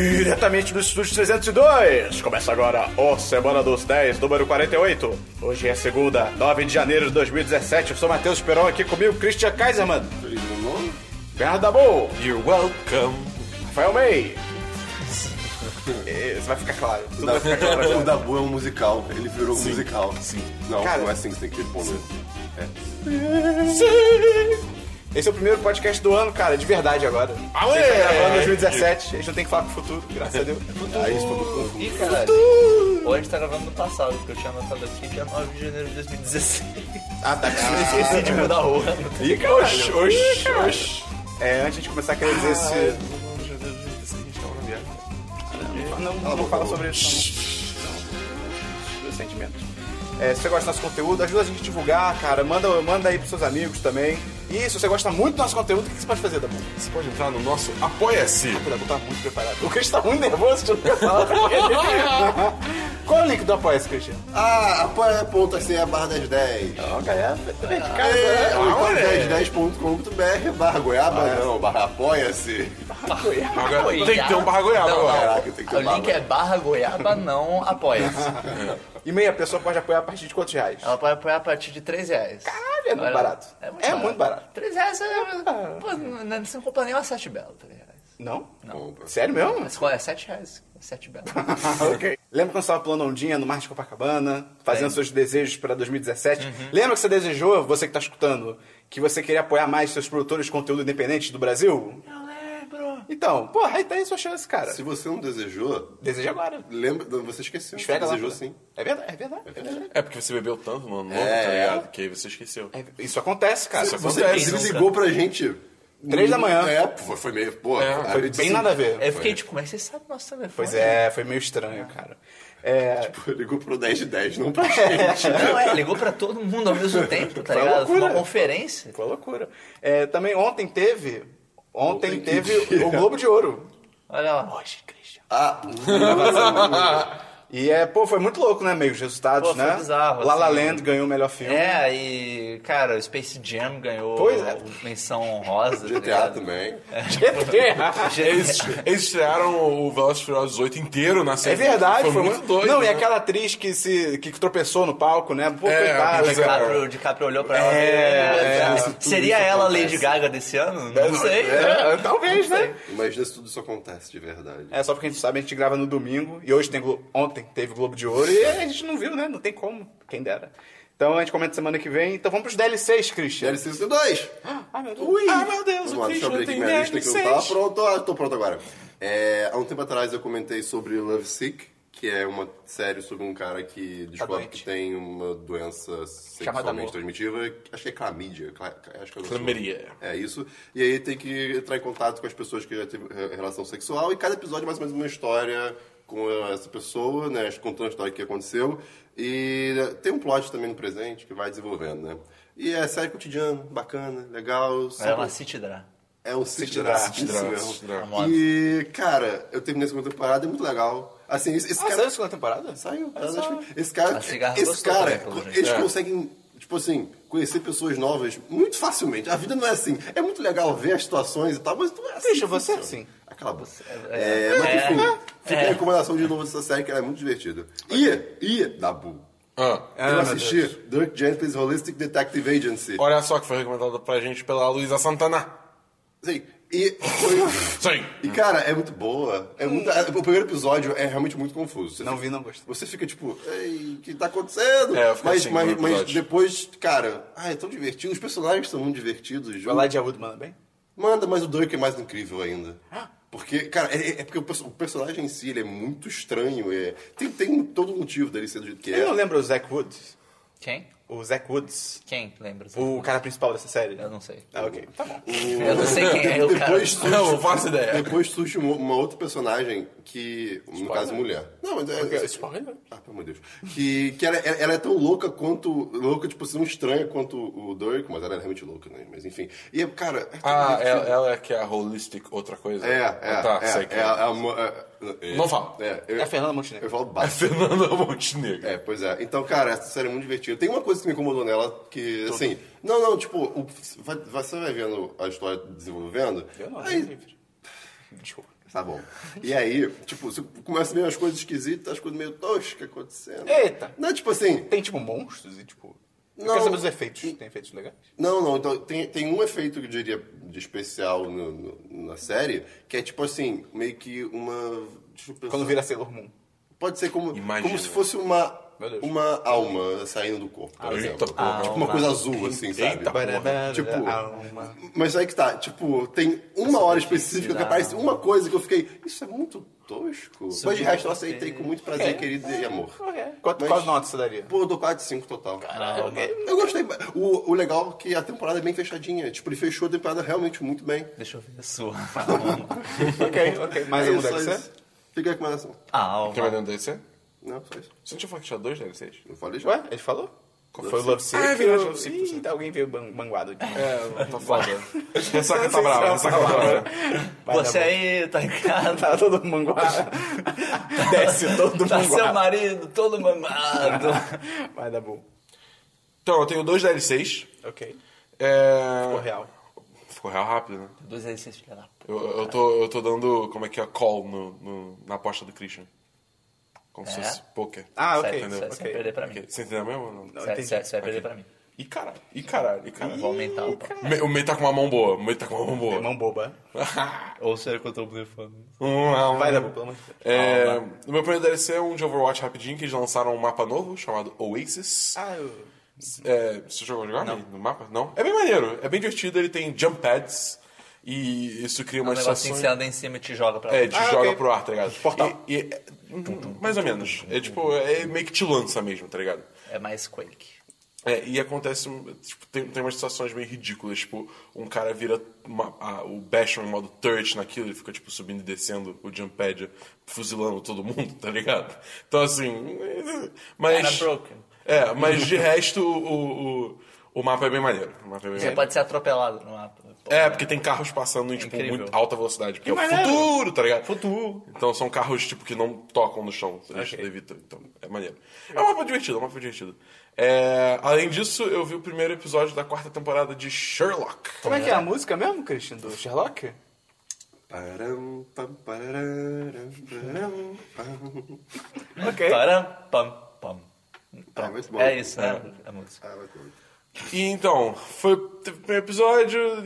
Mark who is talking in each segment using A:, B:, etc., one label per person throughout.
A: diretamente do Estúdio 302. Começa agora o Semana dos 10, número 48. Hoje é segunda, 9 de janeiro de 2017. Eu sou Matheus Peron, aqui comigo Christian Kaiserman.
B: Feliz ano novo?
A: Bernardo Dabu.
C: You're welcome.
A: Rafael May. Isso vai ficar claro. Tudo vai ficar claro.
B: O
A: agora.
B: Dabu é um musical, ele virou um musical.
C: sim.
B: Não,
A: Cara-
B: não é assim que tem que pôr, né?
A: Esse é o primeiro podcast do ano, cara, de verdade agora. A gente tá gravando em 2017, a gente não tem que falar pro futuro, graças a Deus.
B: Ah, isso foi muito confuso.
D: Ih, caralho. Ou a gente tá gravando no passado, porque eu tinha anotado aqui dia 9 de janeiro de 2016.
A: Ah, tá.
D: Eu esqueci de mudar o ano.
A: Ih, caralho. Oxi, oxi, oxi. É, antes de começar, quero dizer se... Não, não vou falar sobre isso, não. Meus sentimentos. É, se você gosta do nosso conteúdo, ajuda a gente a divulgar, cara. Manda, manda aí pros seus amigos também. E se você gosta muito do nosso conteúdo, o que você pode fazer, Dabu?
C: Você pode entrar no nosso Apoia-se.
A: O Dabu tá muito preparado. O Christian tá muito nervoso de não quer falar pra ele. Qual é o link do Apoia-se, Christian?
B: Ah,
A: é
B: apoia.se barra 1010.
A: Não, É galera, também de
B: Ah,
A: né?
B: É, ou então
C: olha.
A: é
B: 1010.com.br barra goiaba, não, barra apoia-se.
C: Agora tem que ter um barra goiaba
D: Não,
C: agora.
B: Caraca, tem que ter
D: não. O link é barra goiaba, não apoia-se.
A: E meia pessoa pode apoiar a partir de quantos reais?
D: Ela pode apoiar a partir de 3 reais.
A: Caralho, é muito barato.
D: É muito
A: É
D: barato.
A: muito barato.
D: 3 reais é... Pô, não, você não compra nem uma 7 belo, 3 reais.
A: Não?
B: Compra.
A: Sério mesmo?
D: Mas qual é? 7 reais. 7 belo.
A: Ah, ok. Lembra quando você estava pulando ondinha no Mar de Copacabana, fazendo
D: Lembro. Uhum.
A: seus desejos para 2017? Lembra que você desejou, você que está escutando, que você queria apoiar mais seus produtores de conteúdo independente do Brasil?
D: Eu lembro.
A: Então, porra, aí tá aí sua chance, cara.
B: Se você não desejou,
A: Deseja agora.
B: lembra, não, você esqueceu.
A: Esfrega lá.
B: desejou
A: cara.
B: sim.
A: É verdade, é verdade. É verdade.
C: É porque você bebeu tanto, mano, novo,
B: É.
C: tá ligado? Que aí você esqueceu.
A: É- Isso acontece, cara. Isso
B: Você
A: acontece.
B: inclusive,
D: nunca.
B: ligou pra gente.
A: Três da manhã.
B: É, foi, foi meio, pô.
C: É,
B: aí
A: Foi
B: eu
A: bem
B: disse assim,
A: nada a ver.
D: Eu fiquei tipo, mas você sabe o nosso telefone?
A: Pois é, foi meio estranho, cara. É,
B: Pô, ligou pro 10 de 10, não pra gente.
D: Não, é, ligou pra todo mundo ao mesmo tempo, tá
A: Foi uma
D: ligado? Foi uma
A: loucura.
D: conferência.
A: foi uma loucura. É, também ontem teve. Ontem
B: Ontem que
A: teve
B: dia.
A: o Globo de Ouro.
D: Olha lá. Hoje, Christian.
B: Ah,
A: E é, pô, foi muito louco, né? Meio os resultados,
D: Pô, foi
A: né?
D: bizarro,
A: La La
D: assim.
A: Land ganhou o melhor filme.
D: É, e, cara, o Space Jam ganhou
A: Pois é.
D: menção honrosa. tá
B: GTA
D: ligado?
B: também.
A: É
C: Eles, eles estrearam o Velozes e Furiosos 8 inteiro na série.
A: É verdade, foi,
C: muito doido.
A: Não,
C: né?
A: e aquela atriz que se que tropeçou no palco, né? Pô,
C: É,
A: coitada,
D: O
C: pois é.
A: cara.
D: DiCaprio, o DiCaprio olhou pra ela.
A: É,
D: "Meu Deus,
B: é, isso
D: Seria
B: tudo
D: ela a
B: acontece.
D: Lady Gaga desse ano? Não sei.
A: É, talvez, né?
B: Imagina se tudo isso acontece de verdade.
A: É, só porque a gente sabe, a gente grava no domingo e hoje tem Glo- ontem teve Globo de Ouro e a gente não viu, né? Não tem como, quem dera. Então a gente comenta semana que vem. Então vamos pros DLCs, Christian.
B: DLC 2!
A: Ah, meu Deus.
B: Ui!
A: Ah, meu Deus,
B: Vamos lá,
A: o
B: deixa
A: Christian
B: eu abrir aqui
A: tem
B: minha lista que eu não
A: DLCs.
B: tava pronto. Ah, tô pronto agora. É, há um tempo atrás eu comentei sobre Love Sick, que é uma série sobre um cara que descobre
A: Tá doente.
B: que tem uma doença
A: amor.
B: sexualmente transmitida. Acho que é clamídia. cla- Acho que é o-
C: Clameria.
B: É isso. E aí tem que entrar em contato com as pessoas que já teve eh, relação sexual. E cada episódio é mais ou menos uma história com eh, essa pessoa, né? Contando a história que aconteceu. E eh, tem um plot também no presente que vai desenvolvendo, né? E é série cotidiana, bacana, legal.
D: Era
B: super-
D: uma City Dra.
B: é um City
A: Dra,
B: Draft.
C: City Dra,
B: Isso
C: City Dra.
B: mesmo. E, cara, eu terminei a segunda temporada, é muito legal. Assim, esse, esse
A: Ah, saiu a
B: cara.
A: segunda temporada?
B: Saiu. cara, acho que- Esse cara.
D: A cigarra
B: Esse
D: gostou
B: cara,
D: também, pelo
B: eles
C: jeito.
B: conseguem, tipo assim, conhecer pessoas novas muito facilmente. A vida não é assim. É muito legal ver as situações e tal, mas não é assim.
A: Deixa você
B: funciona.
A: assim.
B: Aquela bosta.
D: é,
B: É, mas
D: é,
B: enfim,
D: é.
B: fica a recomendação de novo dessa série que ela é muito divertida. E, e, Dabu.
C: Ah,
A: Ah,
B: eu
A: meu
B: assisti Dirk Gently's Holistic Detective Agency.
C: É. olha só que foi recomendado pra gente pela Luísa Santana.
B: Sim, e foi.
C: Sim.
B: E, cara, é muito boa. É muito, é- o primeiro episódio é realmente muito confuso. Você
A: Não
B: fica-
A: vi, não gostei.
B: Você fica tipo, ei, o que tá acontecendo?
C: É, eu fico
B: mas,
C: assim,
B: mas,
C: no
B: mas
C: episódio.
B: depois, cara, ah, é tão divertido. Os personagens são muito divertidos.
A: O Elijah Wood manda bem?
B: Manda, mas o Dirk é mais incrível ainda. Porque, cara, é, é porque o, perso- o personagem em si ele é muito estranho. É, tem, tem todo um motivo dele ser do jeito que
A: Eu não
B: é.
A: lembro o Zack Woods.
D: Quem?
A: O Zack Woods.
D: Quem lembra?
A: O cara principal dessa série.
D: Eu não sei.
A: Ah, ok. Tá bom.
D: Eu não sei quem é o cara.
B: Depois surge,
C: Não, não faço ideia.
B: depois surge uma, uma outra personagem que, no caso, mulher. Não, mas é,
C: Spoiler.
B: Ah, pelo amor de Deus. Que, que ela, ela é tão louca quanto. Louca, tipo, assim, não estranha quanto o Dirk, mas ela é realmente louca, né? Mas enfim. E, é, cara. É tão
C: Ah,
B: divertido.
C: ela, ela é que é a Holistic outra coisa?
B: é. É,
C: Ah,
B: é.
C: tá,
B: é,
C: sei que
B: é, a- a mo- é, é.
C: Não fala. né?
B: É, eu,
A: É a Fernanda Montenegro.
B: eu falo
C: É
B: baixo.
C: Fernanda Montenegro.
B: É, pois é. Então, cara, essa série é muito divertida. Tem uma coisa que me incomodou nela, que, assim... Não, não, tipo, o- vai- você vai vendo a história desenvolvendo...
A: Eu não,
B: aí,
A: Desculpa.
B: Tá bom. E aí, tipo, você começa meio as coisas esquisitas, as coisas meio toscas acontecendo.
A: Eita.
B: Não é tipo assim.
A: Tem, tipo, monstros e, tipo... Eu
B: Não.
A: quero saber dos efeitos. Tem efeitos legais?
B: Não, não, então tem, tem um efeito que eu diria de especial no- no- na série, que é tipo assim, meio que uma. Deixa eu pensar.
A: Quando vira Sailor Moon.
B: Pode ser como,
C: Imagina.
B: como se fosse uma,
A: Meu Deus.
B: uma alma saindo do corpo. por exemplo.
C: Ah, Eita porra.
B: Tipo, uma coisa azul, assim, sabe?
C: Eita.
A: Barabara,
B: Tipo,
A: alma.
B: Mas aí que tá, tipo, tem uma hora específica que aparece uma coisa que eu fiquei, isso é muito tosco. Mas de resto eu aceitei com muito prazer, querido e amor.
A: É, Qual,
B: Mas-
A: qual nota você daria?
B: Pô, eu dou 4 de 5 total. Caralho, eu gostei. O, o legal é que a temporada é bem fechadinha. Tipo, ele fechou a temporada realmente muito bem.
D: Deixa eu ver a sua.
A: ok, ok. Mais
B: É
A: um
B: isso, só
A: DLC?
B: isso. Fica a recomendação.
D: A
C: Quer
D: alma.
C: ver um DLC?
B: Não, só isso.
C: Você não tinha falado que tinha dois DLCs?
B: Não falei já.
A: Ué, ele falou? Qual foi o Love Sick?
C: Ah, é verdade,
A: Eu-
C: Love Sick,
A: Ih, tá, alguém veio ban- manguado.
C: É, tá foda. Ressaca tá brava, ressaca tá brava.
A: Vai dar bom.
D: Você
A: Ah.
D: aí, tá em casa.
A: Tá todo manguado. Desce todo
D: Tá seu
A: manguado.
D: marido todo mamado.
A: Vai dar bom.
C: Então, eu tenho dois DLCs.
A: Ok.
C: É...
A: Ficou real.
C: Ficou real rápido, né?
D: Dois aí, vocês filha da puta.
C: Eu, eu, tô, eu tô dando, como é que é, call no, no- na aposta do Christian. Como se
D: É?
C: fosse poker.
A: Ah, ok.
D: Certo, certo,
A: ok.
D: Você vai perder pra mim.
C: Ok, Você entendeu mesmo ou não?
D: Certo,
A: entendi.
D: certo, Você vai perder pra mim.
C: Ih, caralho, ih, caralho, ih,
D: Eu vou
C: caralho.
D: aumentar o pau.
C: Me- O meio tá com uma mão boa, o meio tá com uma mão boa.
A: Mão boba.
D: Ou será que eu tô blefando?
A: Vai dar bom, pelo amor de Deus.
C: É, o meu primeiro DLC é um de Overwatch rapidinho, que eles lançaram um mapa novo chamado Oasis.
A: Ah, eu...
C: É, você jogou jogar Não. no mapa? Não? É bem maneiro, é bem divertido, ele tem jump pads e isso cria
D: Um
C: umas
D: negocinho que
C: sensações.
D: você anda em cima e te joga pra
C: É,
D: lá.
C: te
A: Ah,
C: joga
A: ok.
C: pro ar, tá ligado?
A: Portal.
C: E- e- mais ou menos. É tipo, é meio que te lança mesmo, tá ligado?
D: É mais Quake.
C: É, e acontece, um- tipo, tem, tem umas situações meio ridículas, tipo, um cara vira uma- a- o Basham em modo turret naquilo, ele fica, tipo, subindo e descendo o jump pad, fuzilando todo mundo, tá ligado? Então, assim,
D: Era
C: mas...
D: broken.
C: É, mas de resto, o, o, o mapa é bem maneiro. O mapa é bem
D: Você
C: maneiro.
D: pode ser atropelado no mapa.
C: É, porque tem carros passando em, tipo,
D: Incrível.
C: muito alta velocidade, porque
A: É Que
C: é o
A: maneiro.
C: futuro, tá ligado?
A: Futuro.
C: Então são carros, tipo, que não tocam no chão, eles
A: Ok.
C: levitam, então é maneiro. É um mapa divertido, é um mapa divertido. É, além disso, eu vi o primeiro episódio da quarta temporada de Sherlock.
A: Como é que é a música mesmo, Christian? Do Sherlock?
B: Param, pam, pararam, pararam, pam.
A: Ok.
D: Taram, pam, pam.
B: Ah, muito bom.
D: É isso, né? A música.
B: Ah, muito bom.
C: E então, foi teve o primeiro episódio...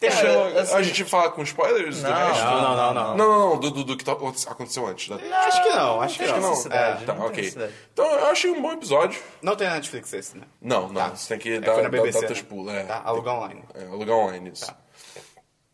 D: Cara,
C: Sherlock-
D: assim-
C: A gente fala com spoilers do
D: Não.
C: resto?
A: Não, não, não,
C: Não,
A: não.
C: não, não, do, do, do que tá- aconteceu antes. da-
A: Acho que não, acho que
C: Acho que
A: não.
C: não.
A: É,
C: tá,
D: não tem
C: ok.
D: necessidade.
C: Então, eu achei um bom episódio.
A: Não tem na Netflix esse, né?
C: Não, não, você tem que
A: É,
C: dar,
A: foi na
C: dar,
A: BBC,
C: dar teus
A: né?
C: pulos. É,
A: Tá, alugar online.
C: é, alugar online, isso.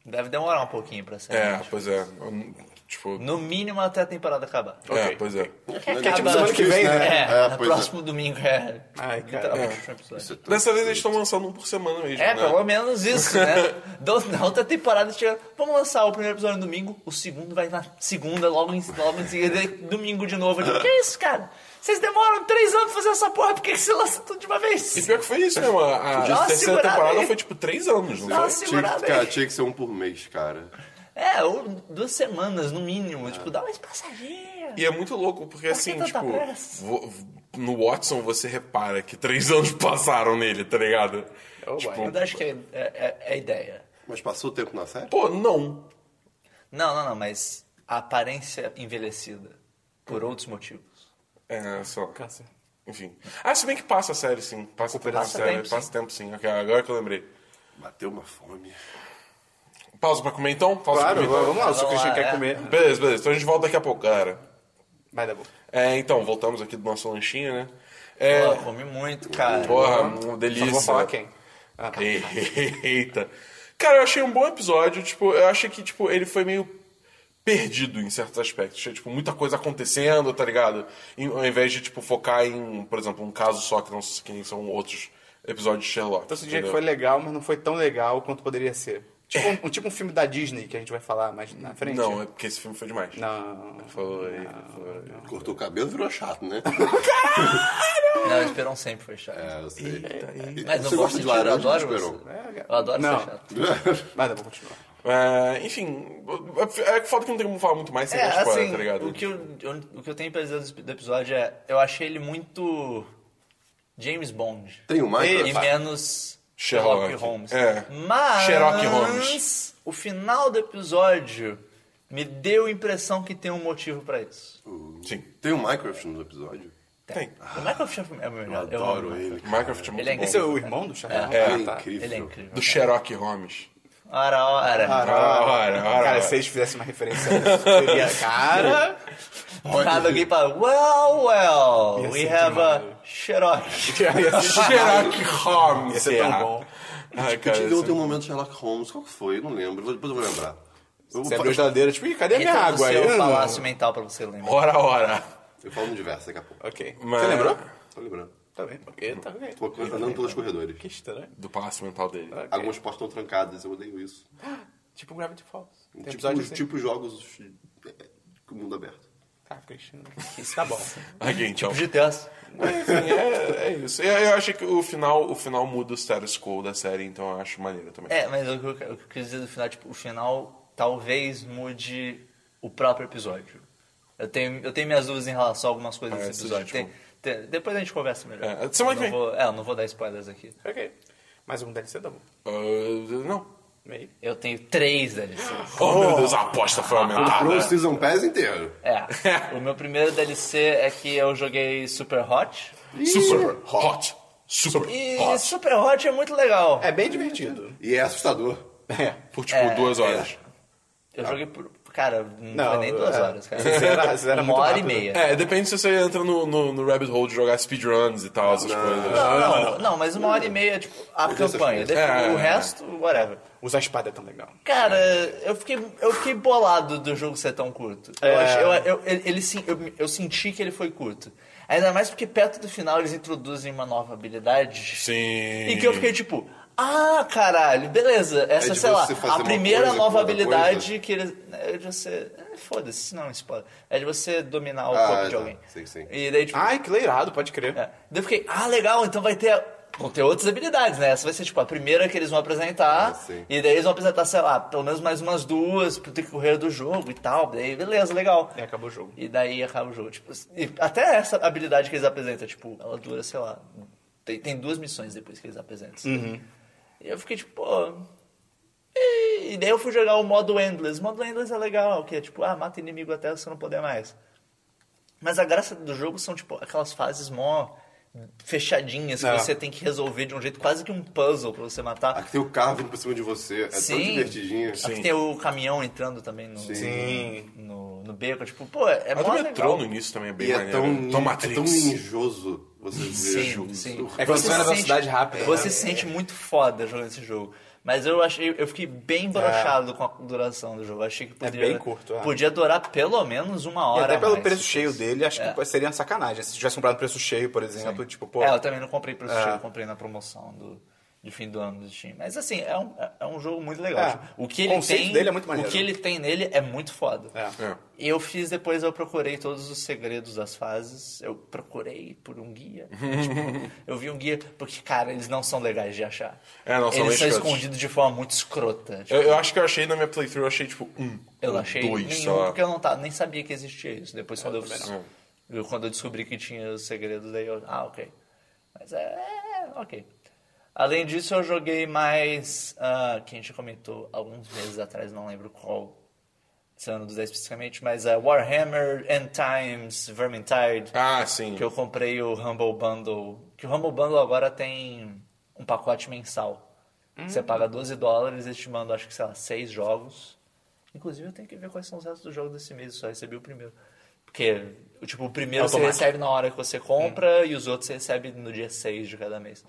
D: Deve demorar um pouquinho pra ser.
C: É, pois é. Eu- Tipo,
D: No mínimo até a temporada acabar.
C: é, pois é.
A: Que é tipo
D: Acaba-
A: semana que vem,
B: né?
A: né?
D: É,
B: É,
D: no
B: pois é.
D: próximo domingo é.
A: Ai, cara.
D: literalmente um episódio.
C: Dessa vez eles estão lançando um por semana mesmo,
D: É,
C: né?
D: pelo menos isso, né? Da outra- Na outra temporada tinha. Vamos lançar o primeiro episódio no domingo, o segundo vai na segunda, logo em, logo em seguida, e domingo de novo. Eu digo, que isso, cara? Vocês demoram três anos pra fazer essa porra, por que que você lança tudo de uma
C: E
D: vez?
C: pior que foi isso mesmo. A, a
D: Dá uma
C: terceira
D: segurada
C: temporada
D: aí.
C: foi tipo três anos, não
D: Dá uma
C: foi?
B: Tinha que,
D: segurada
B: cara,
D: aí.
B: tinha que ser um por mês, cara.
D: É, ou duas semanas no mínimo, tipo, dá uma espaçadinha.
C: E é muito louco, porque
D: que
C: assim,
D: tanta
C: tipo,
D: pressa?
C: vo- no Watson você repara que três anos passaram nele, tá ligado?
A: Oh,
C: tipo,
A: boy.
D: Eu acho que é, é- é a ideia.
B: Mas passou o tempo na série?
C: pô, não.
D: Não, não, não, mas a aparência envelhecida por outros motivos.
C: É, só.
A: Câncer.
C: Enfim. Ah, se bem que passa a série, sim. Passa tempo na
D: Passa
C: série,
D: tempo,
C: passa tempo, sim. Ok, agora que eu lembrei.
B: Bateu uma fome.
C: Pausa pra comer então? Pausa
A: Claro,
C: pra comer então?
A: vamos lá, se o
D: Vamos
A: Christian
D: lá,
A: quer
D: é.
A: comer.
C: Beleza, beleza. Então a gente volta daqui a pouco, galera.
A: Vai dar bom.
C: É, então, voltamos aqui do nosso lanchinho, né? É,
D: Pô, comi muito, cara.
C: porra, uma delícia.
A: Só vou falar quem. Ah, tá.
C: Eita. Cara, eu achei um bom episódio. Tipo, eu achei que tipo, ele foi meio perdido em certos aspectos. Tinha, tipo, muita coisa acontecendo, tá ligado? Em- ao invés de, tipo, focar em, por exemplo, um caso só, que não sei quem são outros episódios de Sherlock.
A: Então você diria que
C: entendeu?
A: foi legal, mas não foi tão legal quanto poderia ser. Tipo um, um- tipo um filme da Disney que a gente vai falar mais na frente.
C: Não, é porque esse filme foi demais.
A: Não.
C: Foi, foi.
B: Cortou o cabelo, virou chato, né?
D: Não, o Esperon sempre foi chato.
B: É, eu sei.
D: Mas não
B: Você gosta
D: gosto
B: de
D: de laranja, eu
B: laranja,
D: adoro
B: Esperon?
D: você. Eu adoro
A: Não.
D: ser chato.
A: Vai dar bom, continuar.
C: É, enfim, é foda que não tem como falar muito mais sem
D: É,
C: dar spoiler,
D: assim,
C: tá ligado?
D: o, que eu, eu- o que eu tenho pra dizer do do episódio é... Eu achei ele muito James Bond.
B: Tem um o
D: E
B: Minecraft?
D: menos
C: Sherlock.
D: Sherlock Holmes.
C: É.
D: Mas...
C: Sherlock Holmes.
D: o final do episódio Me deu a impressão que tem um motivo pra isso.
C: Sim.
B: Tem um Minecraft no episódio?
C: Tem.
D: O Michael Schaefer é o melhor.
B: Eu adoro
D: amo.
B: ele. cara.
C: Minecraft é muito
D: Ele é
C: bom.
A: Esse é o irmão do Charlie?
D: É.
B: Ele
A: Ah,
B: é
A: tá.
B: incrível.
D: Ele é incrível.
C: Do Xerox Holmes.
D: Ora,
C: Ah,
D: ora.
A: Cara,
C: Ora, ora,
A: Cara,
C: ora.
A: se eles fizessem uma referência a isso, seria. Cara!
D: Nada Um alguém fala, well, well,
A: Ia
D: we
A: ser
D: have
A: demais.
D: a Xerox.
A: ia ser-
C: Sherlock Holmes.
A: Ia ser tão bom.
C: Ai, cara.
B: Eu
C: Tipo,
B: tive ontem
C: isso-
B: um momento Sherlock Holmes. Qual que foi? Eu não lembro. Depois eu vou lembrar. Eu,
A: Você
B: falo,
A: abriu a geladeira, tipo, "Ih, cadê a minha
D: Entra no
A: água aí?
D: seu
A: Hum.
D: palácio mental pra você lembrar.
C: Ora, ora.
B: eu falo no diverso daqui a pouco.
A: Ok.
C: Mas-
A: Você lembrou?
B: Tô lembrando.
A: Tá bem, ok, tá bem.
B: Tô andando pelos corredores.
A: Que estranho.
C: Do palácio mental dele.
A: Ok.
B: Algumas portas estão trancadas. Eu odeio isso.
A: Tipo Gravity Falls. Tem
B: Tipo,
A: episódio assim.
B: tipo jogos é, com mundo aberto.
A: Ah, Cristina. Tá bom.
C: Aqui, tchau.
D: De Deus.
C: Enfim, tipo, é, é isso. Eu, eu acho que o final, o final muda o status quo da série, então eu acho maneiro também.
D: É, mas o que eu, que- o que eu quis dizer do final, tipo, o final talvez mude o próprio episódio. Eu tenho, eu tenho minhas dúvidas em relação a algumas coisas
C: Parece
D: desse episódio.
C: legítimo.
D: Tem- tem- depois a gente conversa melhor.
C: É, semana
D: Eu
C: que
D: não
C: vem.
D: Vou, é, eu não vou dar spoilers aqui.
A: ok. Mais um DLC, tá bom.
C: Ah, não.
A: Meio.
D: Eu tenho três DLCs.
C: Oh, meu Deus, a aposta foi
B: Pro
C: aumentada.
B: Season Pass inteiro.
D: É, o meu primeiro DLC é que eu joguei Super Hot.
C: Super hot. Super
D: E
C: hot.
D: Super Hot é muito legal.
A: É bem divertido.
B: E é assustador.
A: É.
C: Por tipo
D: É,
C: duas horas.
D: Eu joguei por. Cara, não,
A: Não,
D: foi nem duas
A: é.
D: horas, cara.
A: Vocês eram- vocês eram
D: Uma
A: muito
D: hora
A: rápido.
D: e meia.
C: É. depende se você entra no, no, no rabbit hole de jogar speedruns e tal, essas coisas.
D: Não, não, não, mas uma hora e meia, tipo, a
B: essas
D: campanha.
B: coisas.
D: Depois
C: É,
D: o
C: é, é.
D: resto, whatever.
A: Usar a espada é tão legal.
D: Cara, eu fiquei, eu fiquei bolado do jogo ser tão curto. Eu,
A: É.
D: achei- eu, eu- ele, ele sim- eu, eu senti que ele foi curto. Ainda mais porque perto do final eles introduzem uma nova habilidade.
C: Sim.
D: E que eu fiquei tipo, ah, caralho, beleza. Essa,
B: É de
D: sei lá,
B: você fazer
D: a
B: uma
D: primeira
B: coisa com
D: nova
B: outra
D: habilidade
B: coisa?
D: que eles. É de você. é, Foda-se, isso não é um spoiler. É de você dominar o
B: Ah,
D: corpo de
B: tá.
D: alguém.
B: Sim, sim.
D: E daí, tipo,
A: Ai, que leirado, pode crer.
D: é. Daí eu fiquei, ah, legal, então vai ter. Vão ter outras habilidades, né? Essa vai ser tipo a primeira que eles vão apresentar.
B: Ah, sim.
D: e daí eles vão apresentar, sei lá, pelo menos mais umas duas pro decorrer do jogo e tal. Daí, beleza, legal.
A: E acabou o jogo.
D: E daí acaba o jogo. Tipo, e até essa habilidade que eles apresentam, tipo, ela dura, sei lá. Tem, tem duas missões depois que eles apresentam. assim.
A: Uhum.
D: E eu fiquei tipo, pô. E e daí eu fui jogar o modo Endless. O modo Endless é legal, que é tipo, ah, mata inimigo até você não poder mais. Mas a graça do jogo são, tipo, aquelas fases mó fechadinhas que
A: É.
D: você tem que resolver de um jeito quase que um puzzle pra você matar.
B: Aqui tem o carro vindo pra cima de você. Ah, É tão
D: Sim.
B: divertidinho.
D: Aqui tem o caminhão entrando também no,
A: Sim.
D: no, no beco. Tipo, pô, é
C: A
D: mó
C: do
D: legal.
C: metrô no início também é bem
B: E é
C: maneiro.
B: tão,
C: Tão
B: é tão
C: Matrix.
B: ninjoso você
D: Sim,
B: ver.
D: sim.
A: É quando
D: Você
A: você vai na
D: se
A: velocidade
D: sente-
A: rápida,
D: Você
A: né?
D: se sente muito foda jogando esse jogo. Mas eu achei, eu fiquei bem brochado com a duração do jogo. Achei que podia,
A: bem curto, é.
D: podia durar pelo menos uma
A: E
D: hora.
A: até
D: a
A: pelo
D: mais.
A: preço cheio dele, acho
D: É.
A: que seria uma sacanagem. Se tivesse comprado preço cheio, por exemplo, tipo, pô.
D: É, eu também não comprei preço
A: É.
D: cheio, eu comprei na promoção do, de fim do ano do Steam. Mas assim, é um, é um jogo muito legal.
A: É.
D: Tipo, o que
A: O
D: ele
A: conceito
D: tem,
A: dele é muito maneiro.
D: o que ele tem nele é muito foda.
A: É.
C: É.
D: E eu fiz depois, eu procurei todos os segredos das fases. Eu procurei por um guia. Tipo, eu vi um guia, porque, cara, eles não são legais de achar.
C: É, não, são bem
D: eles são
C: escrotos.
D: escondidos de forma muito escrota. Tipo,
C: Eu, eu acho que eu achei na minha playthrough, eu achei tipo um.
D: eu
C: ou
D: não achei
C: dois, sei
D: nenhum,
C: lá.
D: porque eu não tava, nem sabia que existia isso. Depois, quando eu,
C: não.
D: eu- quando eu descobri que tinha os segredos, daí eu... Ah, ok. Mas é... é, ok. Além disso, eu joguei mais... ah, que a gente comentou alguns meses atrás, não lembro qual... Esse ano dos 10 especificamente, mas é Warhammer, End Times, Vermintide...
C: Ah, sim.
D: Que eu comprei o Humble Bundle. Que o Humble Bundle agora tem um pacote mensal.
C: Hum.
D: Você paga 12 dólares, eles te mandam, acho que, sei lá, 6 jogos. Inclusive, eu tenho que ver quais são os restos dos jogos desse mês. Eu só recebi o primeiro. Porque, tipo, o primeiro
A: Automático.
D: você recebe na hora que você compra
C: Hum.
D: e os outros você recebe no dia 6 de cada mês.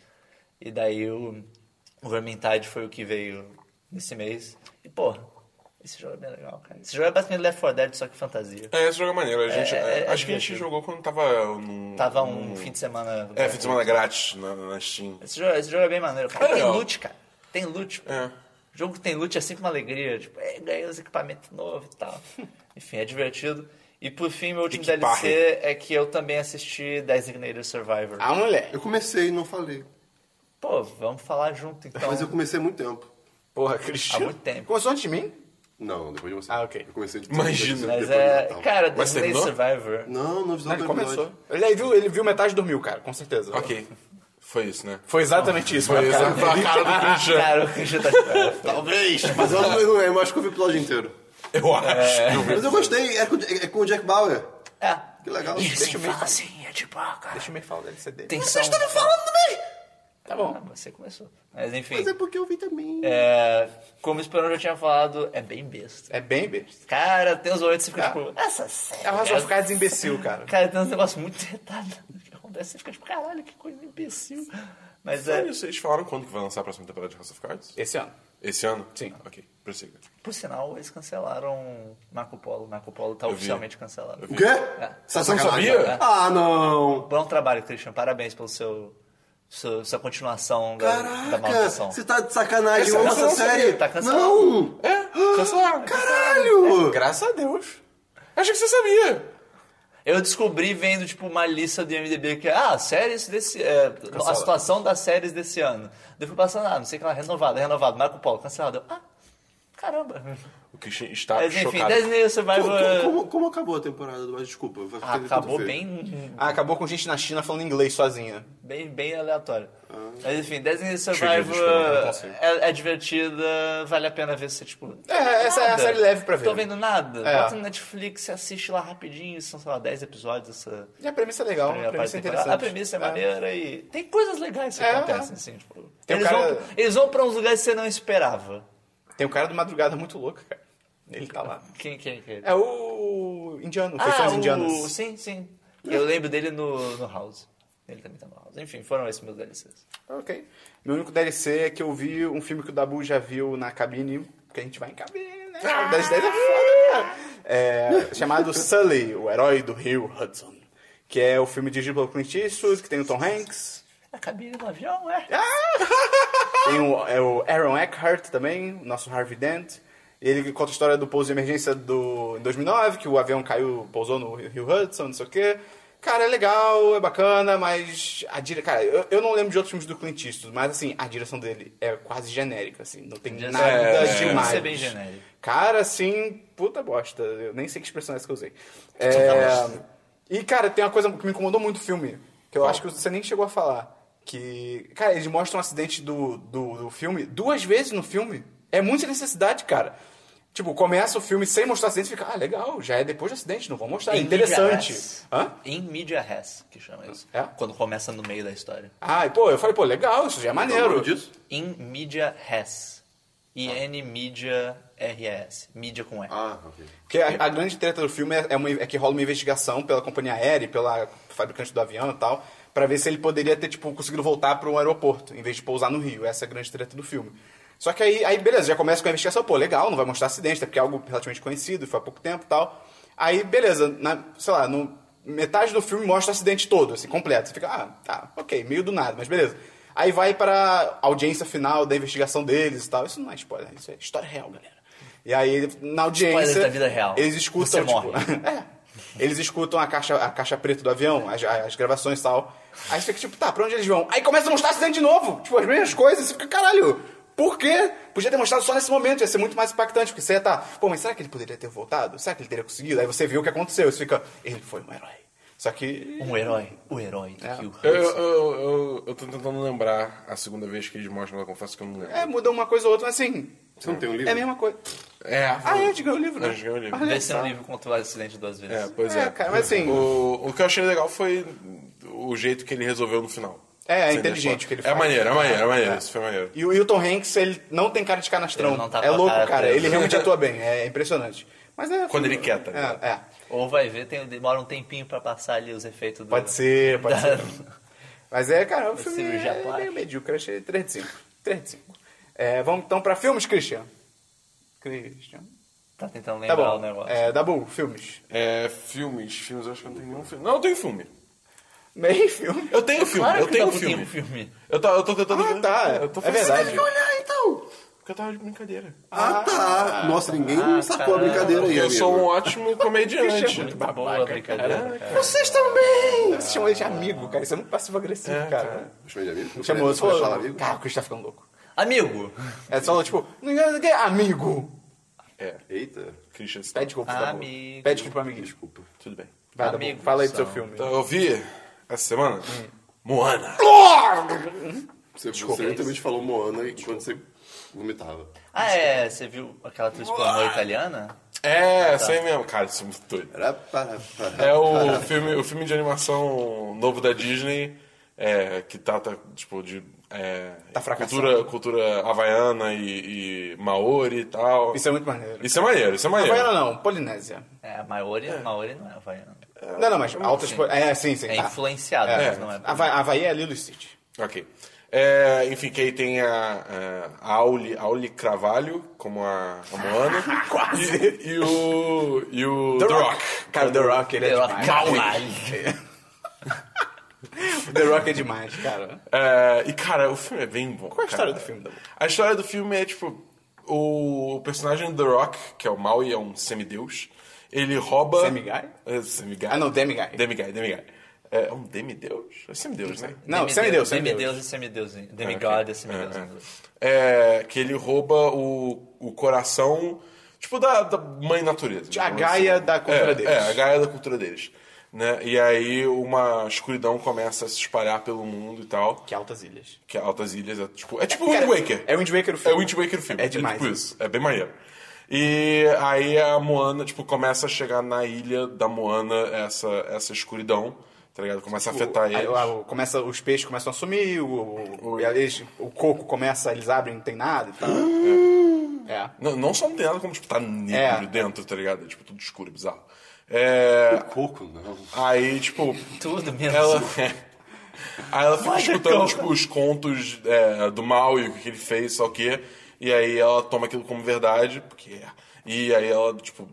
D: E daí o, o Vermintide foi o que veio nesse mês. E, porra, esse jogo é bem legal, cara. Esse jogo é basicamente Left 4 Dead, só que fantasia.
C: É, esse jogo é maneiro. A gente,
D: É, é, é
C: acho que a gente
D: divertido.
C: jogou quando tava num.
D: Tava um fim de semana...
C: É, fim de semana grátis na, na Steam.
D: Esse jogo, esse jogo é bem maneiro, cara.
C: É
D: tem
C: legal.
D: loot, cara. Tem loot. pô.
C: É.
D: Jogo que tem loot é sempre uma alegria. Tipo, é, ganhei os equipamentos novos e tal. Enfim, é divertido. E por fim, meu último
C: Equipar.
D: DLC é que eu também assisti Designated Survivor.
A: Ah, moleque.
B: Eu comecei e não falei.
D: Pô, vamos falar junto então.
B: Mas eu comecei há muito tempo.
A: Porra, Cristiano.
D: Há muito tempo.
A: Começou antes de mim?
B: Não, depois de você.
A: Ah, ok.
B: Eu comecei de
C: Imagina.
B: depois
D: Mas
B: então.
D: é.
B: do Natal.
D: Cara,
C: Mas
D: Designated Survivor.
B: Não, no
A: Não,
B: visual
A: ele
B: do
A: Ah, começou.
B: episódio.
A: Ele, aí viu, ele viu metade e dormiu, cara, com certeza.
C: Ok. Foi isso, né?
A: Foi exatamente isso.
C: Foi
A: mas,
C: isso.
A: cara,
C: Foi a cara do Christian.
D: Cara, o Christian tá de
B: Talvez, mas eu, eu, eu acho que eu vi o episódio inteiro.
C: Eu acho. que eu vi.
B: Mas eu gostei, é com, é com o Jack Bauer.
D: É.
B: Que legal.
D: E se
A: eu ver.
D: fala assim, é tipo, ah, cara.
A: Deixa eu me falar do LCD.
D: Tem
B: Vocês estavam falando também!
D: Tá bom. Ah, você começou. Mas enfim,
B: Mas é porque eu vi também.
D: é, como o Esperão já tinha falado, é bem besta.
A: É bem besta.
D: Cara, tem uns momentos que você fica
A: Ah.
D: tipo, essa série.
A: É uma razão ficar desimbecil, cara.
D: Cara, tem uns negócios muito retado que acontece. Você fica tipo, caralho, que coisa imbecil. Mas é,
C: Sério, vocês falaram quando que vai lançar a próxima temporada de House of Cards?
A: Esse ano.
C: Esse ano?
A: Sim.
C: Ah, Ok, prossiga.
D: por sinal, eles cancelaram Marco Polo. Marco Polo tá
C: vi.
D: oficialmente cancelado.
B: O quê?
D: Ah.
B: Você tá
C: Você não sabia?
B: Ah, não!
D: Bom trabalho, Christian. Parabéns pelo seu. Sua, sua continuação da, da
B: Caraca,
D: maldição.
B: você tá de sacanagem, eu amo
D: Essa-
B: essa
D: essa
B: série!
D: tá cancelada.
B: Não! Ah,
C: É, cancelaram.
B: Caralho!
A: Graças a Deus.
C: Achei que você sabia.
D: Eu descobri vendo, tipo, uma lista do IMDB que, ah, séries desse... é, a situação das séries desse ano. Daí eu fui passando, ah, não sei o que lá, renovado, renovado, Marco Polo, cancelado. Eu, ah, caramba.
C: O Christian está
D: Mas enfim,
C: Tá chocado.
D: Disney
B: Como, como-
D: Survivor...
B: como- como acabou a temporada do Mas Desculpa, vai
D: Ah,
B: ficar
D: acabou
B: feio.
D: bem,
A: Ah, acabou com gente na China falando inglês sozinha.
D: bem, bem aleatório.
A: Ah.
D: Mas enfim,
C: Cheguei,
D: Disney
C: desculpa, não
D: Survivor
C: consigo.
D: é, é divertida, vale a pena ver se, tipo...
A: É, essa é a
D: nada.
A: série leve pra ver.
D: Tô vendo nada.
A: É.
D: Bota no Netflix, assiste lá rapidinho, são, sei lá, 10 episódios, essa...
A: E a premissa é legal, a
D: primeira parte
A: premissa é
D: da temporada.
A: interessante.
D: A premissa é maneira e tem coisas legais que
A: É,
D: acontecem,
A: é.
D: assim, tipo...
A: Tem um
D: Eles,
A: cara-
D: vão, eles vão pra uns lugares que você não esperava.
A: Tem um cara do Madrugada muito louco, cara. Ele tá lá.
D: Quem, quem, quem?
A: É o indiano,
D: ah,
A: feições
D: o...
A: indianas.
D: Sim, sim. Eu lembro dele no, no House. Ele também tá no House. Enfim, foram esses meus DLCs.
A: Ok. Meu único DLC é que eu vi um filme que o Dabu já viu na cabine, que a gente vai em cabine, né? Ah! 10 é foda, cara. É, chamado Sully, o herói do rio Hudson. Que é o filme dirigido pelo Clint Eastwood, que tem o Tom Hanks.
D: A cabine do avião, é?
A: Tem o, é o Aaron Eckhart também, o nosso Harvey Dent. Ele conta a história do pouso de emergência do, em 2009, que o avião caiu, pousou no Rio Hudson, não sei o quê. Cara, é legal, é bacana, mas a dire... Cara, eu, eu não lembro de outros filmes do Clint Eastwood, mas assim, a direção dele é quase genérica, assim, não tem
D: Já-
A: nada
D: é,
C: é.
A: demais.
D: Isso é bem genérico.
A: Cara, assim, puta bosta. Eu nem sei que expressão é essa que eu usei. É... E, cara, tem uma coisa que me incomodou muito no filme, que eu acho que você nem chegou a falar. Que, cara, eles mostram o acidente do, do, do filme duas vezes no filme. É muita necessidade, cara. Tipo, começa o filme sem mostrar o acidente e fica, ah, legal, já é depois do acidente, não vou mostrar. É
D: In
A: interessante.
D: media res.
A: Hã?
D: In media res, que chama isso.
A: É?
D: Quando começa no meio da história.
A: Ah, e, pô, eu falei, pô, legal, isso já é
B: Qual é o
A: maneiro.
B: nome disso?
D: In media res. I-N media R-E-S. Mídia com E.
B: Ah, ok.
A: Porque a, a grande treta do filme é, é uma- é que rola uma investigação pela companhia aérea, e pela fabricante do avião e tal, pra ver se ele poderia ter, tipo, conseguido voltar para um aeroporto, em vez de pousar no Rio. Essa é a grande treta do filme. Só que aí, aí beleza, já começa com a investigação, pô, legal, não vai mostrar acidente, até porque é algo relativamente conhecido, foi há pouco tempo e tal. Aí, beleza, na- sei lá, no, metade do filme mostra o acidente todo, assim, completo. Você fica, ah, tá, ok, meio do nada, mas beleza. Aí vai pra audiência final da investigação deles e tal. Isso não é spoiler, isso é história real, galera. E aí, na audiência.
D: Spoilers da vida real.
A: Eles escutam,
D: Você
A: tipo,
D: morre.
A: é. Eles escutam a caixa, a caixa preta do avião, as, as gravações e tal. Aí você fica tipo, tá, pra onde eles vão? Aí começa a mostrar acidente de novo. Tipo, as mesmas coisas. Você fica, caralho, por quê? Podia ter mostrado só nesse momento, ia ser muito mais impactante. Porque você ia tá, pô, mas será que ele poderia ter voltado? Será que ele teria conseguido? Aí você viu o que aconteceu. Você fica, ele foi um herói. Só que...
D: Um herói. O herói do
A: É.
D: Kill
C: Eu,
D: Hudson.
C: eu, eu, eu- eu tô tentando lembrar a segunda vez que eles mostram, eu confesso que eu não lembro.
A: É, muda uma coisa ou outra, mas assim...
B: Você não tem um
A: É
B: livro?
A: a mesma coisa.
C: É,
A: Ah, é, a gente ganhou o livro, né?
C: A gente ganhou o livro.
A: Olha
D: Vê se
A: só.
D: no livro contra o acidente duas vezes.
C: É, pois
A: É,
C: é.
A: cara, mas assim-
C: O, o que eu achei legal foi o jeito que ele resolveu no final.
A: É, é
C: Sem
A: inteligente
C: deixar-
A: o que ele
C: É
A: faz.
C: maneiro, é maneiro, é maneiro.
A: É.
C: Isso foi maneiro.
A: E o Hilton Hanks, ele não tem cara de canastrão.
D: Ele não tá com
A: é
D: a
A: louco, cara.
D: cara dele.
A: Ele realmente atua bem. É impressionante. Mas é.
C: Quando ele quer, tá ligado?
A: É, é.
D: Ou vai ver, tem- demora um tempinho pra passar ali os efeitos do...
A: Pode ser, pode
D: da-
A: ser. Mas é, cara, o filme
D: cirurgia
A: é
D: plástica.
A: meio medíocre. Eu achei 3 de 5. 3 de 5. É, vamos então pra filmes, Christian. Christian.
D: Tá tentando
A: Tá
D: lembrar o
A: bom.
D: negócio.
A: É, Dabu, filmes.
C: É, filmes, filmes, eu acho que eu não tenho nenhum filme. Não, eu tenho filme.
A: Meio um filme.
C: Eu tenho filme,
D: Claro
C: eu
D: que
C: tenho
D: não tem
C: filme.
D: um filme.
C: Eu, tô, eu tô tentando.
A: tá Ah,
C: ver.
A: tá.
C: Eu tô
A: É verdade.
B: olhar, então!
C: Porque eu tava de brincadeira.
B: Ah, tá! Nossa, ninguém
D: Ah,
B: sacou a
D: caramba.
B: brincadeira aí,
C: eu
B: amigo.
C: sou um ótimo comediante.
D: Muito Tá boa a brincadeira, cara.
A: Vocês também! Você chamou ele de amigo, cara. Isso é muito passivo-agressivo,
C: É,
A: cara.
C: cara.
B: Chamei de amigo?
A: Chamou,
B: Você pode falar amigo?
A: Cara, o Christian tá ficando louco.
D: Amigo!
A: É só, tipo, amigo.
C: é,
B: Eita,
C: Christian, você tá
A: Pede
C: de...
A: desculpa, Dabu.
D: Amigo.
A: Pede desculpa pro amiguinho.
B: desculpa.
C: tudo bem.
A: Vai, Dabu,
D: Amigo,
A: fala aí do seu
D: são.
A: filme.
C: Então, eu vi essa semana
A: Hum.
C: Moana.
B: Você, você literalmente falou Moana enquanto você vomitava.
D: Ah, é, você viu aquela atriz pornô italiana?
C: É, isso aí mesmo. Cara, isso é muito doido. É o filme, o filme de animação novo da Disney, é, que trata, tipo, de. é,
A: Tá fracassado.
C: cultura, cultura havaiana e, e maori e tal.
A: Isso é muito maneiro.
C: Isso é maneiro, isso é maneiro.
A: Havaiana não, Polinésia.
D: É, Maori, Maori não é havaiana.
A: Não, não, mas altas... po- É, sim, sim.
D: É
A: tá.
D: influenciado, mas não é.
A: Hava- Havaí é Lilo e Stitch.
C: Ok. É, enfim, que aí tem a, a Auli, Auli Cravalho, como a, a Moana. Quase. E, e o. E o The, Rock.
A: Cara, o The Rock, ele é
D: The Rock, é
A: demais.
D: caralho.
A: The Rock é demais, cara.
C: É, e cara, o filme é bem bom.
A: Qual é a
C: cara.
A: história do filme, Dabu?
C: A história do filme é tipo: o personagem do The Rock, que é o Maui, é um semideus. Ele rouba.
A: Semigai?
C: É, semigai.
A: Ah, não, Demigai.
C: Demigai, Demigai. É um demideus? É semideus, né?
A: Não, semideus, semideus.
D: Demideus e semideus. hein? Demigod e semideus.
C: É, é.
D: em
A: né?
D: inglês.
C: É, que ele rouba o, o coração, tipo, da, da mãe natureza.
A: Tipo, A
C: digamos
A: Gaia da cultura
C: é,
A: deles.
C: É, a Gaia da cultura deles. Né? E aí uma escuridão começa a se espalhar pelo mundo e tal.
A: Que altas ilhas.
C: Que é altas ilhas, é tipo, é tipo
A: Cara,
C: Wind Waker.
A: É o Wind Waker o
C: É
A: filme.
C: o Wind Waker o filme.
A: É demais.
C: É, tipo isso. é bem maneiro. E aí a Moana, tipo, começa a chegar na ilha da Moana essa, essa escuridão, tá ligado? Começa a afetar
A: O- aí,
C: eles.
A: o- começa, os peixes começam a sumir, o, o, e aí eles- o coco começa, eles abrem, não tem nada e tal. É.
C: Não, não só não tem nada como, tipo, tá negro
A: É.
C: dentro, tá ligado? É, tipo, tudo escuro, bizarro. É...
B: Pouco, não.
C: Aí, tipo,
D: Tudo menos.
C: ela... é. aí ela fica
A: é
D: Magical.
C: escutando, tipo, os contos é, do mal e o que ele fez, só que... E aí ela toma aquilo como verdade, porque é. E aí ela, tipo,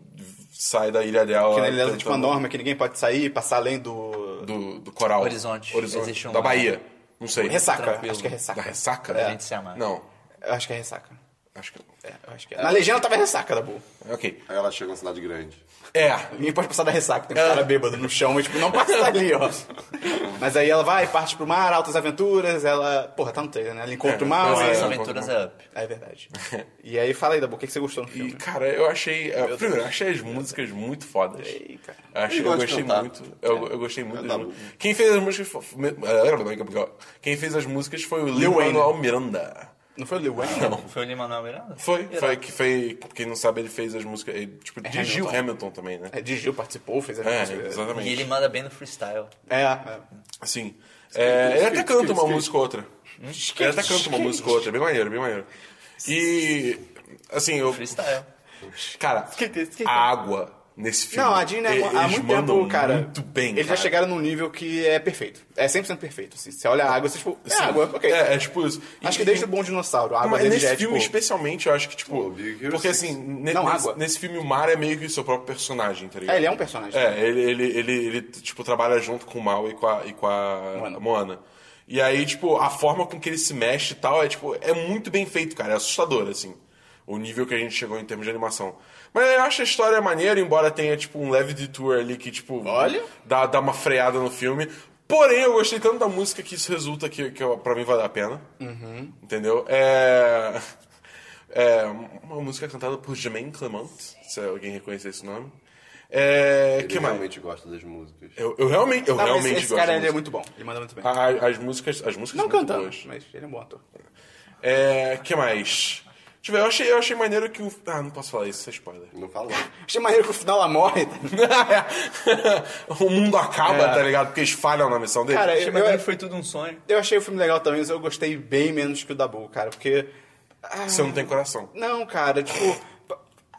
C: sai da ilha dela...
A: Que na ilha, tipo,
C: tentando-
A: uma norma que ninguém pode sair, passar além do...
C: do, do coral.
D: Horizonte. Existe um-
C: da Bahia. Não sei.
A: Ressaca,
D: Tranquilo.
A: acho que é
C: Da
A: ressaca.
C: ressaca?
D: É. A gente se amar.
C: Não.
A: Eu acho que é ressaca.
C: Acho que...
A: É, eu acho que é. Na legenda tava ressaca, Dabu.
C: Ok.
B: Aí ela chega na cidade grande.
C: É,
A: Ninguém pode passar da ressaca, tem um cara bêbado no chão, mas tipo, não passa dali, ó. Mas aí ela vai, parte pro mar, altas aventuras, ela. Porra, tá no trailer, né? Ela encontra o mal.
C: é,
D: As
C: é,
A: É,
D: aventuras é up.
A: é verdade. E aí fala aí, Dabu, o que que você gostou no
C: E,
A: filme?
C: cara, eu achei. eh, primeiro, eu achei as músicas muito fodas.
A: Ei, cara.
C: Eu Achei,
B: Ele
C: eu
B: gosta de
C: gostei
B: cantar.
C: muito. Eu, eu gostei muito
B: É,
C: das
B: tá
C: músicas. Quem fez as músicas foi. me- eh, Quem fez as músicas foi o Lil
A: Wayne.
C: Manuel Miranda.
A: Não foi o Lil Wayne? Não.
D: Foi o Lin-Manuel Miranda?
C: Foi,
D: Irado.
C: foi que foi. Quem não sabe, ele fez as músicas. Ele, tipo, dirigiu
A: É Hamilton.
C: Hamilton. também, né?
A: É, Digil participou, fez as
C: É,
A: músicas.
C: exatamente.
D: E ele manda bem no freestyle.
A: É, é.
C: Sim. É, ele até
B: skate,
C: canta
B: skate,
C: uma
B: skate.
C: música ou outra. Ele até canta uma música ou outra. É bem maneiro, bem maneiro. E. Assim, eu.
D: Freestyle.
C: Cara, a água nesse filme.
A: Não, a Disney
C: e-
A: há
C: eles
A: muito
C: mandam
A: tempo, cara.
C: Muito bem,
A: Eles
C: cara.
A: já chegaram num nível que é perfeito. É 100% perfeito. Assim. Você olha a água, você tipo, é água, ok.
C: É, é tipo isso. E-
A: Acho que desde o Bom Dinossauro, a água
C: Mas
A: dele
C: nesse
A: já é
C: filme,
A: tipo...
C: especialmente, eu acho que, tipo.
B: Pô, Big Hero
C: porque
B: Six.
C: assim, ne-
A: Não,
C: nesse,
A: água.
C: nesse filme, o mar é meio que o seu próprio personagem, tá ligado?
A: É, ele é um personagem.
C: É, ele, ele, ele, ele, tipo, trabalha junto com o Mal e com a, e com a
A: Moana.
C: Moana. E aí, tipo, a forma com que ele se mexe e tal é, tipo, é muito bem feito, cara. É assustador, assim. O nível que a gente chegou em termos de animação. Mas eu acho a história maneira, embora tenha, tipo, um leve detour ali que, tipo,
A: Olha.
C: dá, dá uma freada no filme. Porém, eu gostei tanto da música que isso resulta que, que eu- pra mim vale a pena. Entendeu? É... é uma música cantada por Jermaine Clement, se alguém reconhecer esse nome. É...
B: Ele
C: que mais?
B: realmente gosta das músicas.
C: Eu, eu realmente, eu
A: Não, mas
C: realmente
A: esse
C: gosto
A: cara
C: da
A: ele é
C: música.
A: muito bom. Ele manda muito bem.
C: A- As músicas, as músicas
A: não
C: são muito
A: cantando,
C: boas.
A: mas ele é um bom ator.
C: É, que mais? Deixa eu ver, eu achei, eu achei maneiro que o... Ah, não posso falar isso, isso é spoiler.
B: Não fala.
A: Achei maneiro que o final ela morre.
C: o mundo acaba,
A: É.
C: tá ligado? Porque eles falham na missão dele.
A: Cara,
D: Achei
A: eu-
D: maneiro
A: eu-
D: que foi tudo um sonho.
A: Eu achei o filme legal também, mas eu gostei bem menos que o Dabu, cara, porque...
C: Você não tem coração.
A: Não, cara, tipo.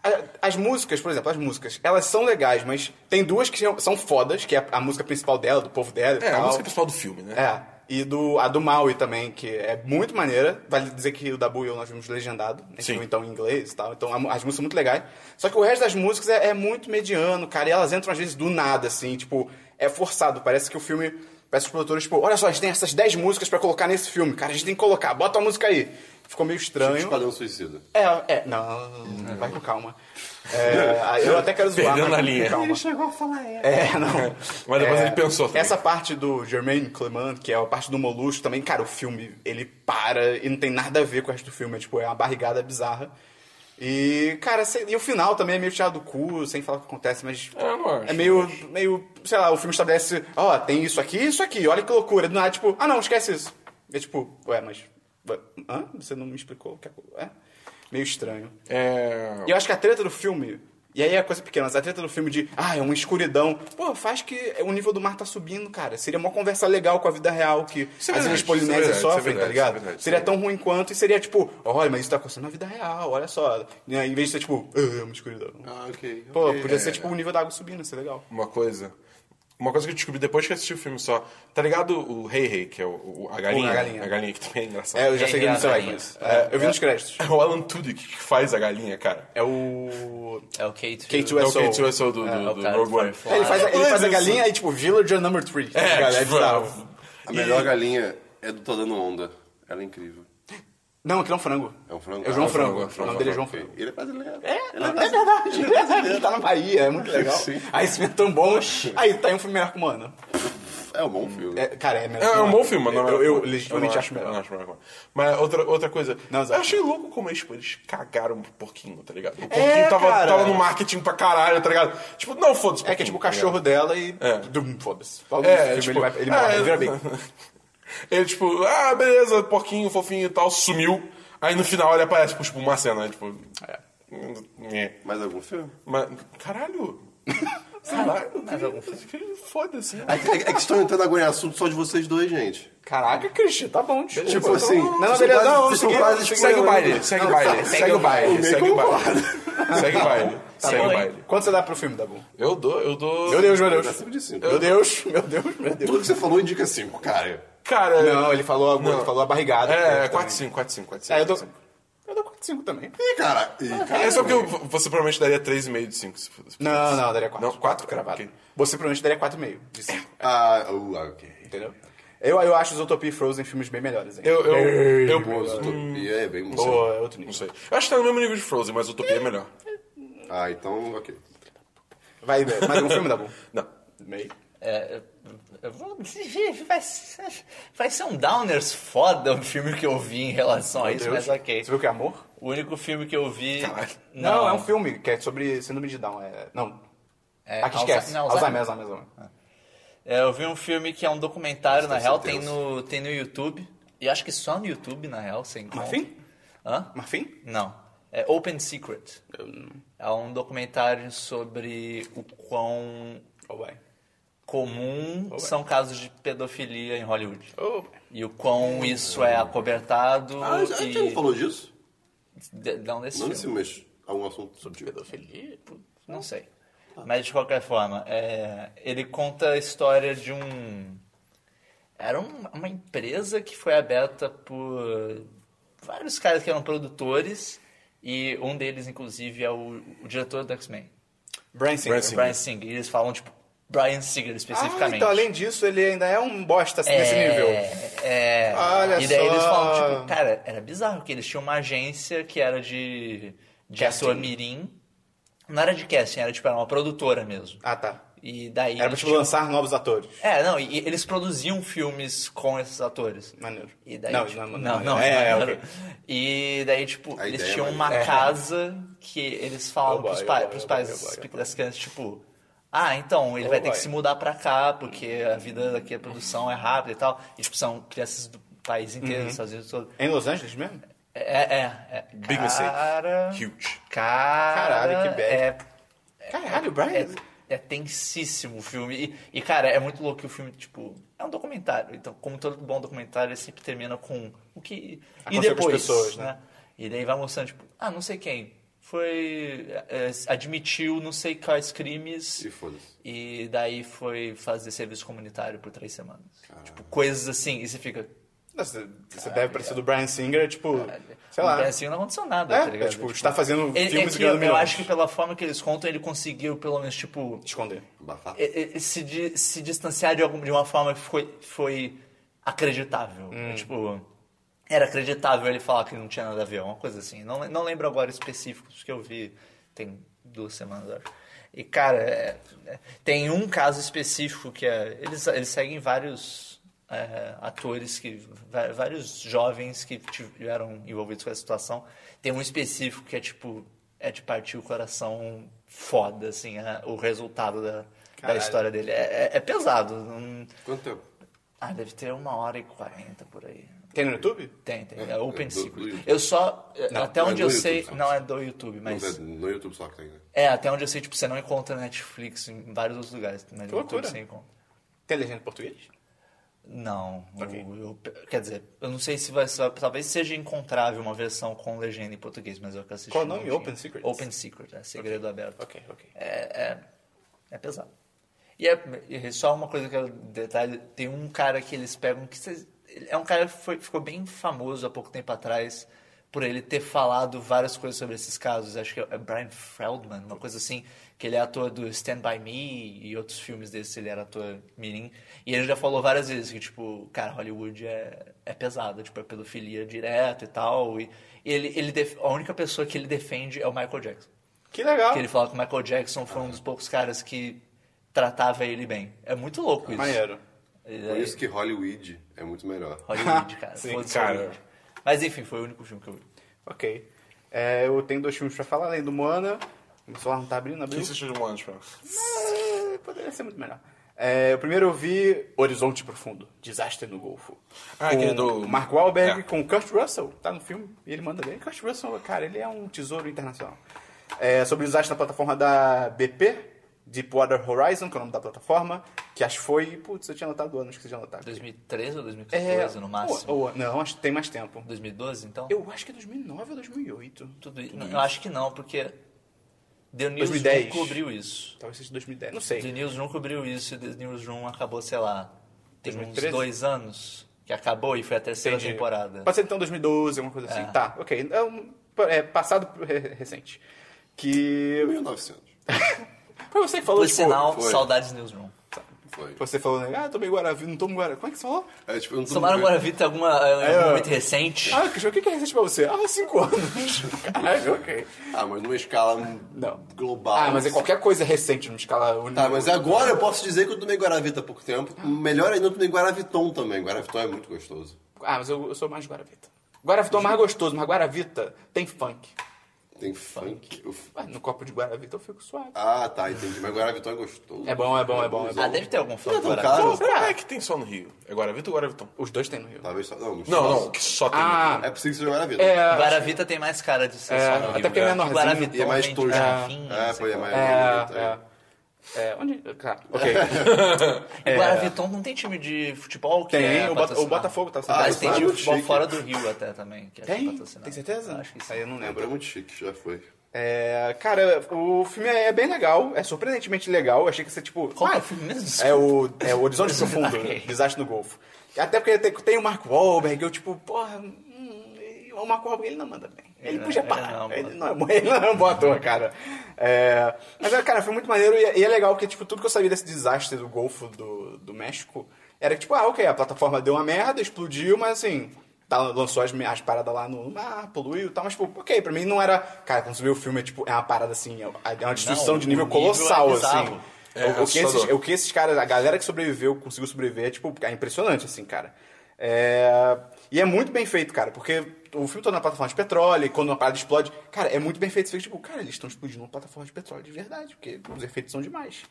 A: a- As músicas, por exemplo, as músicas, elas são legais, mas tem duas que são- são fodas, que é a música principal dela, do povo dela e
C: É,
A: tal.
C: a música principal do filme, né?
A: É. E do, a do Maui também, que é muito maneira. Vale dizer que o Dabu e eu nós vimos legendado. A gente
C: Sim.
A: viu, então em inglês e tal. Então a mu- as músicas são muito legais. Só que o resto das músicas é, é muito mediano, cara. E elas entram às vezes do nada, assim. Tipo, é forçado. Parece que o filme... Parece que os produtores, tipo, olha só, a gente tem essas 10 músicas pra colocar nesse filme. Cara, a gente tem que colocar. Bota a música aí. Ficou meio estranho.
B: Esquadrão Suicida.
A: É, é, não, vai com calma. É, eu até quero zoar,
C: Perdendo
A: mas
C: a
A: com
C: linha.
A: calma. Ele chegou a falar é. É, não.
C: Mas depois
A: É,
C: ele pensou também.
A: Essa parte do Jermaine Clement, que é a parte do Molusco também, cara, o filme, ele para e não tem nada a ver com o resto do filme. É, tipo, é uma barrigada bizarra. E, cara, sei- e o final também é meio tirado do cu, sem falar o que acontece, mas...
C: É, eu não acho,
A: é meio, meio, sei lá, o filme estabelece, ó, tem isso aqui e isso aqui, olha que loucura. Do nada, tipo, ah não, esquece isso. É tipo, ué, mas... ué, Hã? Você não me explicou o que é... Meio estranho.
C: É...
A: E eu acho que a treta do filme E aí é coisa pequena, mas a treta do filme de, ah, é uma escuridão. Pô, faz que o nível do mar tá subindo, cara. Seria uma conversa legal com a vida real que
C: Isso é
A: as
C: verdade,
A: ilhas
C: isso é verdade,
A: polinésias
C: isso é
A: sofrem,
C: verdade,
A: tá ligado?
C: isso é verdade,
A: seria
C: isso é
A: tão ruim quanto e seria tipo, olha, mas isso tá acontecendo na vida real, olha só. E aí, Em vez de ser tipo, ah, é uma escuridão.
B: Ah, ok.
A: Pô,
C: É.
B: ok.
A: podia ser tipo o nível da água subindo, isso é legal.
C: Uma coisa. Uma coisa que eu descobri depois que eu assisti o filme só. Tá ligado o Rei Rei, que é o, o- a galinha?
A: a galinha.
C: que também é engraçado.
A: É, eu já
D: É,
A: sei que não
D: é
A: sei lá,
D: galinha.
A: mas, é, Eu vi nos créditos.
C: É o Alan Tudyk que faz a galinha, cara.
A: É o.
D: É o Kate.
A: K2SO.
C: É o K2SO do, do,
D: é o
C: do
D: cara
C: Rogue
D: do
C: One.
D: Firefly.
A: É, ele faz, a- ele
C: Olha
A: faz a
C: isso.
A: galinha e tipo, Villager number 3.
C: É,
A: cara, é
C: tipo,
A: bizarro.
B: A melhor galinha é do Tá Dando Onda. Ela é incrível.
A: Não, aquilo é um frango.
B: É um frango?
A: É o
B: Ah,
A: João
B: é um
A: Frango.
C: frango, é um
A: O
C: frango,
A: nome dele é
C: é um
A: João
B: Ok.
A: Frango.
B: Ele é brasileiro. É, ele é
A: É
B: brasileiro.
A: verdade, é verdade. Ele tá na Bahia, é muito legal.
B: Sim.
A: Aí esse filme é tão bom. Aí tá aí um filme melhor que o Mano.
B: É um bom filme.
A: É, cara, é melhor.
C: É,
A: que
C: é um
A: Mano.
C: bom filme, mas não é
A: Eu, eu
C: não
A: legitimamente acho
C: eu
A: melhor.
C: não acho melhor. Mas outra, outra coisa,
A: Não,
C: eu
A: exato.
C: achei louco como eles, eles cagaram pro porquinho, tá ligado? O porquinho
A: É,
C: tava,
A: cara.
C: tava no marketing pra caralho, tá ligado? Tipo, não, foda-se.
A: É que é tipo o
C: porquinho, tá ligado?
A: cachorro dela e.
C: É.
A: Dum, Foda-se. Fala
C: É,
A: do filme,
C: tipo,
A: ele, vai, ele
C: é,
A: morre, ele vira bem.
C: Ele, tipo, ah, beleza, porquinho, fofinho e tal, sumiu. Aí no final ele aparece, tipo, tipo, uma cena, né? Tipo. É.
B: Mais algum filme?
C: Mas, caralho. Caralho, que- que foda-se. né?
B: É que- é que estão entrando agora em assunto só de vocês dois, gente.
A: Caraca, Christian, tá bom, desculpa.
B: Tipo
A: Então,
B: assim,
A: Não, não,
B: vocês
A: beleza,
B: quase-
A: não,
B: vocês estão
A: segue-
B: quase
C: Segue o
B: spoilando.
C: baile, segue o baile, segue o baile, segue o baile. Segue o baile, segue o
D: bom.
C: baile.
A: Quanto você dá pro filme, Dabu?
C: Eu dou, eu dou.
A: Meu Deus, meu Deus.
B: Dá cinco de cinco.
A: Meu Deus, meu Deus, meu Deus.
B: Tudo que você falou indica cinco, cara.
C: Cara.
A: É. Não, ele falou, alguma-
C: Não.
A: ele falou a barrigada.
C: É,
A: Também.
C: 4, 5, 4, 5, 4, 5.
A: É, eu dou, eu dou 4, 5 também.
B: Ih, cara. Ih, cara.
C: É só porque eu- você provavelmente daria 3,5 de 5.
A: Não, não, eu daria 4.
C: Não, quatro,
A: cravado.
C: ok.
A: Você provavelmente daria 4,5 de 5,
B: Ah, uh, ah, ok.
A: entendeu? Eu, eu acho Zootopia e Frozen filmes bem melhores, hein?
C: Eu, eu, eu, eu,
B: Boa, Zootopia é bem bom.
A: Ou é outro
C: não
A: nível.
C: sei. Eu acho que tá no mesmo nível de Frozen, mas Utopia é melhor.
B: Ah, então, ok.
A: Vai, é, mais um filme, Dabu?
C: Não.
A: Meio.
D: É, eu vou- vai, ser- vai ser um downers foda o filme que eu vi em relação a isso, mas ok.
A: Você viu que é amor?
D: O único filme que eu vi.
C: Caralho.
A: Não, é um filme que é sobre síndrome de Down. É... Não.
D: É,
B: Ah,
A: Aqui
D: Alza-
A: esquece.
D: não,
A: Alzheimer, Alzheimer, Alzheimer.
D: É, eu vi um filme que é um documentário, na
B: deve
D: real,
B: ser
D: tem
B: tenso.
D: no, tem no YouTube. E acho que só no YouTube, na real, sem encontra.
B: Assim?
A: Marfim?
D: É. Hã?
A: Marfim?
D: Não. É Open Secret. É um documentário sobre o quão
A: Ou vai?
B: Hum,
D: comum
A: Ué.
D: são casos de pedofilia em Hollywood.
A: Ou vai.
D: E o quão isso é acobertado
B: Oh. Hum. Ah, a gente não
D: e...
B: falou disso?
D: de- Não nesse
B: Não
D: filme.
B: disse, mas algum um assunto sobre
A: Pedofilia?
D: Não sei.
A: Ah.
D: Mas de qualquer forma, é, ele conta a história de um. Era um- uma empresa que foi aberta por vários caras que eram produtores, e um deles, inclusive, é o, o diretor do X-Men,
A: Brian Singer.
C: Bryan Singer.
D: Brian Singer. E eles falam, tipo, Brian Singer
A: Ah,
D: especificamente.
A: então além disso, ele ainda é um bosta assim, nesse nível.
D: É.
A: Olha
D: e daí
A: só.
D: eles falam, tipo, cara, era bizarro que eles tinham uma agência que era de, de ator mirim. Não era de casting, era tipo, era uma produtora mesmo.
A: Ah, tá.
D: E daí.
A: Era pra
D: eles
A: tipo,
D: tinham-
A: lançar novos atores.
D: É, não, e eles produziam filmes com esses atores.
A: Maneiro.
D: E daí,
A: não,
D: tipo,
A: não,
D: não, não,
A: É, é,
D: não.
A: ok.
D: E daí, tipo,
B: A
D: eles
B: ideia,
D: tinham
B: mas-
D: uma
A: É.
D: casa que eles falavam
A: Oba,
D: pros, pa
A: oba,
D: pros
A: oba,
D: pais
A: oba, oba.
D: das crianças, tipo, ah, então, ele vai ter
A: Oba.
D: que se mudar pra cá, porque a vida daqui, a produção é rápida e tal. E, tipo, são crianças do país inteiro, dos Estados Unidos todo.
A: É em Los Angeles mesmo?
D: É, é, é.
C: Big mistake.
D: Cara,
C: Huge.
D: cara,
A: Caralho, que bad.
D: É
A: Caralho, Brian.
D: é, é tensíssimo o filme. E, e, cara, é muito louco que o filme, tipo, é um documentário. Então, como todo bom documentário, ele sempre termina com o que. e
A: Aconteceu com as
D: depois.
A: pessoas, né?
D: E daí vai mostrando, tipo, ah, não sei quem. Foi. é, admitiu não sei quais crimes.
B: E foda-se.
D: E daí foi fazer serviço comunitário por três semanas. Tipo, coisas assim. E você fica.
A: Você,
D: É,
A: você deve parecer do Brian Singer, tipo, sei lá.
D: Não tem assim, não aconteceu nada,
A: É,
D: tá ligado?
A: é, tipo, está fazendo
D: é- é
A: filmes e
D: que
A: ganhando
D: eu, eu
A: milhões.
D: acho que pela forma que eles contam, ele conseguiu, pelo menos, tipo.
A: Esconder.
B: Abafar.
D: é, é, se, di- se distanciar de, algum, de uma forma que foi, foi acreditável. É, tipo, era acreditável ele falar que não tinha nada a ver, uma coisa assim. Não, não lembro agora específicos que eu vi tem duas semanas, eu acho. E, cara, é- é- tem um caso específico que é. Eles, eles seguem vários é, atores, que va- vários jovens que tiveram envolvidos com essa situação. Tem um específico que é tipo. É de partir o coração foda, assim, a- o resultado da, da
A: Caralho.
D: história dele. É, é- é pesado. não-
B: Quanto tempo?
D: Ah, deve ter uma hora e quarenta por aí.
A: Tem no YouTube?
D: Tem, tem. É Open
B: do- do
D: Secret.
B: YouTube.
D: Eu só. até
B: não é
D: onde
B: do
D: eu sei.
B: YouTube,
D: não é do YouTube, mas.
B: Mas... No YouTube só que tem, né?
D: É, até onde eu sei, tipo, você não encontra Netflix em vários outros lugares. Mas no
A: loucura.
D: YouTube você encontra.
A: Tem legenda em português?
D: Não.
A: Ok.
D: o- eu- quer dizer, eu não sei se vai, se vai- Talvez seja encontrável uma versão com legenda em português, mas eu que assisti.
A: Qual o
D: não
A: nome?
D: tinha.
A: Open Secret?
D: Open Secret, é segredo aberto.
A: Ok, ok.
D: É, é, é pesado. E é, e só uma coisa que é um detalhe: tem um cara que eles pegam que vocês- ele é um cara que foi- ficou bem famoso há pouco tempo atrás por ele ter falado várias coisas sobre esses casos. Acho que é Brian Feldman, uma coisa assim, que ele é ator do Stand By Me e outros filmes desses, ele era ator mirim. E ele já falou várias vezes que, tipo, cara, Hollywood é, é pesado, tipo, é pedofilia direto e tal. E ele, ele def- a única pessoa que ele defende é o Michael Jackson.
A: Que legal.
D: Que ele fala que o Michael Jackson foi um dos poucos caras que tratava ele bem. É muito louco isso.
A: Maneiro.
D: Ele
B: Por
D: é
B: isso que Hollywood é muito melhor.
D: Hollywood, cara.
A: Sim,
D: Foda-se
C: cara.
D: Hollywood. Mas enfim, foi o único filme que eu vi.
A: Ok. É, eu tenho dois filmes pra falar, além do Moana. O celular não tá abrindo,
C: O
A: abriu.
C: que você achou de Moana, Esperão?
A: É, poderia ser muito melhor. É, o primeiro eu vi Horizonte Profundo, Desastre no Golfo.
C: Ah,
A: com
C: aquele do-
A: Mark Wahlberg
C: É.
A: com o Kurt Russell, tá no filme, e ele manda bem. Kurt Russell, cara, ele é um tesouro internacional. É, sobre o desastre na plataforma da BP, Deepwater Horizon, que é o nome da plataforma, que acho que foi... Putz, eu tinha anotado o ano, esqueci de anotar.
D: 2013 ou
A: É,
D: 2014, no máximo?
A: ou- ou- não, acho que tem mais tempo.
D: 2012, então?
A: Eu acho que é 2009 ou 2008.
D: Tudo i- não, eu acho que não, porque The Newsroom
A: 2010.
D: cobriu isso.
A: Talvez seja 2010, não
D: The
A: sei.
D: Newsroom cobriu isso e The Newsroom acabou, sei lá, tem
A: 2013?
D: uns dois anos que acabou e foi a terceira
A: Entendi.
D: temporada.
A: Pode ser então 2012, alguma coisa assim.
D: É.
A: Tá, ok. Então, é passado é, recente. Que.
B: 1900.
A: Foi você que falou
D: Por
A: tipo,
D: sinal,
B: foi.
D: saudades Newsroom.
B: Foi.
A: Você falou, né? Ah, tomei Guaravi, não tomo Guaravi. Como é que você falou?
B: É, tipo, eu não tô
D: Tomaram
B: muito-
D: Guaravita em alguma- em
A: É,
D: algum
A: ó.
D: momento recente?
A: Ah, Cristian, o que que é recente pra você? Ah, 5 anos. Caralho, ok.
B: Ah, mas numa escala
A: Não.
B: global.
A: Ah, mas é qualquer coisa recente numa escala única.
B: Tá, mas agora eu posso dizer que eu tomei Guaravita há pouco tempo. Melhor ainda, eu tomei Guaraviton também. Guaraviton é muito gostoso.
A: Ah, mas eu, eu sou mais Guaravita. Guaravita é o mais gostoso, mas Guaravita tem funk.
B: Tem funk. Eu f-
A: Ah, no copo de Guaravita eu fico suave.
B: Ah, tá, entendi. Mas Guaraviton é gostoso.
A: É bom, é bom, é bom, é
D: Ah,
A: bom.
D: deve ter algum fã
B: Não é
D: do
B: tão
D: Guaravita.
B: caro.
C: Pô, como é que tem só no Rio? É Guaravita ou Guaraviton?
A: Os dois tem no Rio.
B: Talvez só. Não,
C: Não,
B: só-
C: não, que só tem.
A: Ah,
B: É possível que seja Guaravita.
A: é.
D: Guaravita tem mais cara de ser
A: É,
D: só no
A: até
D: Rio,
A: porque é
D: né?
A: menorzinho.
D: Guaraviton
B: E é mais
D: vem de
B: tosco.
D: garrafinha,
B: É,
D: não sei
B: foi, é
D: qual.
B: mais.
A: É,
B: é.
A: é. É, onde. Tá, ok.
D: é E
A: É.
D: Guaraviton não tem time de futebol que
A: Tem,
D: é
A: o, Bota- o
D: patrocinado?
A: Botafogo tá
B: Ah,
D: Mas
B: isso
D: tem
B: é
D: time de
B: muito
D: futebol
B: chique.
D: fora do Rio até também, que é
A: Tem?
D: patrocinado.
A: Tem certeza?
D: Acho que sim.
A: Aí eu não
B: Lembra? É
A: lembro.
B: muito chique, já foi.
A: É, cara, o filme é bem legal, é surpreendentemente legal. Eu achei que você, tipo.
D: Qual que é
A: ah,
D: o filme mesmo?
A: É o, é o Horizonte
D: Desculpa.
A: Profundo, né?
D: Ok.
A: Desastre no Golfo. Até porque tem, tem o Mark Wahlberg, eu, tipo, porra. hum, o Mark Wahlberg ele não manda bem. Ele
D: Ele
A: podia
D: não-
A: parar.
D: ele não é
A: Ele não
D: um bom
A: é bom, ele não é um bom ator, cara. É, mas, é, cara, foi muito maneiro e, e é legal porque, tipo, tudo que eu sabia desse desastre do Golfo do, do México era que, tipo, ah, ok, a plataforma deu uma merda, explodiu, mas assim. tá, lançou as, as paradas lá no mar, poluiu e tal, mas, tipo, ok, pra mim não era. Cara, quando você vê o filme, é tipo, é uma parada assim, é uma destruição
D: Não,
A: de nível
D: o nível é
A: colossal, assim.
D: bizarro.
C: É,
A: o, o que esses,
C: assustador.
A: o que esses caras, a galera que sobreviveu, conseguiu sobreviver, é, tipo, é impressionante, assim, cara. É, E é muito bem feito, cara, porque o filme todo na plataforma de petróleo, e quando uma parada explode, cara, é muito bem feito. Você fica tipo, cara, eles estão explodindo uma plataforma de petróleo de verdade, porque os efeitos são demais.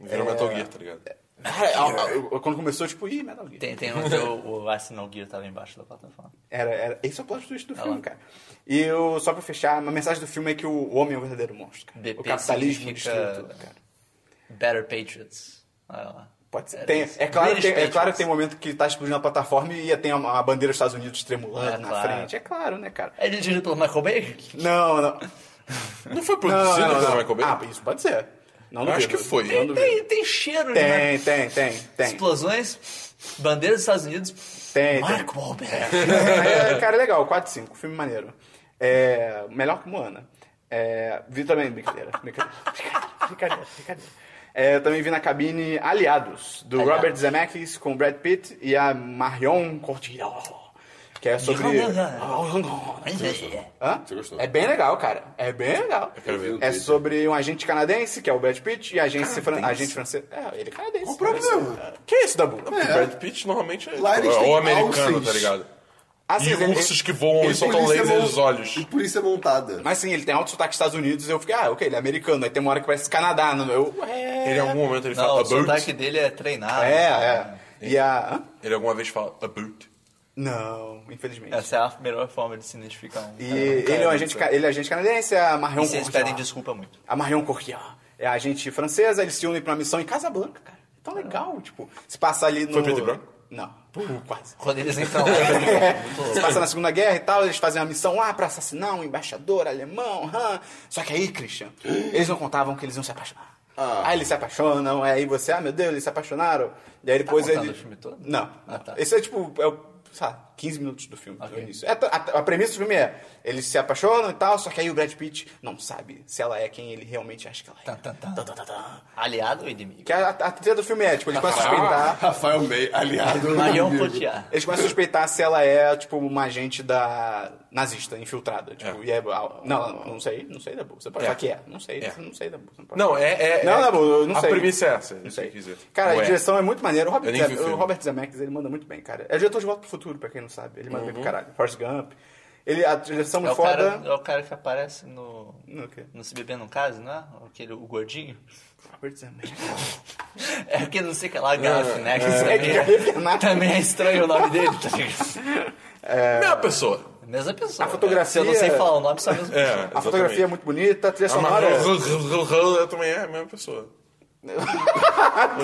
C: Virou Metal Gear, tá ligado?
A: Cara, a- a- eu- quando começou, tipo, ih, Metal Gear.
D: Tem, tem onde o, o Arsenal Gear tava embaixo da plataforma.
A: Era, era, esse é o plot twist do
D: Tá
A: filme,
D: lá.
A: cara. E eu, só pra fechar, a mensagem do filme é que o homem é o verdadeiro monstro. cara.
D: BP
A: o capitalismo
D: significa-
A: destruiu tudo, cara.
D: Better Patriots. Olha lá.
A: Pode ser.
D: Era
A: Tem-
D: isso.
A: é, claro que
D: British
A: tem, é claro que
D: Patriots.
A: tem um momento que tá explodindo a plataforma e ia ter a, a bandeira dos Estados Unidos tremulando
D: É,
A: na
D: claro.
A: frente. É claro, né, cara?
D: É dirigido pelo Michael Bay?
A: Não, não.
C: Não foi
A: não,
C: produzido
A: não,
C: então pelo
A: não.
C: Michael Bay?
A: Ah, isso pode ser. Não
C: Eu acho
A: duvido.
C: que foi.
A: Não
D: Tem,
A: duvido.
D: tem, tem cheiro de Michael
A: Tem, tem, tem, tem.
D: Explosões, bandeiras dos Estados Unidos.
A: Tem,
D: Mark Wahlberg.
A: é, cara, é legal, 4 5, filme maneiro. É, melhor que Moana. É, vi também, brincadeira, brincadeira, brincadeira, brincadeira. É, eu também vi na cabine Aliados, do
D: Aliados.
A: Robert Zemeckis com o Brad Pitt e a Marion Cotillard, que é sobre... Hã?
B: Você gostou?
A: É bem legal, cara. É bem legal.
B: quero ver no
A: É
B: Twitter.
A: sobre um agente canadense, que é o Brad Pitt, e agente, fran...
C: Canadense?
A: agente francês. É, ele é canadense.
B: Qual o problema?
A: É. Que isso, Dabu?
C: O Brad Pitt normalmente é
B: Lá eles
C: tipo, é o
B: têm
C: americano,
B: alces.
C: tá ligado?
A: Ah, sim,
C: e
A: ele-
C: ursos que voam e soltam
B: polícia
C: laser
B: mon-
C: nos olhos.
B: E polícia montada.
A: Mas sim, ele tem alto sotaque dos Estados Unidos, eu fiquei, ah, ok, ele é americano. Aí tem uma hora que parece Canadá. não- Eu, é...
C: Ele um em algum momento ele
D: Não,
C: fala "Tá
D: o
C: a boot.
D: sotaque dele é treinado.
A: É, é. E a... hã?
C: Ele alguma vez fala a boot.
A: Não, infelizmente.
D: Essa é a melhor forma de se identificar um.
A: E ele é um agente, ca- ele é um agente canadense, a Marion
D: E vocês
A: Cotillard.
D: pedem desculpa muito.
A: A Marion Cotillard é a agente francesa, eles se unem pra uma missão em Casablanca, cara. É tão legal, tipo, se passa ali no...
C: Foi preto e branco?
A: Não, quase.
D: Quando eles entram lá, é muito louco, muito louco.
A: Se passa na Segunda Guerra e tal, eles fazem uma missão lá pra assassinar um embaixador alemão. hã. Só que aí, Christian, eles não contavam que eles iam se apaixonar.
B: Ah.
A: Aí eles se apaixonam, aí você, ah, meu Deus, eles se apaixonaram. E aí depois
D: Tá contando
A: ele.
D: o filme todo?
A: Não.
D: Ah, tá.
A: Esse é tipo, é o, sei lá, 15 minutos do filme.
D: Ok.
A: é isso. É t- a, a premissa do filme é: eles se apaixonam e tal, só que aí o Brad Pitt não sabe se ela é quem ele realmente acha que ela é.
D: Tá, tá, tá.
A: Tá, tá, tá, tá.
D: Aliado ou inimigo?
A: Que a, a, a trilha do filme é, tipo, ele
C: Tá, Ah.
A: começa a suspeitar.
B: Rafael May,
C: é
B: aliado.
D: Marion
B: amigo.
D: Cotillard.
A: Eles começam a suspeitar se ela é, tipo, uma agente da nazista, infiltrada. Tipo, e é. ah, Não, não sei, não sei da bolsa. Você pode
C: É.
A: falar que é. Não sei,
C: É.
A: não sei da bolsa. pode
C: Não, é. é
A: Não,
C: é-
A: não, eu não
C: a
A: sei.
C: premissa é essa.
A: Não
C: Não
A: sei.
C: sei. Dizer.
A: Cara,
C: Não
A: a
C: é.
A: direção é muito maneira. O Robert,
C: Eu nem vi
A: Zem-
C: o filme.
A: o Robert Zemeckis, ele manda muito bem, cara. É o diretor de Volta pro Futuro, pra quem não sabe. Ele manda bem pro
C: Uhum.
A: caralho. Forrest Gump. Ele, a direção
D: É
A: muito
D: o,
A: Um foda...
D: cara, é o cara que aparece no.
A: No quê?
D: No Se Beber Não Case, não é? Aquele, o gordinho.
A: Robert Zemeckis.
D: É aquele não sei o que lá, Gaff, né? Que
A: É que Gaff é
D: também, é,
A: nada.
D: também é estranho o nome dele, tá ligado?
C: Mesma é pessoa.
D: Mesma pessoa.
A: A fotografia-
D: Se eu não sei falar o nome, só a mesma
C: É,
D: pessoa.
A: A fotografia é muito bonita, a trilha sonora... é
C: sonora. também é a mesma pessoa.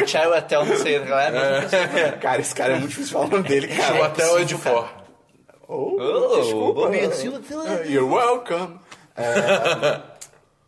D: O Chai Atel, não sei, é a mesma pessoa.
A: Cara, esse cara é muito difícil falar o nome dele, cara.
C: O hotel é de
D: possível,
C: fora.
A: Oh,
D: Oh,
A: desculpa.
D: oh, oh.
A: You're welcome. É,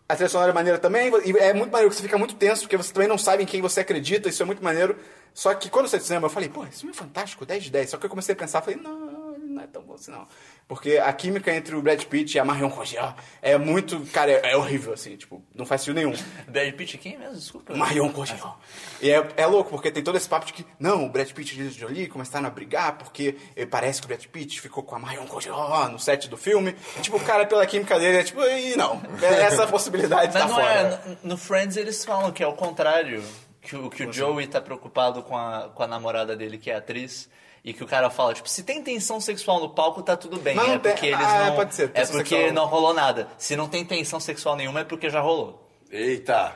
A: a trilha sonora é maneira também. E é muito maneiro que você fica muito tenso, porque você também não sabe em quem você acredita. Isso é muito maneiro. Só que quando você cinema, eu falei, pô, esse filme é fantástico, 10 de 10. Só que eu comecei a pensar, falei, não, ele não é tão bom assim, não. Porque a química entre o Brad Pitt e a Marion Cotillard é muito... Cara, é, é horrível, assim. Tipo, não faz sentido nenhum.
D: Brad Pitt é quem mesmo? Desculpa.
A: Marion Cotillard. E um é, é louco, porque tem todo esse papo de que, não, o Brad Pitt e Angelina Jolie começaram a brigar porque eh, parece que o Brad Pitt ficou com a Marion Cotillard no set do filme. Tipo, o cara, pela química dele, é tipo, e não, É- essa possibilidade
D: Mas
A: tá
D: não
A: fora.
D: é. no- No Friends eles falam que é o contrário. Que o, que o
A: assim?
D: Joey tá preocupado com a, com a namorada dele, que é atriz. E que o cara fala, tipo, se tem tensão sexual no palco, tá tudo bem.
A: Mas não
D: é
A: tem-
D: porque eles
A: ah,
D: não.
A: pode ser,
D: é
A: tensão
D: porque
A: sexual.
D: não rolou nada. Se não tem tensão sexual nenhuma, é porque já rolou.
B: Eita.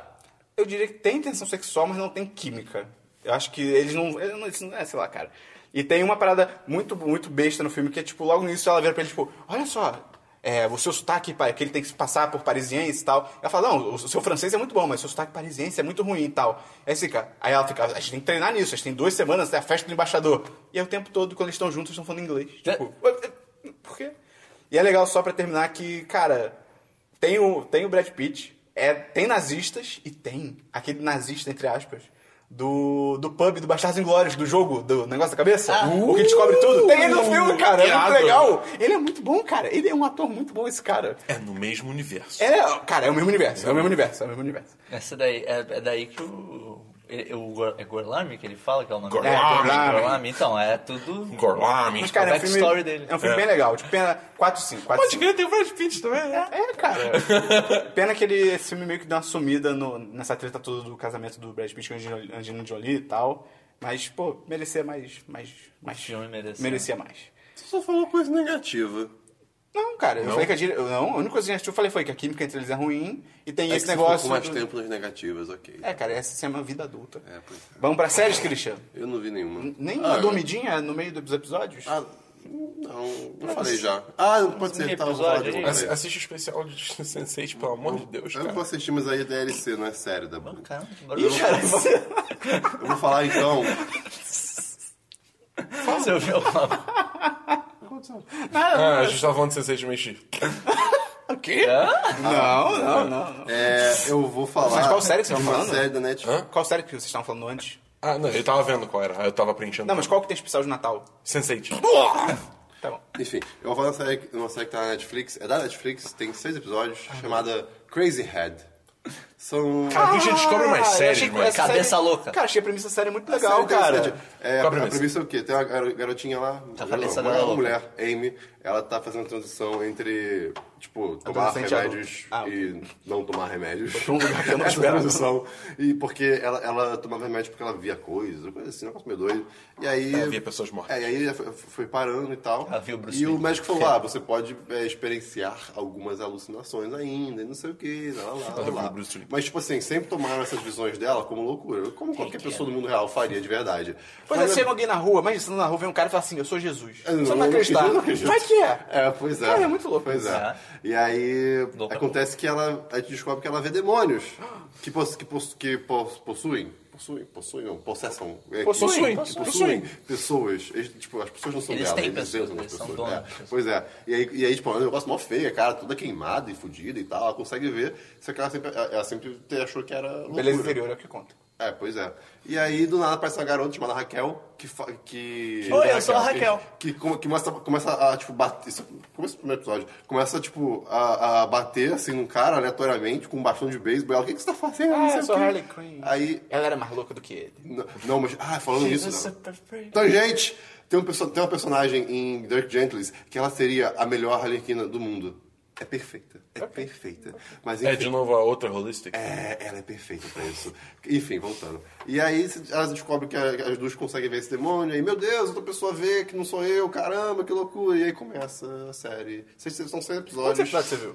A: Eu diria que tem intenção sexual, mas não tem química. Eu acho que eles não. Eles não, eles não- é, sei lá, cara. E tem uma parada muito, muito besta no filme que é tipo, logo no início ela vira pra ele, tipo, olha só. É, o seu sotaque, pa- que ele tem que se passar por parisiense e tal. Ela fala, não, o seu francês é muito bom, mas o seu sotaque parisiense é muito ruim e tal. Aí, fica, aí ela fica, a gente tem que treinar nisso, a gente tem duas semanas até a festa do embaixador. E aí o tempo todo, quando eles estão juntos, eles estão falando inglês. Tipo, por quê? E é legal só pra terminar que, cara, tem o, tem o Brad Pitt, é, tem nazistas e tem aquele nazista, entre aspas, do, do pub do Bastardos Inglórios, do jogo, do negócio da cabeça.
D: Ah.
A: o que descobre tudo. Tem ele no filme, cara. É
C: Irado.
A: muito legal. Ele é muito bom, cara. Ele é um ator muito bom, esse cara.
C: É no mesmo universo.
A: É, cara, é o mesmo universo. É o mesmo universo. É o mesmo universo.
D: Essa daí, é, é daí que o. é- é o Gor- é Gorlami que ele fala que é o nome
C: Gorlami.
A: Gorlami.
D: Gorlami. Então, é tudo.
C: Gorlami.
A: Mas, cara, é um
D: backstory
A: filme,
D: dele.
A: é um filme
C: É.
A: bem legal. Tipo, pena 4 5 4
C: Pode crer, tem o Brad Pitt também, né?
A: É, cara.
B: É.
A: Pena que ele, esse filme meio que deu uma sumida no- nessa treta toda do casamento do Brad Pitt com a Angel- Angelina Jolie e tal. Mas, pô, merecia mais. mais, mais
D: filme merecia.
A: Merecia mais.
B: Você só falou coisa negativa.
A: Não, cara, eu
C: Não?
A: falei que a dire... eu- Não, a única coisa que a gente- eu falei foi que a química entre eles é ruim e tem
B: É
A: esse
B: que você
A: negócio.
B: ficou mais
A: do-
B: tempo nas negativas, ok.
A: É, cara, essa se chama vida adulta.
B: É, pois é.
A: Vamos pra séries, Christian?
B: Eu não vi nenhuma.
A: Nem
B: Ah,
A: uma dormidinha no meio dos episódios?
B: Ah, não, não falei já. Ah, não pode ser, tá, vou falar de
D: episódio
A: É.
D: aí?
B: outra
C: Assi-
B: vez.
C: Assiste o especial de Sense8, pelo amor de Deus,
B: Eu não
C: cara.
B: vou assistir, mas aí é DLC, não é série da Blue.
D: Caramba,
A: Ih, cara, você...
B: Eu vou falar então.
D: Você ouviu o
C: Ah, a gente tava falando de Sense8 mexi.
A: O quê? É?
B: Ah.
A: Não, não, não. não.
B: É, eu vou falar.
A: Mas qual série que
B: é
A: vocês estão
B: uma
A: falando?
B: série da Netflix.
A: Qual série que vocês estavam falando antes?
C: Ah, não, eu tava vendo qual era. Aí eu tava preenchendo.
A: Não, mas Ah, qual que tem especial de Natal?
C: Sense8.
A: Tá bom.
B: Enfim, eu vou falar de uma série, uma série que tá na Netflix. É da Netflix, tem seis episódios, chamada Crazy Head. São.
C: Ah, a gente descobre mais
A: Ah, eu
C: séries,
A: achei que
C: mano.
A: essa
D: Cabeça
A: série-
D: louca.
A: Cara, achei a premissa da série muito
B: Essa
A: legal,
B: série é
A: cara.
B: interessante. É,
C: Qual a
B: a,
C: premissa?
B: premissa é o quê? Tem uma garo- garotinha lá,
D: Tá
B: não,
D: falecendo
B: uma
D: da
B: mulher, Amy, ela tá fazendo transição entre Tipo, tomar
A: Adolescente adulto.
B: remédios
A: Ah,
B: e não tomar remédios. Pra um lugar que eu não esperava posição. E porque ela, ela tomava remédio porque ela via coisas, coisa assim, um negócio meio doido. E aí.
C: Ela via pessoas mortas.
B: É, e aí foi, foi parando e tal.
D: Ela viu o Bruce
B: E o
D: Lee.
B: médico falou: ah, você pode é, experienciar algumas alucinações ainda, e não sei o que, lá, lá,
C: viu
B: lá,
C: o
B: lá.
C: Bruce Lee.
B: Mas, tipo assim, sempre tomaram essas visões dela como loucura, como qualquer
D: que é?
B: pessoa do mundo real faria de verdade.
A: Quando
B: Mas-
A: é, você chega alguém na rua, mas você anda na rua, vem um cara e fala assim, eu sou Jesus.
B: eu
A: Você não vai acreditar.
B: eu não acredito.
A: Vai que é.
B: É, pois é.
A: Cara, é muito louco
B: Pois
A: isso.
B: é.
D: É.
B: E aí
D: Louco é
B: acontece que ela. A gente descobre que ela vê demônios. Que, possu, que, possu, que pos- possuem. Possuem, possuem, não, possessam. é, que-
C: Possuem,
B: que possuem,
C: possuem.
B: pessoas. Eles, tipo, as pessoas não são
D: Eles
B: dela,
D: têm
B: eles
D: pessoas,
B: entram nas
D: eles são
B: pessoas.
D: donos
B: é.
D: das pessoas.
B: Pois é. E aí, e aí, tipo, é um negócio mó feio, cara, toda queimada e fudida e tal. Ela consegue ver, só que ela sempre, ela sempre achou que era. Loucura.
A: Beleza interior é o que conta.
B: É, pois é. E aí, do nada, aparece uma garota chamada Raquel, que... fa- que...
D: Oi, eu sou a Raquel.
B: Que, que come- que começa, começa a, tipo, bater... Isso, começa o primeiro episódio. Começa, tipo, a, a bater, assim, num cara, aleatoriamente, com um bastão de beisebol. Ela, o que, que você tá fazendo? Não
A: Ah,
B: sei
A: eu sou
B: o quê."
A: Harley Quinn.
B: Aí...
A: Ela era mais louca do que ele.
B: n- Não, mas... Ah, falando
D: Jesus,
B: nisso...
D: super free.
B: Então, gente, tem, um, perso- tem uma personagem em Dirk Gentles que ela seria a melhor Harlequina do mundo. É perfeita. É perfeita. Mas, enfim...
C: É de novo a outra holistic.
B: É, ela é perfeita pra isso. Enfim, voltando. E aí se- elas descobrem que a- as duas conseguem ver esse demônio, e meu Deus, outra pessoa vê que não sou eu, caramba, que loucura. E aí começa a série. Vocês- São seis
A: Quantos
B: episódios.
A: episódios você viu?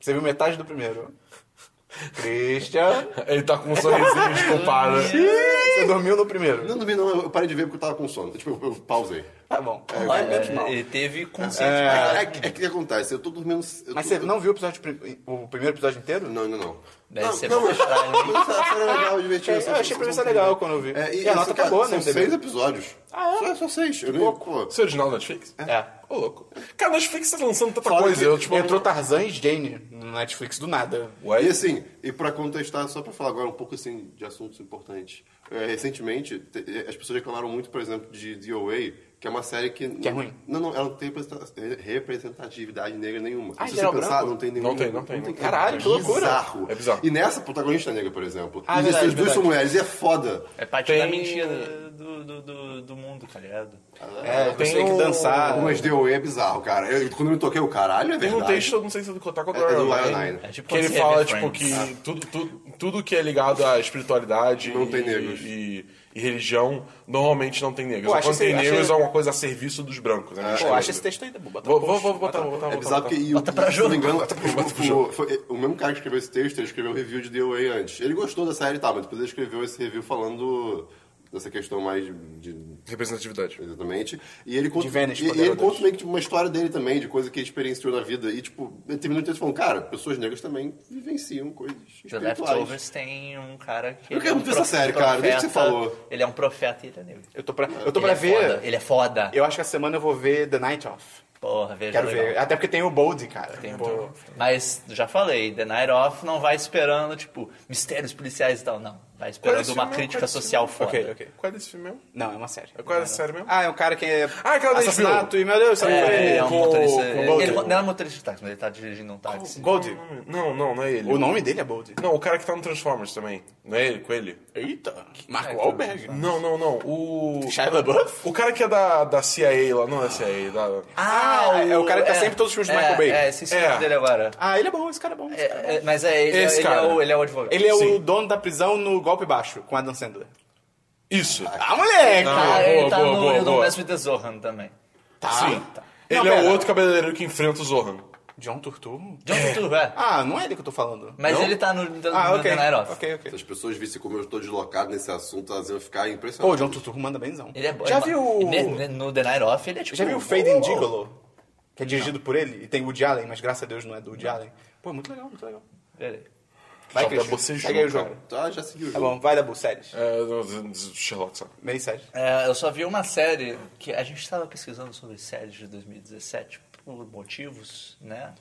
A: Você viu metade do primeiro. Christian.
C: Ele tá com um sorrisinho desculpado.
A: Você dormiu no primeiro.
B: Não dormi, não, eu parei de ver porque eu tava com sono. Tipo, eu, eu pausei.
A: Tá bom.
D: É, Olha, ele teve consciência.
B: É, é
D: É,
B: que- é que acontece, eu tô dormindo. eu
A: Mas
B: tô-
A: você não viu o, episódio, pri- o primeiro episódio inteiro?
B: Não, não, não.
D: Deve
B: não,
D: ser
B: não,
D: bom
B: mas,
D: pra ele.
B: mas a série é legal, divertida.
A: Eu
B: só-
A: achei
B: só-
A: a premissa
B: só-
A: legal quando eu vi.
B: É,
A: E a nota
B: cara,
A: acabou, né,
B: São
A: MDB?
B: seis episódios.
A: Ah, é?
B: Só, só seis. Eu nem- pô,
C: Isso é original da Netflix?
A: É.
C: Ô, louco. Cara, a Netflix tá lançando tanta
B: Fala
C: coisa.
B: que
C: Eu, tipo,
A: Entrou Tarzan e Jane no Netflix do nada.
C: Ué,
B: E assim, e pra contestar, só pra falar agora um pouco assim de assuntos importantes. É, recentemente, te- eh, as pessoas reclamaram muito, por exemplo, de DOA, que é uma série que.
A: Que é ruim.
B: Não, não, ela não tem representa- eh, representatividade negra nenhuma.
A: Ah,
B: Se você
A: geral
B: pensar,
A: branco?
B: não tem nenhuma.
C: Não tem, não tem, não tem.
A: Caralho, que loucura.
B: Bizarro.
C: É bizarro.
B: E nessa protagonista é negra, por exemplo.
A: Ah,
B: e
A: verdade,
B: as duas
A: verdade.
B: são mulheres, e é foda.
D: é parte da
C: Tem-
D: mentira do, do, do, do mundo, tá ligado?
A: É, eu
C: tem
A: tem que
C: o-
A: dançar.
B: Mas DOA é bizarro, cara. Eu- quando eu me toquei, o caralho, é
C: Tem
B: verdade.
C: um texto, eu não sei se é do Kotaku ou do
B: É, é do
C: Iron
B: Iron
C: Man,
B: Man.
D: É tipo
C: que ele
D: quando você
C: fala,
D: vê
C: tipo,
D: Friends.
C: que tudo, tudo, tudo que é ligado à espiritualidade
B: Não
C: e,
B: tem negros.
C: E, e religião, normalmente não tem negros.
A: Pô,
C: Só
A: achei
C: Quando tem
A: esse- achei-
C: negros, é uma coisa a serviço dos brancos, né?
A: Pô, acha esse texto aí, Dabu. Bota
C: Vou,
A: no
C: vou,
A: post.
C: vou botar, vou botar,
B: É
C: vou
B: bizarro
C: botar.
B: porque, e o-
D: Bota pra
B: se não me
D: jogo.
B: engano,
D: Bota
B: o- o, foi- é, o mesmo cara que escreveu esse texto, ele escreveu o review de DOA antes. Ele gostou da série e tal, mas depois ele escreveu esse review falando dessa questão mais de... de-
C: Representatividade.
B: Exatamente. E ele conta,
A: De Vênus,
B: e, e ele
A: poderosos.
B: conta meio que tipo, uma história dele também, de coisa que ele experienciou na vida. E, tipo, ele terminou o texto falando, cara, pessoas negras também vivenciam coisas
D: The
B: espirituais.
D: Leftovers tem um cara que.
B: Eu
D: ele
B: quero
D: é um
B: muito essa
D: profe-
B: série, cara. Desde que você falou.
D: Ele é um profeta e ele é negro.
A: Eu tô pra, eu tô
D: Ele
A: pra
D: é
A: ver.
D: foda, ele é foda.
A: Eu acho que essa semana eu vou ver The Night Off.
D: Porra, veja.
A: Quero
D: legal.
A: ver. Até porque tem o Bold, cara. Tipo, Tem o Bold.
D: Mas, já falei, The Night Off não vai esperando, tipo, mistérios policiais e tal, não. Vai
C: é
D: esperando é uma crítica social foda.
A: é um Ok, ok.
C: Qual é desse filme mesmo?
A: Não, é uma série.
C: Qual é dessa série mesmo?
A: Ah, é um cara que é
C: Ah, aquela da HBO.
A: assassinato e, meu Deus, sabe
D: É, ele é um
A: com,
D: motorista.
A: com
D: ele,
A: Bold.
D: ele não é motorista de táxi, mas ele tá dirigindo um táxi.
A: Bold.
C: Não, não, não é ele.
A: O nome dele é Bold.
C: Não, o cara que tá no Transformers também. Não é ele, com ele?
A: Eita. Marco
D: Wahlberg.
C: Não, não, não. O.
A: Shia LaBeouf?
C: O cara que é da, da CIA lá, não da CIA, da.
A: Ah, é o cara que tá sempre em todos os filmes do
D: é,
A: Michael Bay.
D: É, esse
C: É.
D: é. dele agora.
A: Ah, ele é bom, esse cara é bom. esse cara é bom.
D: É, é, mas é ele,
C: Esse
D: ele, é
C: cara.
D: o, ele é o advogado.
A: Ele é o
C: Sim.
A: dono da prisão no golpe baixo, com Adam Sandler.
C: Isso.
A: Ah, moleque!
C: Ah,
D: Ah,
C: boa,
D: ele tá
C: boa,
D: no,
C: boa,
D: ele no
C: boa.
D: Mestre de Zohan também.
A: tá.
C: Sim.
A: Tá.
C: Ele
A: Não,
C: é
A: pera.
C: o outro cabeleireiro que enfrenta o Zohan.
A: John Turturro?
D: John Turturro, é.
A: Ah, não é ele que eu tô falando.
D: Mas
C: Não?
D: ele tá no, no,
A: Ah,
D: no
A: ok.
D: The Night Off.
A: Ok, ok.
B: Se as pessoas vissem como eu estou deslocado nesse assunto, elas iam ficar
A: Pô, o
B: impressionadas.
A: John Turturro manda benzão.
D: Ele é bom.
A: Já
D: ele-
A: viu o...
D: ne- No The Night Off, ele é tipo...
A: Já viu o Fade in Gigolo? Que é dirigido por ele e tem Woody Allen, mas graças a Deus não é do Woody Allen. Pô, é muito legal, muito legal.
D: Peraí.
A: Vai,
C: Só pra
A: Christian.
C: você
A: Segue aí o
C: jogo,
A: jogo.
B: Tá, já seguiu o
A: Tá
B: jogo.
A: bom, vai, Dabu, séries.
C: É, do- do Sherlock, sabe?
A: Meio séries.
D: É, eu só vi uma série que a gente estava pesquisando sobre séries de 2017 por motivos, né?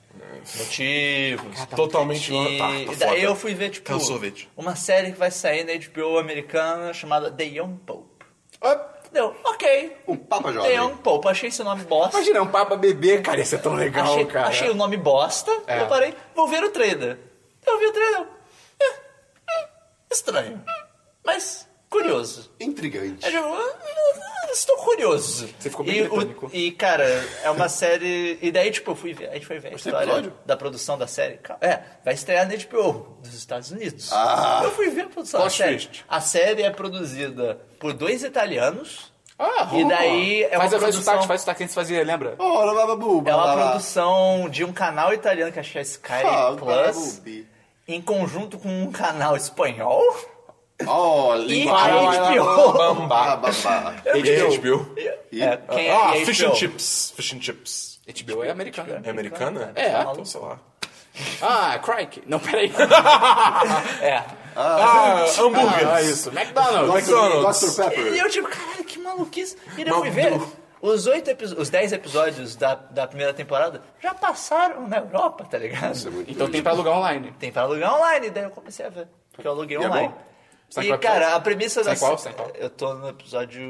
D: Motivos.
C: tá Totalmente
D: E,
C: tá, tá
D: e
C: foda.
D: daí eu fui ver, tipo,
C: Quero sorvete.
D: uma série que vai sair na HBO americana chamada The Young Pope.
A: Ah,
D: Deu, ok.
B: Um Papa
D: The
B: Jovem.
D: Young Pope. Achei esse nome bosta.
A: Imagina, é um papa bebê, cara, isso é tão legal,
D: achei,
A: cara.
D: achei o nome bosta.
A: É.
D: Eu parei, vou ver o trailer. Eu vi o trailer. eu, "Eh, hum, estranho. Mas curioso.
B: Intrigante.
D: É tipo, estou curioso.
A: Você ficou bem
D: e,
A: britânico.
D: e, cara, é uma série. E daí, tipo, eu fui ver, a gente foi ver a
B: Mas tem
D: história
B: episódio?
D: da produção da série. Ca- É, vai estrear na HBO dos Estados Unidos.
B: Ah.
D: eu fui ver a produção da
C: Plot
D: série.
C: twist.
D: A série é produzida por dois italianos.
A: Ah,
D: e daí é uma
A: faz agora o
D: produção.
A: sotaque, faz o sotaque que a gente fazia, lembra?
B: Ora, bababu,
D: É uma
B: babalá.
D: produção de um canal italiano que acho que é Sky
B: Ah,
D: Plus,
B: bababubi.
D: em conjunto com um canal espanhol.
B: Olha,
D: E
B: vai,
D: a
B: vai, vai,
D: HBO.
B: vai, vai,
C: Bamba.
B: vai, vai, vai.
C: HBO.
D: É, quem é
C: Ah,
D: HBO?
C: Fish and Chips. Fish and Chips.
A: HBO é americano.
C: É americana?
A: É.
C: Então, sei lá.
A: Ah, Crike. Não, peraí.
D: É.
C: Ah, hambúrguer.
A: ah, isso. McDonald's.
C: McDonald's.
B: Dr.
D: E
B: Pepper.
D: eu tipo, caralho, que maluquice. E daí eu fui ver,
C: Maluco.
D: os oito episo- os dez episódios da, da primeira temporada já passaram na Europa, tá ligado?
B: é
A: Então tem pra alugar online.
D: Tem pra alugar online, daí eu comecei a ver, porque eu aluguei
A: é
D: online.
A: bom? Você tá em
D: e,
A: qual
D: cara,
A: episódio?
D: a premissa
A: Você tá
D: da...
A: em qual? Você tá em qual?
D: Eu tô no episódio...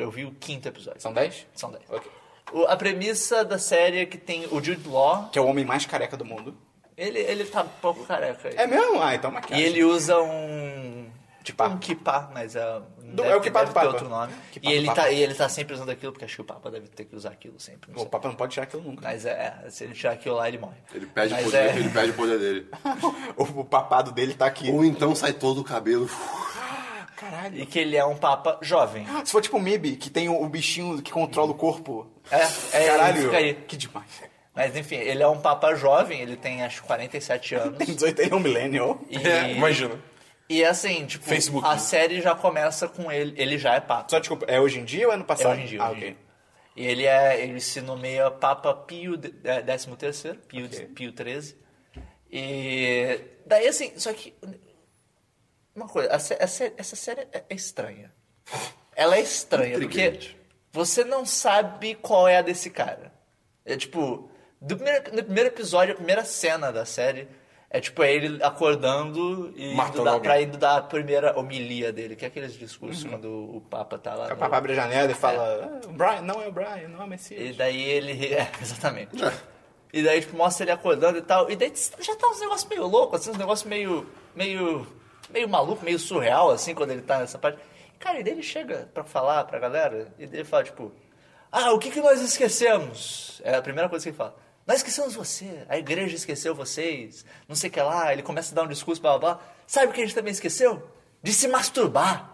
D: Eu vi o quinto episódio.
A: São 10?
D: São dez.
A: Ok.
D: O- a premissa da série é que tem o Jude Law,
A: Que é o homem mais careca do mundo.
D: ele, ele tá um pouco careca aí.
A: É mesmo? Ah, então
D: E
A: maquiagem.
D: ele usa um. Tipo,
A: Papa.
D: um kipá, mas é.
A: Do- é o kipá do
D: deve ter
A: Papa.
D: outro nome.
A: Kipá
D: E
A: do
D: ele,
A: Papa.
D: tá, e ele tá sempre usando aquilo, porque acho que o Papa deve ter que usar aquilo sempre. não
A: O
D: sei.
A: papai não pode tirar aquilo nunca.
D: Mas é, é, se ele tirar aquilo lá, ele morre.
B: Ele perde o
D: mas
B: poder,
D: é,
B: ele perde o poder dele.
A: O, o papado dele tá aqui.
B: Ou então sai todo o cabelo.
A: Caralho.
D: E que ele é um Papa jovem.
A: Se for tipo o Mib, que tem o, o bichinho que controla o corpo.
D: É, é
A: Caralho.
D: Fica aí.
A: Que demais.
D: Mas enfim, ele é um Papa jovem, ele tem acho que 47 anos.
A: Tem 18, ele é um millennial.
D: E,
C: É, imagina.
D: e assim, tipo,
C: Facebook.
D: a série já começa com ele. Ele já é Papa.
A: Só desculpa, é hoje em dia ou é no
D: É
A: passado?
D: hoje em dia.
A: Ah,
D: hoje em
A: ok.
D: dia. E ele, é, ele se nomeia Papa Pio de- é, 13º, Pio,
A: Ok.
D: Pio 13. E daí assim, só que uma coisa, a sé- a sé- essa série é é estranha. Ela é estranha porque
B: Intrigante.
D: você não sabe qual é a desse cara. É tipo, do primeiro, no primeiro episódio, a primeira cena da série é tipo é ele acordando e indo
C: Matando
D: dar,
C: alguém.
D: pra indo dar a primeira homilia dele, que é aqueles discursos quando o Papa tá lá.
A: O
D: no-
A: papai abre a janela e fala: "Ah, o Brian, não é o Brian, não é o
D: e
A: Messias.
D: daí ele. É, exatamente.
B: É.
D: E daí, tipo, mostra ele acordando e tal. E daí já tá uns negócios meio loucos, assim, uns negócios meio. meio. meio maluco, meio surreal, assim, quando ele tá nessa parte. Cara, e daí ele chega pra falar pra galera, e daí ele fala, tipo, ah, o que que nós esquecemos? É a primeira coisa que ele fala. Nós esquecemos você, a igreja esqueceu vocês, não sei o que lá, ele começa a dar um discurso, blá blá blá. Sabe o que a gente também esqueceu? De se masturbar.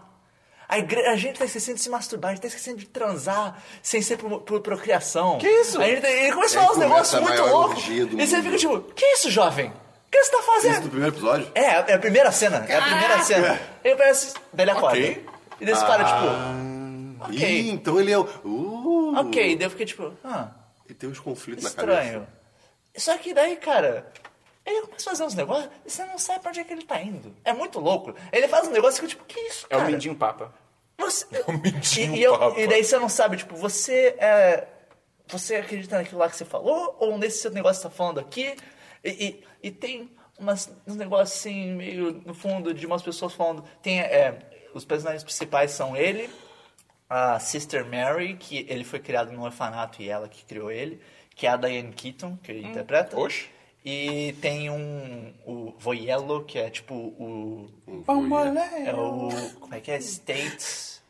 D: A, igre- a gente tá esquecendo de se masturbar, a gente tá esquecendo de transar sem ser por, por procriação. Que
A: isso?
D: A gente, tá- ele começa a
B: Aí
D: falar uns
B: É, começa
D: negócios
B: a
D: muito
B: maior
D: loucos.
B: orgia do
D: E você
B: mundo.
D: fica tipo, que isso, jovem? O que você tá
B: Isso do
D: fazendo?
B: primeiro episódio?
D: É, é a primeira cena, é a primeira cena. Ele parece. Daí ele acorda.
C: Ok.
D: E daí você para, tipo. Ok.
B: Ih, então ele é o. Uh,
D: Ok, daí eu fiquei tipo, ah,
B: E tem uns conflitos na cabeça.
D: estranho. Só que daí, cara, ele começa a fazer uns negócios e você não sabe pra onde é que ele tá indo. É muito louco. Ele faz um negócio que eu, tipo, que isso,
A: É
D: cara?
A: o Mindinho Papa.
D: Você...
C: um mentinho
D: e, e eu-
C: papa.
D: e daí você não sabe, tipo, você é. Você acredita naquilo lá que você falou? Ou nesse seu negócio que você tá falando aqui? E, e- e tem umas, uns negócios assim, meio no fundo, de umas pessoas falando. Tem. é, os personagens principais são ele, a Sister Mary, que ele foi criado num orfanato e ela que criou ele, que é a Diane Keaton, que ele interpreta.
C: oxe.
D: E tem um. O Voyello, que é tipo o.
B: um
D: É o. Como é que é? States.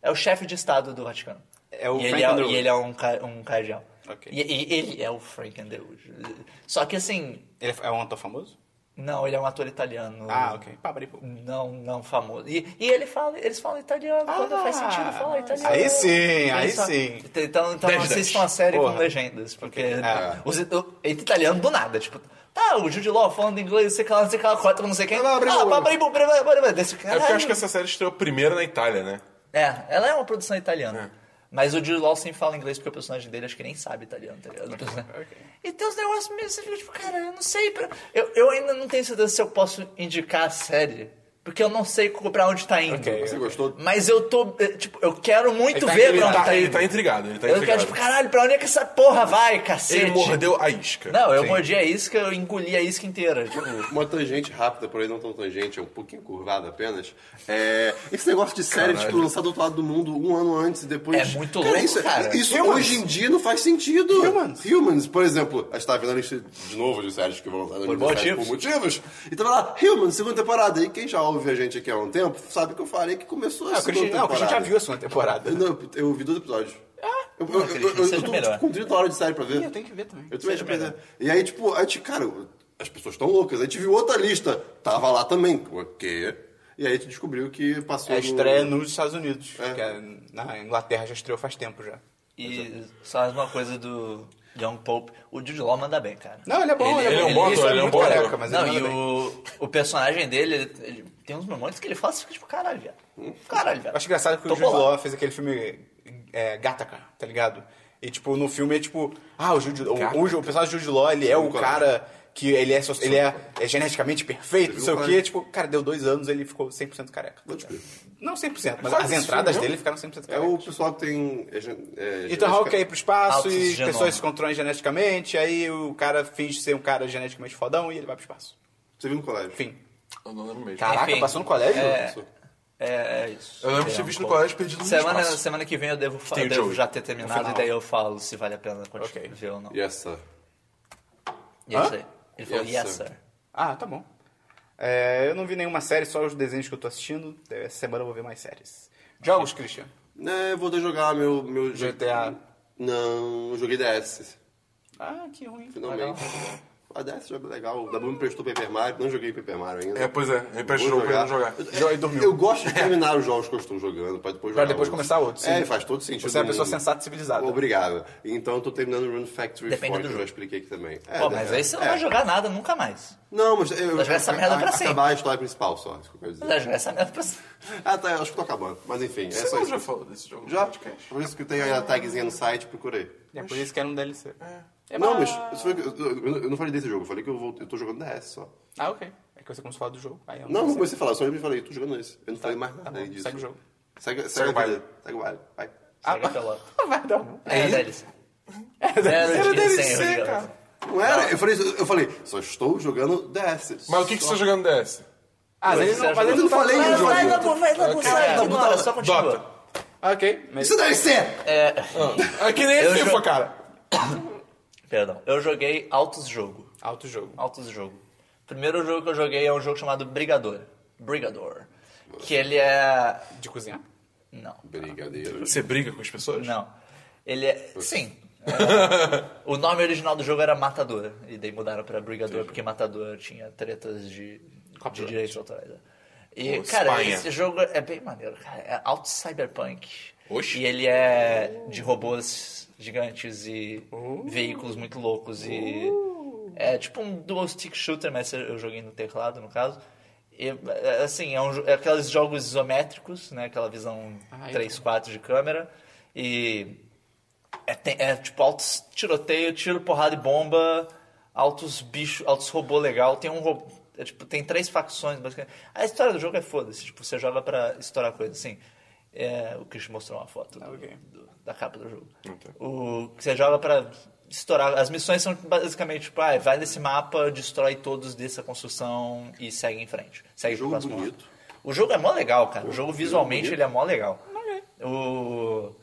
D: É o chefe de Estado do Vaticano.
A: É o
D: e ele
A: Frank
D: é,
A: Underwood.
D: E ele é um, ca- um cardeal.
A: Ok.
D: E, e ele é o Frank Underwood. Só que assim.
A: Ele é um ator famoso?
D: Não, ele é um ator italiano.
A: Ah, ok. Papa, pô.
D: Não, não famoso. E, e ele fala, eles falam italiano, quando
A: Ah,
D: faz sentido falar italiano.
A: aí sim,
D: Eles
A: aí
D: falam-
A: sim.
D: Então, então
C: Dez,
D: assistam
C: dez.
D: a série com
A: Porra.
D: legendas, porque
A: Ah.
D: os, o, ele é italiano do nada, tipo, tá, o Jude Law falando inglês, não sei o que lá, não sei o que lá, corta, não sei quem.
B: Blá, blá, blá,
D: Ah,
B: blá,
D: blá, blá, blá, blá, blá, desse
C: É porque eu acho que
D: caralho.
C: essa série estreou primeiro na Itália, né?
D: É, ela é uma produção italiana.
C: É.
D: Mas o Jude Law sempre fala inglês porque o personagem dele acho que nem sabe italiano, tá ligado? E tem uns negócios meio, você fica tipo, cara, eu não sei. pra- Eu, eu ainda não tenho certeza se eu posso indicar a série. Porque eu não sei co- pra onde tá indo.
A: Ok.
B: Você gostou?
D: Mas eu tô, eh, tipo, eu quero muito
A: Ele tá-
D: ver
A: ele
D: pra onde
C: Tá,
D: tá,
C: ele
D: indo.
C: tá intrigado, ele tá
D: eu quero,
C: intrigado.
D: tipo, caralho, pra onde é que essa porra vai, cacete?
C: ele mordeu a isca.
D: Não, eu
C: Sim.
D: mordi a isca, eu engoli a isca inteira. Tipo,
B: Uma tangente rápida, porém não tão tangente, é um pouquinho curvada apenas. É, esse negócio de série,
C: Caralho.
B: tipo, lançado do outro lado do mundo um ano antes e depois.
D: É muito louco,
B: isso,
D: cara.
B: Isso
A: Humans.
B: hoje em dia não faz sentido.
A: Humans.
B: Humans, por exemplo. A gente tá vendo a lista de novo de séries que vão lançar em 2017
D: motivos.
B: por motivos. E tava lá, Humans, segunda temporada. E quem já ouve ouve a gente aqui há um tempo sabe que eu falei que começou a
A: Ah, o
B: segunda
A: Christian, não, o Christian já
B: temporada.
A: viu a segunda temporada.
B: Não, eu vi dois episódios. Ah, eu, eu, eu,
D: Christian,
B: eu, eu,
D: seja
B: tô
D: melhor.
B: tipo, com 30 horas de série pra ver.
A: Eu tenho que ver também. é
B: Eu também
D: Seja
B: achei melhor. E aí, tipo, a gente, cara, as pessoas estão loucas. A gente viu outra lista, tava lá também. O quê? E aí a gente descobriu que passou.
A: É a
B: no-
A: estreia nos Estados Unidos,
B: É.
A: que é- na Inglaterra já estreou faz tempo já.
D: E só mais uma coisa do John Pope. O Jude Law manda bem, cara.
A: Não, ele é bom, ele,
C: ele é um
A: bom.
C: bom
A: isso
C: ator, ele é um
A: muito
C: bom
A: careca,
C: ator.
A: mas
D: não,
A: ele
D: e
A: manda bem.
D: o, o personagem dele, ele, ele tem uns momentos que ele fala, você fica tipo, caralho, velho. Caralho, velho.
A: Eu acho engraçado que
D: Tô
A: o Jude
D: bolado.
A: Law fez aquele filme é, Gataca, tá ligado? E, tipo, no filme é tipo... Ah, o, Jude, o, o, o personagem do Jude Law, ele é o
B: Nunca.
A: cara que ele é, so- ele é, é geneticamente perfeito, não sei o
B: Nunca.
D: é?
A: quê. Tipo, cara, deu dois anos ele ficou 100% careca. tá ligado? Não 100%, mas
C: Quase
A: as
C: esse
A: entradas
C: filme,
A: dele ficaram 100% careca.
B: É o pessoal que tem. É, gen- é,
A: Ethan
B: genética-
A: Hawke quer ir pro espaço
D: Altos
A: e
D: genoma.
A: pessoas se constroem geneticamente, aí o cara finge ser um cara geneticamente fodão e ele vai pro espaço.
B: Você viu no colégio?
A: Enfim.
C: Eu não lembro mesmo.
A: Caraca,
D: Enfim.
A: passou no colégio?
D: É.
B: Isso.
D: É, é isso.
C: Eu lembro de
D: É,
C: ter
D: um
C: visto no
D: pouco.
C: colégio perdido no
D: Semana,
C: espaço.
D: semana que vem eu devo, fa-
C: Tem o
D: eu devo
C: Joey.
D: já ter terminado
A: final.
D: e daí eu falo se vale a pena continuar
A: Ok.
D: ver ou não.
B: Yes, sir.
D: E é isso aí. Ele falou,
B: Yes,
D: yes,
B: sir.
D: sir.
A: Ah, tá bom. É, eu não vi nenhuma série, só os desenhos que eu tô assistindo. Essa semana eu vou ver mais séries. Jogos, Christian.
B: Né, eu vou dar jogar meu, meu jo-
A: GTA.
B: Não, eu joguei DS.
A: Ah, que ruim.
B: Finalmente. A DS joga legal. O Dabu me prestou Paper Mario. Não joguei Paper Mario ainda.
C: É, pois é. Ele
B: Vou
C: prestou pra ele não jogar.
A: Joga e dormiu.
B: Eu gosto de terminar os jogos que eu estou jogando, pra depois
A: Pra
B: jogar
A: depois
B: outros.
A: começar outro, sim.
B: É, faz todo sentido.
A: Você é uma
B: do
A: pessoa
B: mundo.
A: sensata e civilizada.
B: Obrigado. Então eu tô terminando o Run Factory
D: Depende
B: 4,
D: do
B: que eu
D: jogo.
B: já expliquei aqui também. É,
D: Pô,
B: né,
D: mas
B: é.
D: aí você não
B: É.
D: vai jogar nada nunca mais.
B: Não, mas eu
D: Vai jogar essa merda pra
B: a-
D: sempre.
B: acabar a história principal só, isso que eu quero
D: Você
B: dizer.
D: vai jogar essa merda pra sempre.
B: Ah, tá, eu acho que tô acabando. Mas enfim, é
C: Você
B: só
C: não
B: isso.
C: já falou desse jogo? no
B: Já?
C: podcast?
B: Por isso que tem a tagzinha no site, procurei.
A: É por isso que era um DLC.
B: É. não, mas isso foi- eu, eu- eu não falei desse jogo, eu falei que eu, vou, eu tô jogando DS só.
A: Ah, ok. É que você começou a falar do jogo. Aí é um
B: Não, não
A: DLC.
B: comecei a falar, só eu me falei, tô jogando esse. Eu não falei mais
A: tá
B: nada
A: bom,
B: além disso.
A: segue o jogo. Ah,
B: Segue, segue,
C: Segue o
B: a vida.
C: baile.
B: Segue o baile. Vai.
D: Segue a pelota.
A: Vai dar um.
D: É, é DLC.
A: Era
D: Zero de
A: DLC,
D: 100,
A: cara.
D: cara.
B: Não era? Eu falei, eu falei, só estou jogando DS.
C: Mas o que, que você
B: Só-
C: tá jogando dessa?
A: Ah, mas ele não, mas ele
B: Eu não falei
A: tá-
B: em jogo.
D: Vai, Dabu, vai, Dabu, sai, Dabu, não, só
C: Dota.
D: continua.
A: Ah, Ok, mas...
B: Isso deve ser!
D: É,
C: É que nem
D: Eu
C: a FIFA,
D: jogo-
C: cara.
D: perdão. Eu joguei Altos Jogo.
A: Alto jogo.
D: Altos Jogo. O primeiro jogo que eu joguei é um jogo chamado Brigador. Brigador. Que ele é...
A: De cozinhar?
D: Não.
B: Brigadeiro.
C: Você briga com as pessoas?
D: Não. Ele é. Sim. É, o nome original do jogo era Matadora. E daí mudaram pra Brigador, porque Matador tinha tretas de, de direitos autorais. né? E,
C: Pô,
D: cara,
C: Espanha.
D: esse jogo é bem maneiro, cara. É alto cyberpunk.
C: Oxi.
D: E ele é de robôs gigantes e veículos muito loucos. E é tipo um dual stick shooter, mas eu joguei no teclado, no caso. E, é, assim, é, um, jo- é aqueles jogos isométricos, né? Aquela visão
A: Ah,
D: 3, 4 de câmera. E é, tem- é, tipo altos tiroteio, tiro, porrada e bomba, altos bichos, altos robô legal. Tem um robô. é, tipo, tem três facções, basicamente. A história do jogo é foda-se. Tipo, você joga pra estourar coisa, assim. É, o Chris mostrou uma foto do-
A: ok.
D: do- da capa do jogo.
C: Então.
D: O, você joga pra estourar. As missões são basicamente, tipo, ah, vai nesse mapa, destrói todos dessa construção e segue em frente. Segue pro
B: Jogo
D: próximo
B: bonito.
D: mapa. O jogo é mó legal, cara. O jogo visualmente ele é mó legal. O...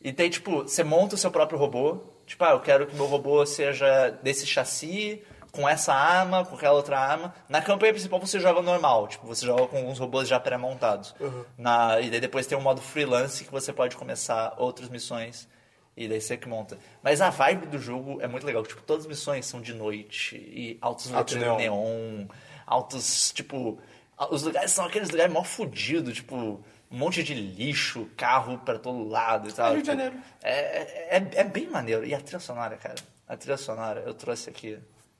D: E tem, tipo, você monta o seu próprio robô. Tipo, ah, eu quero que meu robô seja desse chassi, com essa arma, com aquela outra arma. Na campanha principal você joga normal, tipo, você joga com uns robôs já pré-montados.
A: Uhum.
D: Na... E daí depois tem um modo freelance que você pode começar outras missões. E daí você que monta. Mas a vibe do jogo é muito legal. Tipo, todas as missões são de noite e altos
A: Alto
D: altos
A: neon.
D: neon. altos, tipo... a- Os lugares são aqueles lugares mó fudidos, tipo... Um monte de lixo, carro pra todo lado e tal.
A: Rio de
D: Tipo,
A: Janeiro.
D: É, é, é bem maneiro. E a trilha sonora, cara. A trilha sonora, eu trouxe aqui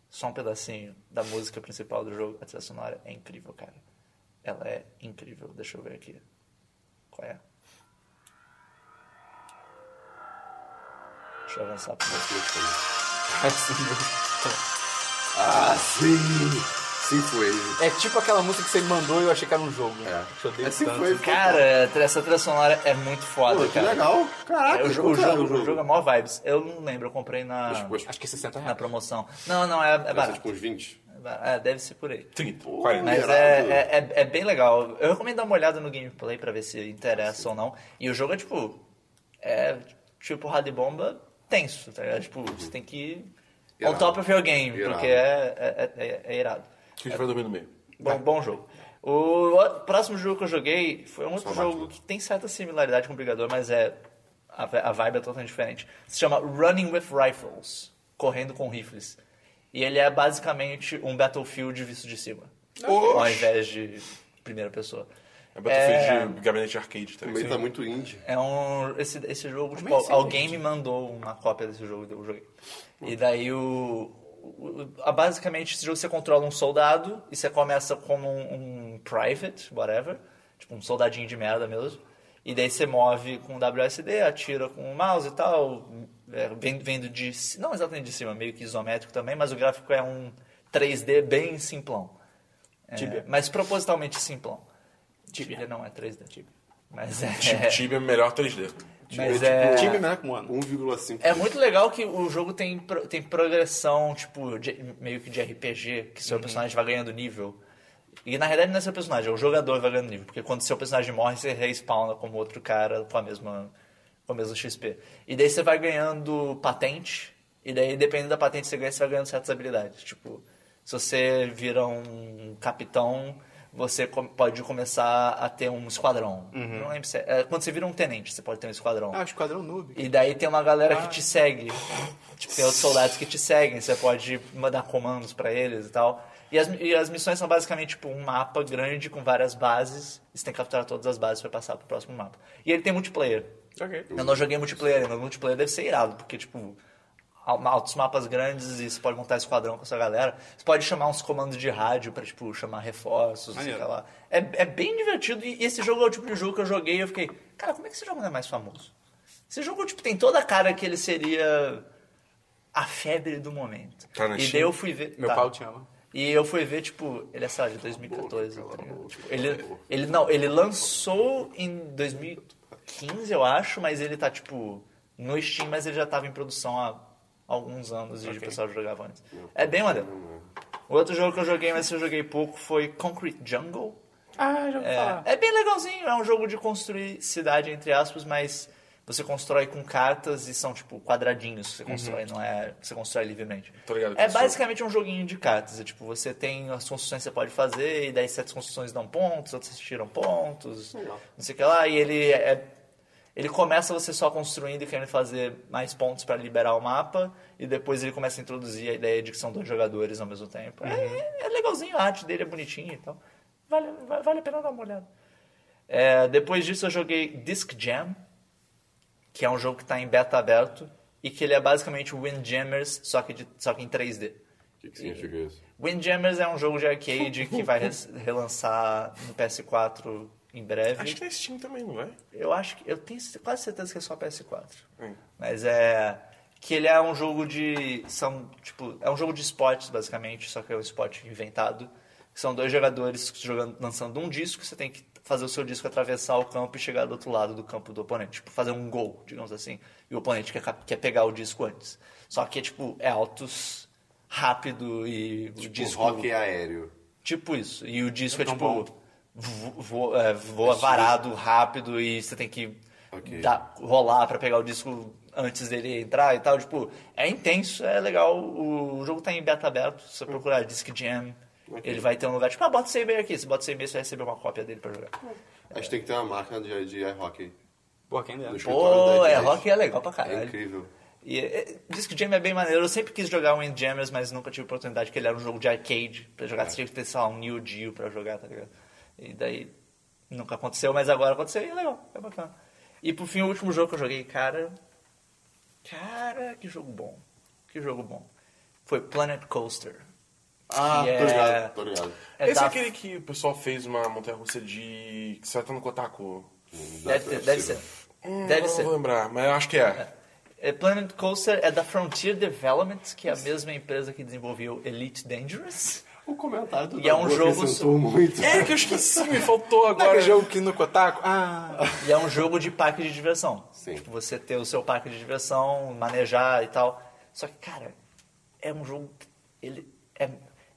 D: só um pedacinho da música principal do jogo. A trilha sonora é incrível, cara. Ela é incrível. Deixa eu ver aqui. Qual é? Deixa eu avançar pra você.
A: É
B: Ah, sim! Sim, foi.
A: É tipo aquela música que você me mandou e eu achei que era um jogo. né? Eu
B: É.
A: odeio
B: É sim,
A: tanto.
B: foi.
D: Cara, essa trilha sonora é muito foda,
B: Pô, que
D: cara.
B: legal. Caraca, tá
D: É, o, jogo, o,
B: quanto era
D: jogo, o jogo é mó vibes. Eu não lembro, eu comprei na,
B: Depois,
A: Acho que é 60
D: na
A: reais.
D: promoção. Não, não, é, é
B: deve ser
D: barato.
B: tipo uns 20.
D: É barato. É, deve ser por aí.
C: 30,
B: Pô,
C: 40.
D: Mas
B: Irado.
D: é, é, é- é bem legal. Eu recomendo dar uma olhada no gameplay pra ver se interessa ou não. E o jogo é tipo. É tipo porrada e bomba tenso, tá ligado? Tipo, você tem que ir on
B: Uhum. Irado.
D: top of your game,
B: Irado.
D: porque é, é, é- é irado.
C: Que a gente vai dormir no meio.
D: Bom, bom jogo. O o próximo jogo que eu joguei foi um outro
B: Só
D: jogo
B: máquina.
D: que tem certa similaridade com o Brigador, mas é a, vi- a vibe é totalmente diferente. Se chama Running with Rifles, correndo com rifles. E ele é basicamente um Battlefield visto de cima,
C: Oxe.
D: ao invés de primeira pessoa.
C: É Battlefield de gabinete arcade, tá
B: Também
C: ligado?
B: tá muito indie.
D: É um. Esse, esse jogo, tipo,
A: é esse,
D: alguém me mandou uma cópia desse jogo e eu joguei. E daí o. o- a- basicamente, esse jogo você controla um soldado e você começa como um, um private, whatever. Tipo, um soldadinho de merda mesmo. E daí você move com o WSD, atira com o mouse e tal. é, vem- vendo de. ci- Não exatamente de cima, meio que isométrico também, mas o gráfico é um 3D bem simplão. É,
A: Tibia.
D: mas propositalmente simplão.
A: Tibia.
D: não é 3D. Mas é.
C: Ti- Tibia é melhor 3D.
D: Mas
B: É,
D: é,
A: Time melhor que um ano.
B: 1,5.
D: é muito legal que o jogo tem, pro- tem progressão, tipo, de- meio que de RPG, que seu personagem vai ganhando nível. E na realidade não é seu personagem, é o jogador vai ganhando nível. Porque quando seu personagem morre, você respawna como outro cara com a mesma, com a mesma XP. E daí você vai ganhando patente, e daí dependendo da patente que você ganha, você vai ganhando certas habilidades. Tipo, se você vira um capitão, você com- pode começar a ter um esquadrão. Não lembro se é, é, Quando você vira um tenente, você pode ter um esquadrão.
A: Ah, o Esquadrão Noob.
D: E daí tem uma galera que te segue. Tipo, tem outros soldados que te seguem, você pode mandar comandos pra eles e tal. E as, e as missões são basicamente tipo, um mapa grande com várias bases. E você tem que capturar todas as bases pra passar pro próximo mapa. E ele tem multiplayer.
A: Ok.
D: Eu não joguei multiplayer ainda. Multiplayer deve ser irado, porque, tipo, al- altos mapas grandes e você pode montar esquadrão com a sua galera. Você pode chamar uns comandos de rádio pra, tipo, chamar reforços, sei
A: Maneiro.
D: lá. É, é bem divertido. E esse jogo é o tipo de jogo que eu joguei e eu fiquei, cara, como é que esse jogo não é mais famoso? Esse jogo, tipo, tem toda a cara que ele seria a febre do momento.
C: Tá na
D: e daí
C: Steam?
D: eu fui ver...
A: Meu
D: tá.
A: pau te ama.
D: E eu fui ver, tipo, ele é, sei lá, de 2014,
B: boca,
D: tá
B: né? cala a
D: ligado?
B: boca,
D: Tipo,
B: cala a
D: ele,
B: boca.
D: ele, não, ele lançou em 2015, eu acho, mas ele tá, tipo, no Steam, mas ele já tava em produção há alguns anos e o pessoal jogava antes. É bem maneiro. O outro jogo que eu joguei, mas eu joguei pouco, foi Concrete Jungle.
A: Ah, já ouvi
D: É,
A: falar.
D: é bem legalzinho, é um jogo de construir cidade, entre aspas, mas você constrói com cartas e são, tipo, quadradinhos
B: Uhum.
D: que você constrói, não é... Você constrói livremente.
C: Tô ligado com
D: É
C: esse
D: basicamente um joguinho de cartas. É, tipo, você tem as construções que você pode fazer, e daí certas construções dão pontos, outras tiram pontos,
B: Legal.
D: não sei o que lá. E ele é- ele começa você só construindo e querendo fazer mais pontos pra liberar o mapa, e depois ele começa a introduzir a ideia de que são dois jogadores ao mesmo tempo. É, é legalzinho, a arte dele é bonitinha e tal. Vale, va- vale a pena dar uma olhada. É, depois disso eu joguei Disc Jam, que é um jogo que está em beta aberto e que ele é basicamente Windjammers, só que, de- só que em 3D.
B: O que, que significa isso?
D: Windjammers é um jogo de arcade que vai res- relançar no PS4 em breve.
C: Acho que tem Steam também, não é?
D: Eu acho que eu tenho quase certeza que é só PS4.
C: Hum.
D: Mas é que ele é um jogo de são tipo é um jogo de esportes basicamente, só que é um esporte inventado. São dois jogadores jogando, lançando um disco, você tem que fazer o seu disco atravessar o campo e chegar do outro lado do campo do oponente, tipo fazer um gol, digamos assim. E o oponente quer, cap- quer pegar o disco antes. Só que tipo é altos, rápido e o disco né?
B: Tipo, rock aéreo.
D: Tipo isso. E o disco é
A: Então,
D: tipo. vo- vo- é, voa varado, rápido, e você tem que
B: Ok.
D: dar- rolar pra pegar o disco antes dele entrar e tal. Tipo, é intenso, é legal. O jogo tá em beta aberto. Se você procurar Disc Jam, ele vai ter um lugar. Tipo, ah, bota o CB aqui. Se bota o CB, você vai receber uma cópia dele pra jogar.
B: A gente tem que ter uma máquina de, de iHockey.
A: Pô, quem dera.
B: No escritório
D: Pô,
B: da
D: é
B: gente.
D: rock é legal pra
B: É
D: caralho.
B: incrível.
D: E, é, Disc Jam é bem maneiro. Eu sempre quis jogar o Windjammers, mas nunca tive oportunidade, porque ele era um jogo de arcade pra
B: É.
D: jogar. Você tinha que ter, sei lá, um Neo Geo pra jogar, tá ligado? E daí nunca aconteceu, mas agora aconteceu e é legal, é bacana. E por fim, o último jogo que eu joguei, cara. Cara, que jogo bom. Que jogo bom. Foi Planet Coaster.
B: Ah,
D: que
B: tô
D: é-
B: ligado, tô ligado.
D: É
C: Esse
D: da-
C: é aquele que o pessoal fez uma montanha-russa de... que você vai estar no Kotaku.
D: Deve, ter, deve ser.
C: Hum,
D: Deve
C: eu
D: ser.
C: Não vou lembrar, mas eu acho que é.
D: É, Planet Coaster é da Frontier Development, que é a mesma empresa que desenvolveu Elite Dangerous.
B: O comentário do
D: E é um
B: Dabu
D: jogo
B: acrescentou muito.
C: É, que eu esqueci, me faltou
A: Não é
C: agora.
A: aquele jogo que no Kotaku? Ah,
D: E é um jogo de parque de diversão.
B: Sim.
D: Tipo, você ter o seu parque de diversão, manejar e tal. Só que, cara, é um jogo. que Ele é,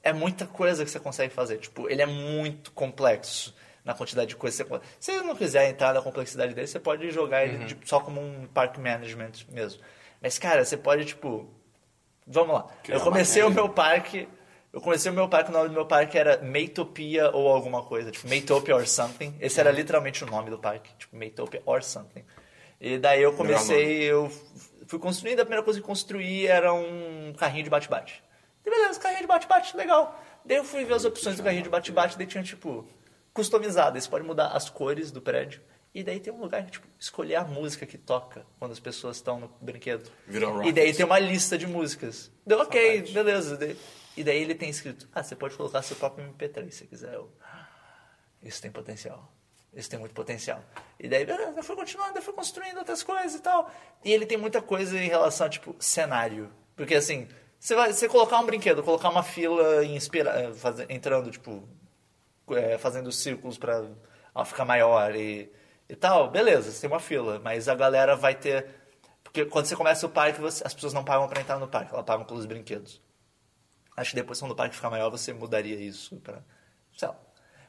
D: é muita coisa que você consegue fazer. Tipo, ele é muito complexo na quantidade de coisas que você pode. Se você não quiser entrar na complexidade dele, você pode jogar
B: Uhum.
D: ele tipo, só como um parque management mesmo. Mas, cara, você pode, tipo. Vamos lá.
B: Criar
D: eu comecei o
B: uma
D: meu parque Eu conheci o meu parque, o nome do meu parque era Maytopia ou alguma coisa, tipo Maytopia or something. Esse era literalmente o nome do parque, tipo Maytopia or something. E daí eu comecei, eu fui construindo, a primeira coisa que construí era um carrinho de bate-bate. E beleza, carrinho de bate-bate, legal. Daí eu fui ver as opções do carrinho de bate-bate, daí tinha tipo customizado, você pode mudar as cores do prédio. E daí tem um lugar que, tipo, escolher a música que toca quando as pessoas estão no brinquedo.
C: Virou
D: E
C: rockets.
D: daí tem uma lista de músicas. Deu ok, beleza. Daí- E daí ele tem escrito, ah, você pode colocar seu próprio MP3 se quiser. Eu, "Ah, isso tem potencial. Isso tem muito potencial. E daí, beleza, eu fui continuando, eu fui construindo outras coisas e tal. E ele tem muita coisa em relação a, tipo, cenário. Porque, assim, você, vai, você colocar um brinquedo, colocar uma fila e inspira, eh, faze- entrando, tipo, eh, fazendo círculos pra ela ficar maior e, e tal, beleza, você tem uma fila. Mas a galera vai ter... Porque quando você começa o parque, você- as pessoas não pagam pra entrar no parque, elas pagam pelos brinquedos. Acho que depois, quando o parque ficar maior, você mudaria isso pra. Sei lá.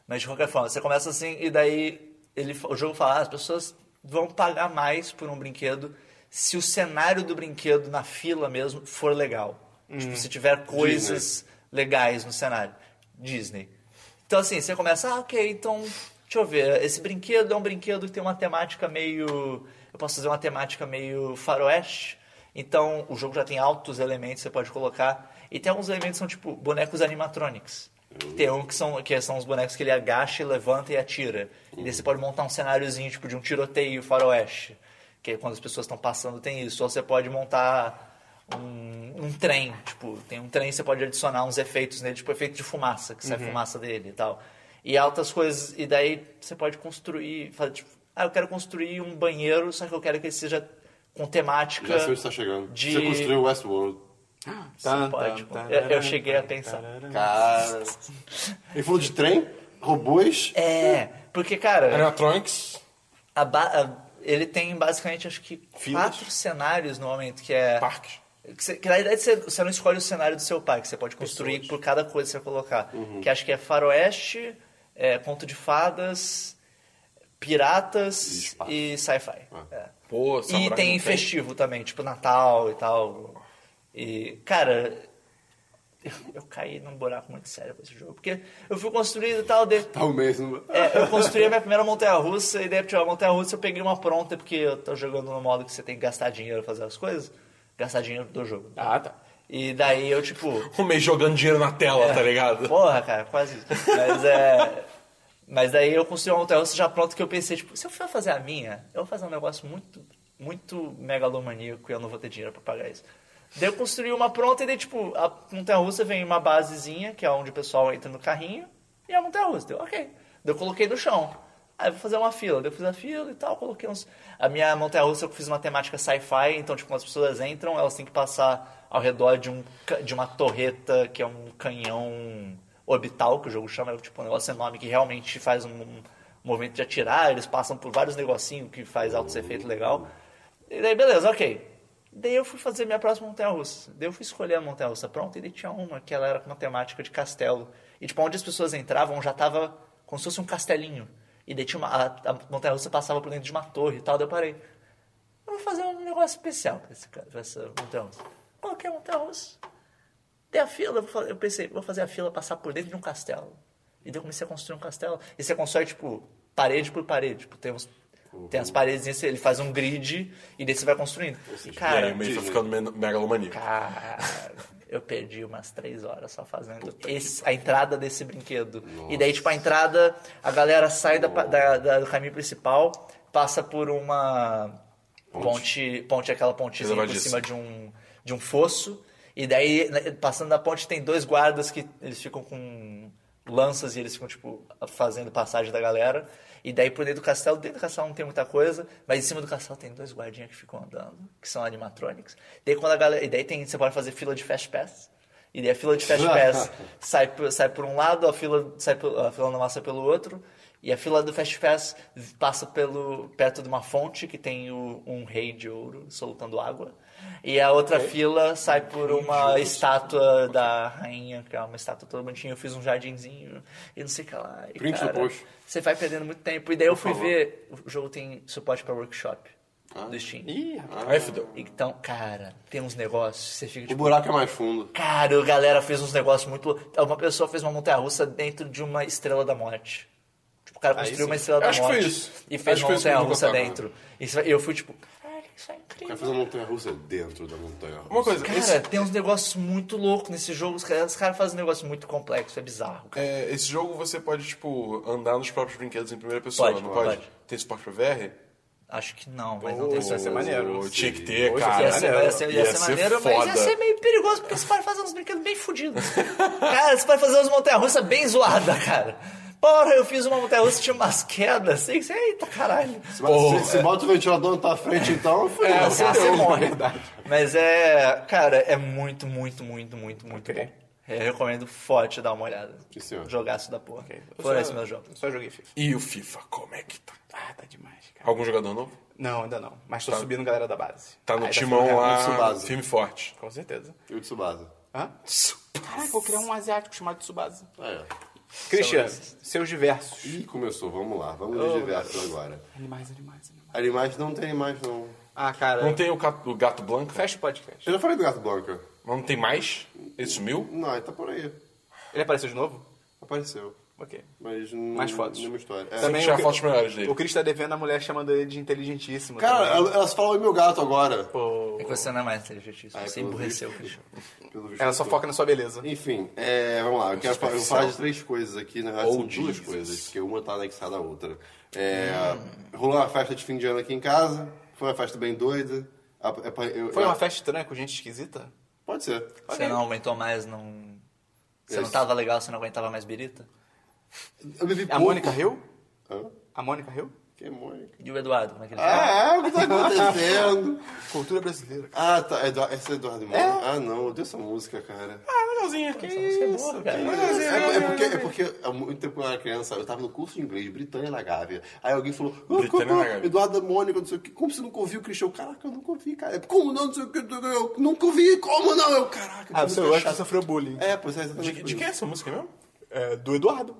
D: Mas de qualquer forma, você começa assim e daí ele, o jogo fala: ah, as pessoas vão pagar mais por um brinquedo se o cenário do brinquedo na fila mesmo for legal. Tipo, se tiver coisas legais no cenário. Disney. Então assim, você começa, ah, ok, então. Deixa eu ver, esse brinquedo é um brinquedo que tem uma temática meio. Eu posso fazer uma temática meio faroeste. Então o jogo já tem altos elementos que você pode colocar. E tem alguns elementos que são tipo bonecos animatronics. Tem um que são, que são os bonecos que ele agacha, e levanta e atira. E daí você pode montar um cenáriozinho tipo de um tiroteio faroeste. Que aí quando as pessoas estão passando tem isso. Ou você pode montar um, um trem, tipo, tem um trem, você pode adicionar uns efeitos nele, tipo efeito de fumaça, que sai fumaça dele e tal. E altas coisas, e daí você pode construir, fazer, tipo, ah, eu quero construir um banheiro, só que eu quero que ele seja com temática.
B: Já sei onde está chegando.
D: De-
B: Você construiu o Westworld.
D: Você pode, tipo, eu, eu cheguei a pensar.
B: Cara. Ele falou de trem, robôs.
D: É, porque, cara,
C: Animatronics.
D: a ba- a- ele tem basicamente, acho que, quatro cenários no momento, que é...
C: Parque.
D: Que, você- que na verdade você, você não escolhe o cenário do seu parque, você pode construir por cada coisa que você colocar. Que acho que é faroeste, é, conto de fadas, piratas e, sci-fi. É.
C: Pô,
D: E
C: Samurai
D: tem
C: não
D: festivo também, tipo Natal e tal. E, cara, eu, eu caí num buraco muito sério com esse jogo. Porque eu fui construído e tal, de,
B: Tá um mês. não-
D: é, eu construí a minha primeira montanha-russa e daí tipo, a montanha-russa eu peguei uma pronta porque eu tô jogando no modo que você tem que gastar dinheiro pra fazer as coisas. Gastar dinheiro do jogo.
E: Ah, tá.
D: E daí eu, tipo,
C: Um mês jogando dinheiro na tela,
D: É.
C: tá ligado?
D: porra, cara, quase isso. Mas é. Mas daí eu construí uma montanha-russa já pronta que eu pensei, tipo, se eu for fazer a minha, eu vou fazer um negócio muito, muito megalomaníaco e eu não vou ter dinheiro pra pagar isso. Daí eu construí uma pronta e daí, tipo, a montanha-russa vem uma basezinha, que é onde o pessoal entra no carrinho, e é a montanha-russa. Deu, ok. Daí eu coloquei no chão. Aí eu vou fazer uma fila. Daí eu fiz a fila e tal, coloquei uns. A minha montanha russa eu fiz uma temática sci-fi, então, tipo, quando as pessoas entram, elas têm que passar ao redor de, um, ca- de uma torreta que é um canhão orbital, que o jogo chama, é, tipo um negócio enorme que realmente faz um, um movimento de atirar. Eles passam por vários negocinhos que faz altos efeitos legal. E daí, beleza, ok. Daí eu fui fazer minha próxima montanha-russa. Daí eu fui escolher a montanha-russa pronta e daí tinha uma que ela era com uma temática de castelo. E tipo, onde as pessoas entravam já tava como se fosse um castelinho. E daí tinha uma, a, a montanha-russa passava por dentro de uma torre e tal. Daí eu parei. Eu vou fazer um negócio especial pra, esse, ca- pra essa montanha-russa. Coloquei é a montanha-russa. Dei a fila, eu vou fa- eu pensei, vou fazer a fila passar por dentro de um castelo. E daí eu comecei a construir um castelo. E você constrói, tipo, parede por parede. Tipo, tem, uns, tem as paredes, ele faz um grid e daí você vai construindo. E,
C: e aí
D: cara,
C: o mês tá ficando men- megalomaníaco.
D: cara, eu perdi umas três horas só fazendo esse- a entrada desse brinquedo. E daí, tipo, a entrada, a galera sai da, pa- da- da- do caminho principal, passa por uma ponte, ponte aquela pontezinha por
C: Elevadíssima.
D: cima de um, de um fosso. E daí, né, passando da ponte, tem dois guardas que eles ficam com lanças e eles ficam, tipo, fazendo passagem da galera. E daí, por dentro do castelo, dentro do castelo não tem muita coisa, mas em cima do castelo tem dois guardinhas que ficam andando, que são animatronics. Daí, quando a galera, e daí tem, você pode fazer fila de fast pass. E daí a fila de fast pass sai, por- sai por um lado, a fila, sai pelo- a fila normal sai pelo outro. E a fila do Fast Pass passa pelo, perto de uma fonte que tem o- um rei de ouro soltando água. E a outra fila sai por uma estátua da rainha, que é uma estátua toda bonitinha. Eu fiz um jardinzinho e não sei o que lá. E,
B: Print do
D: cara,
B: post.
D: Você vai perdendo muito tempo. E daí eu fui ver, o jogo tem suporte para workshop. do Steam.
B: Ih,
C: Aí fudeu.
D: Então, cara, tem uns negócios, você fica
B: o
D: tipo.
B: buraco é mais fundo.
D: Cara, a galera fez uns negócios muito. lou- Uma pessoa fez uma montanha russa dentro de uma estrela da morte. Tipo, o cara construiu
B: sim.
D: uma estrela
C: Acho
D: da
C: que foi
D: morte.
C: isso.
D: E fez
C: Acho que
D: uma
C: foi isso que
D: montanha
C: eu
D: russa
C: contava.
D: dentro. Isso- eu fui tipo, cara, isso é
B: Quer
D: incrível.
B: fazer uma montanha russa dentro da montanha russa.
C: Uma coisa,
D: Cara,
C: esse,
D: tem uns negócios muito loucos nesse jogo. Os caras, os caras fazem um negócio muito complexo, é bizarro. cara.
C: é, esse jogo você pode, tipo, andar nos próprios brinquedos em primeira pessoa,
D: Pode,
C: não
D: pode.
C: pode? Tem suporte pra VR?
D: Acho que não, mas não tem
A: Isso vai ser
D: certeza.
A: maneiro.
C: Pô, tinha que ter,
A: Hoje
C: cara.
D: Ia ser, ia ser, ia
C: Ia
D: ser
C: ser
D: maneiro, mas ia
C: foda.
D: ser meio perigoso, porque você pode fazer uns brinquedos bem fodidos. cara, você pode fazer umas montanhas-russas bem zoadas, cara. Porra, eu fiz uma montanha-russa, tinha umas quedas, assim, você- eita caralho.
B: Se, se, se bota o ventilador na tua frente, então, fudeu.
D: É, você, você
B: Fudeu.
D: morre. Mas é, cara, é muito, muito, muito, muito, muito bom. Eu recomendo forte dar uma olhada.
B: Sim, senhor.
D: Jogaço da porra.
A: Eu
D: Foram
A: só-
D: esses meus jogos.
A: eu Só joguei FIFA.
C: E o FIFA, como é que tá?
A: Ah, tá demais, cara.
C: Algum jogador novo?
A: Não, ainda não. Mas tô subindo galera da base.
C: Tá no
A: Aí
C: timão
A: ficando-
B: no
C: lá,
B: Tsubasa.
C: firme e forte.
A: Com certeza.
B: E o Tsubasa.
A: Hã? Caraca, eu vou criar um asiático chamado Tsubasa.
B: Ah, é.
A: Christian, seus diversos.
B: Ih, começou, vamos lá, vamos nos diversos agora.
A: Animais, animais, animais.
B: Animais não tem animais, não.
A: Ah, cara.
C: Não tem o gato, o gato Blanca?
A: Fecha o podcast.
B: Eu já falei do gato Blanca.
C: Mas não tem mais? Ele sumiu?
B: Não, ele tá por aí.
A: Ele apareceu de novo?
B: Apareceu.
A: Ok.
B: Mas não.
A: Mais fotos.
B: Nenhuma história. É.
A: Também
C: tirar
A: o Cri-
C: fotos melhores dele.
A: O Chris tá devendo a mulher chamando ele de inteligentíssimo.
B: Cara,
A: também.
B: ela- elas falam em meu gato agora.
D: É que você não é mais inteligente,
B: Ah, é
D: você
B: pelo
D: emburreceu,
B: visto.
D: Christian.
B: Pelo visto.
A: ela só foca na sua beleza.
B: Enfim, é, vamos lá. Eu quero falar, eu vou falar de três coisas aqui, na verdade
C: Oh,
B: são duas
C: Jesus.
B: coisas, porque uma tá anexada à outra. É, Rolou uma festa de fim de ano aqui em casa, foi uma festa bem doida. A- é pra- eu-
A: Foi
B: eu-
A: uma festa estranha com gente esquisita?
B: Pode ser.
D: Você não aumentou mais, não. Você não
B: Isso.
D: tava legal, você não aguentava mais birita?
B: Eu bebi
A: A
B: pouco.
A: Mônica riu?
B: Hã?
A: A Mônica riu?
B: Que é Mônica?
D: E o Eduardo, como é que ele tá?
B: Ah, é, o que tá acontecendo?
A: Cultura brasileira.
B: ah, tá. Eduardo, essa é Eduardo Mônica. Ah, não, eu odeio essa música, cara.
C: Ah, legalzinha. Que
D: Essa música é boa, cara.
B: É, é porque, é porque há muito tempo quando eu era criança, eu tava no curso de inglês, Britânia na Gávea. Aí alguém falou, "Ah,
C: Britânia
B: como-
C: na Gávea.
B: Eduardo Mônica, não sei o que, como você nunca ouviu o Cristian? Eu, Caraca, eu nunca ouvi, cara. Como não, não sei o que, eu nunca ouvi, como não? Eu, caraca,
A: Ah,
B: que
A: você
B: música
A: acha que
B: chata."
A: sofreu bullying.
B: É, pois é, exatamente.
C: De,
B: por
C: de
B: isso.
C: quem é essa música mesmo?
A: É, do Eduardo.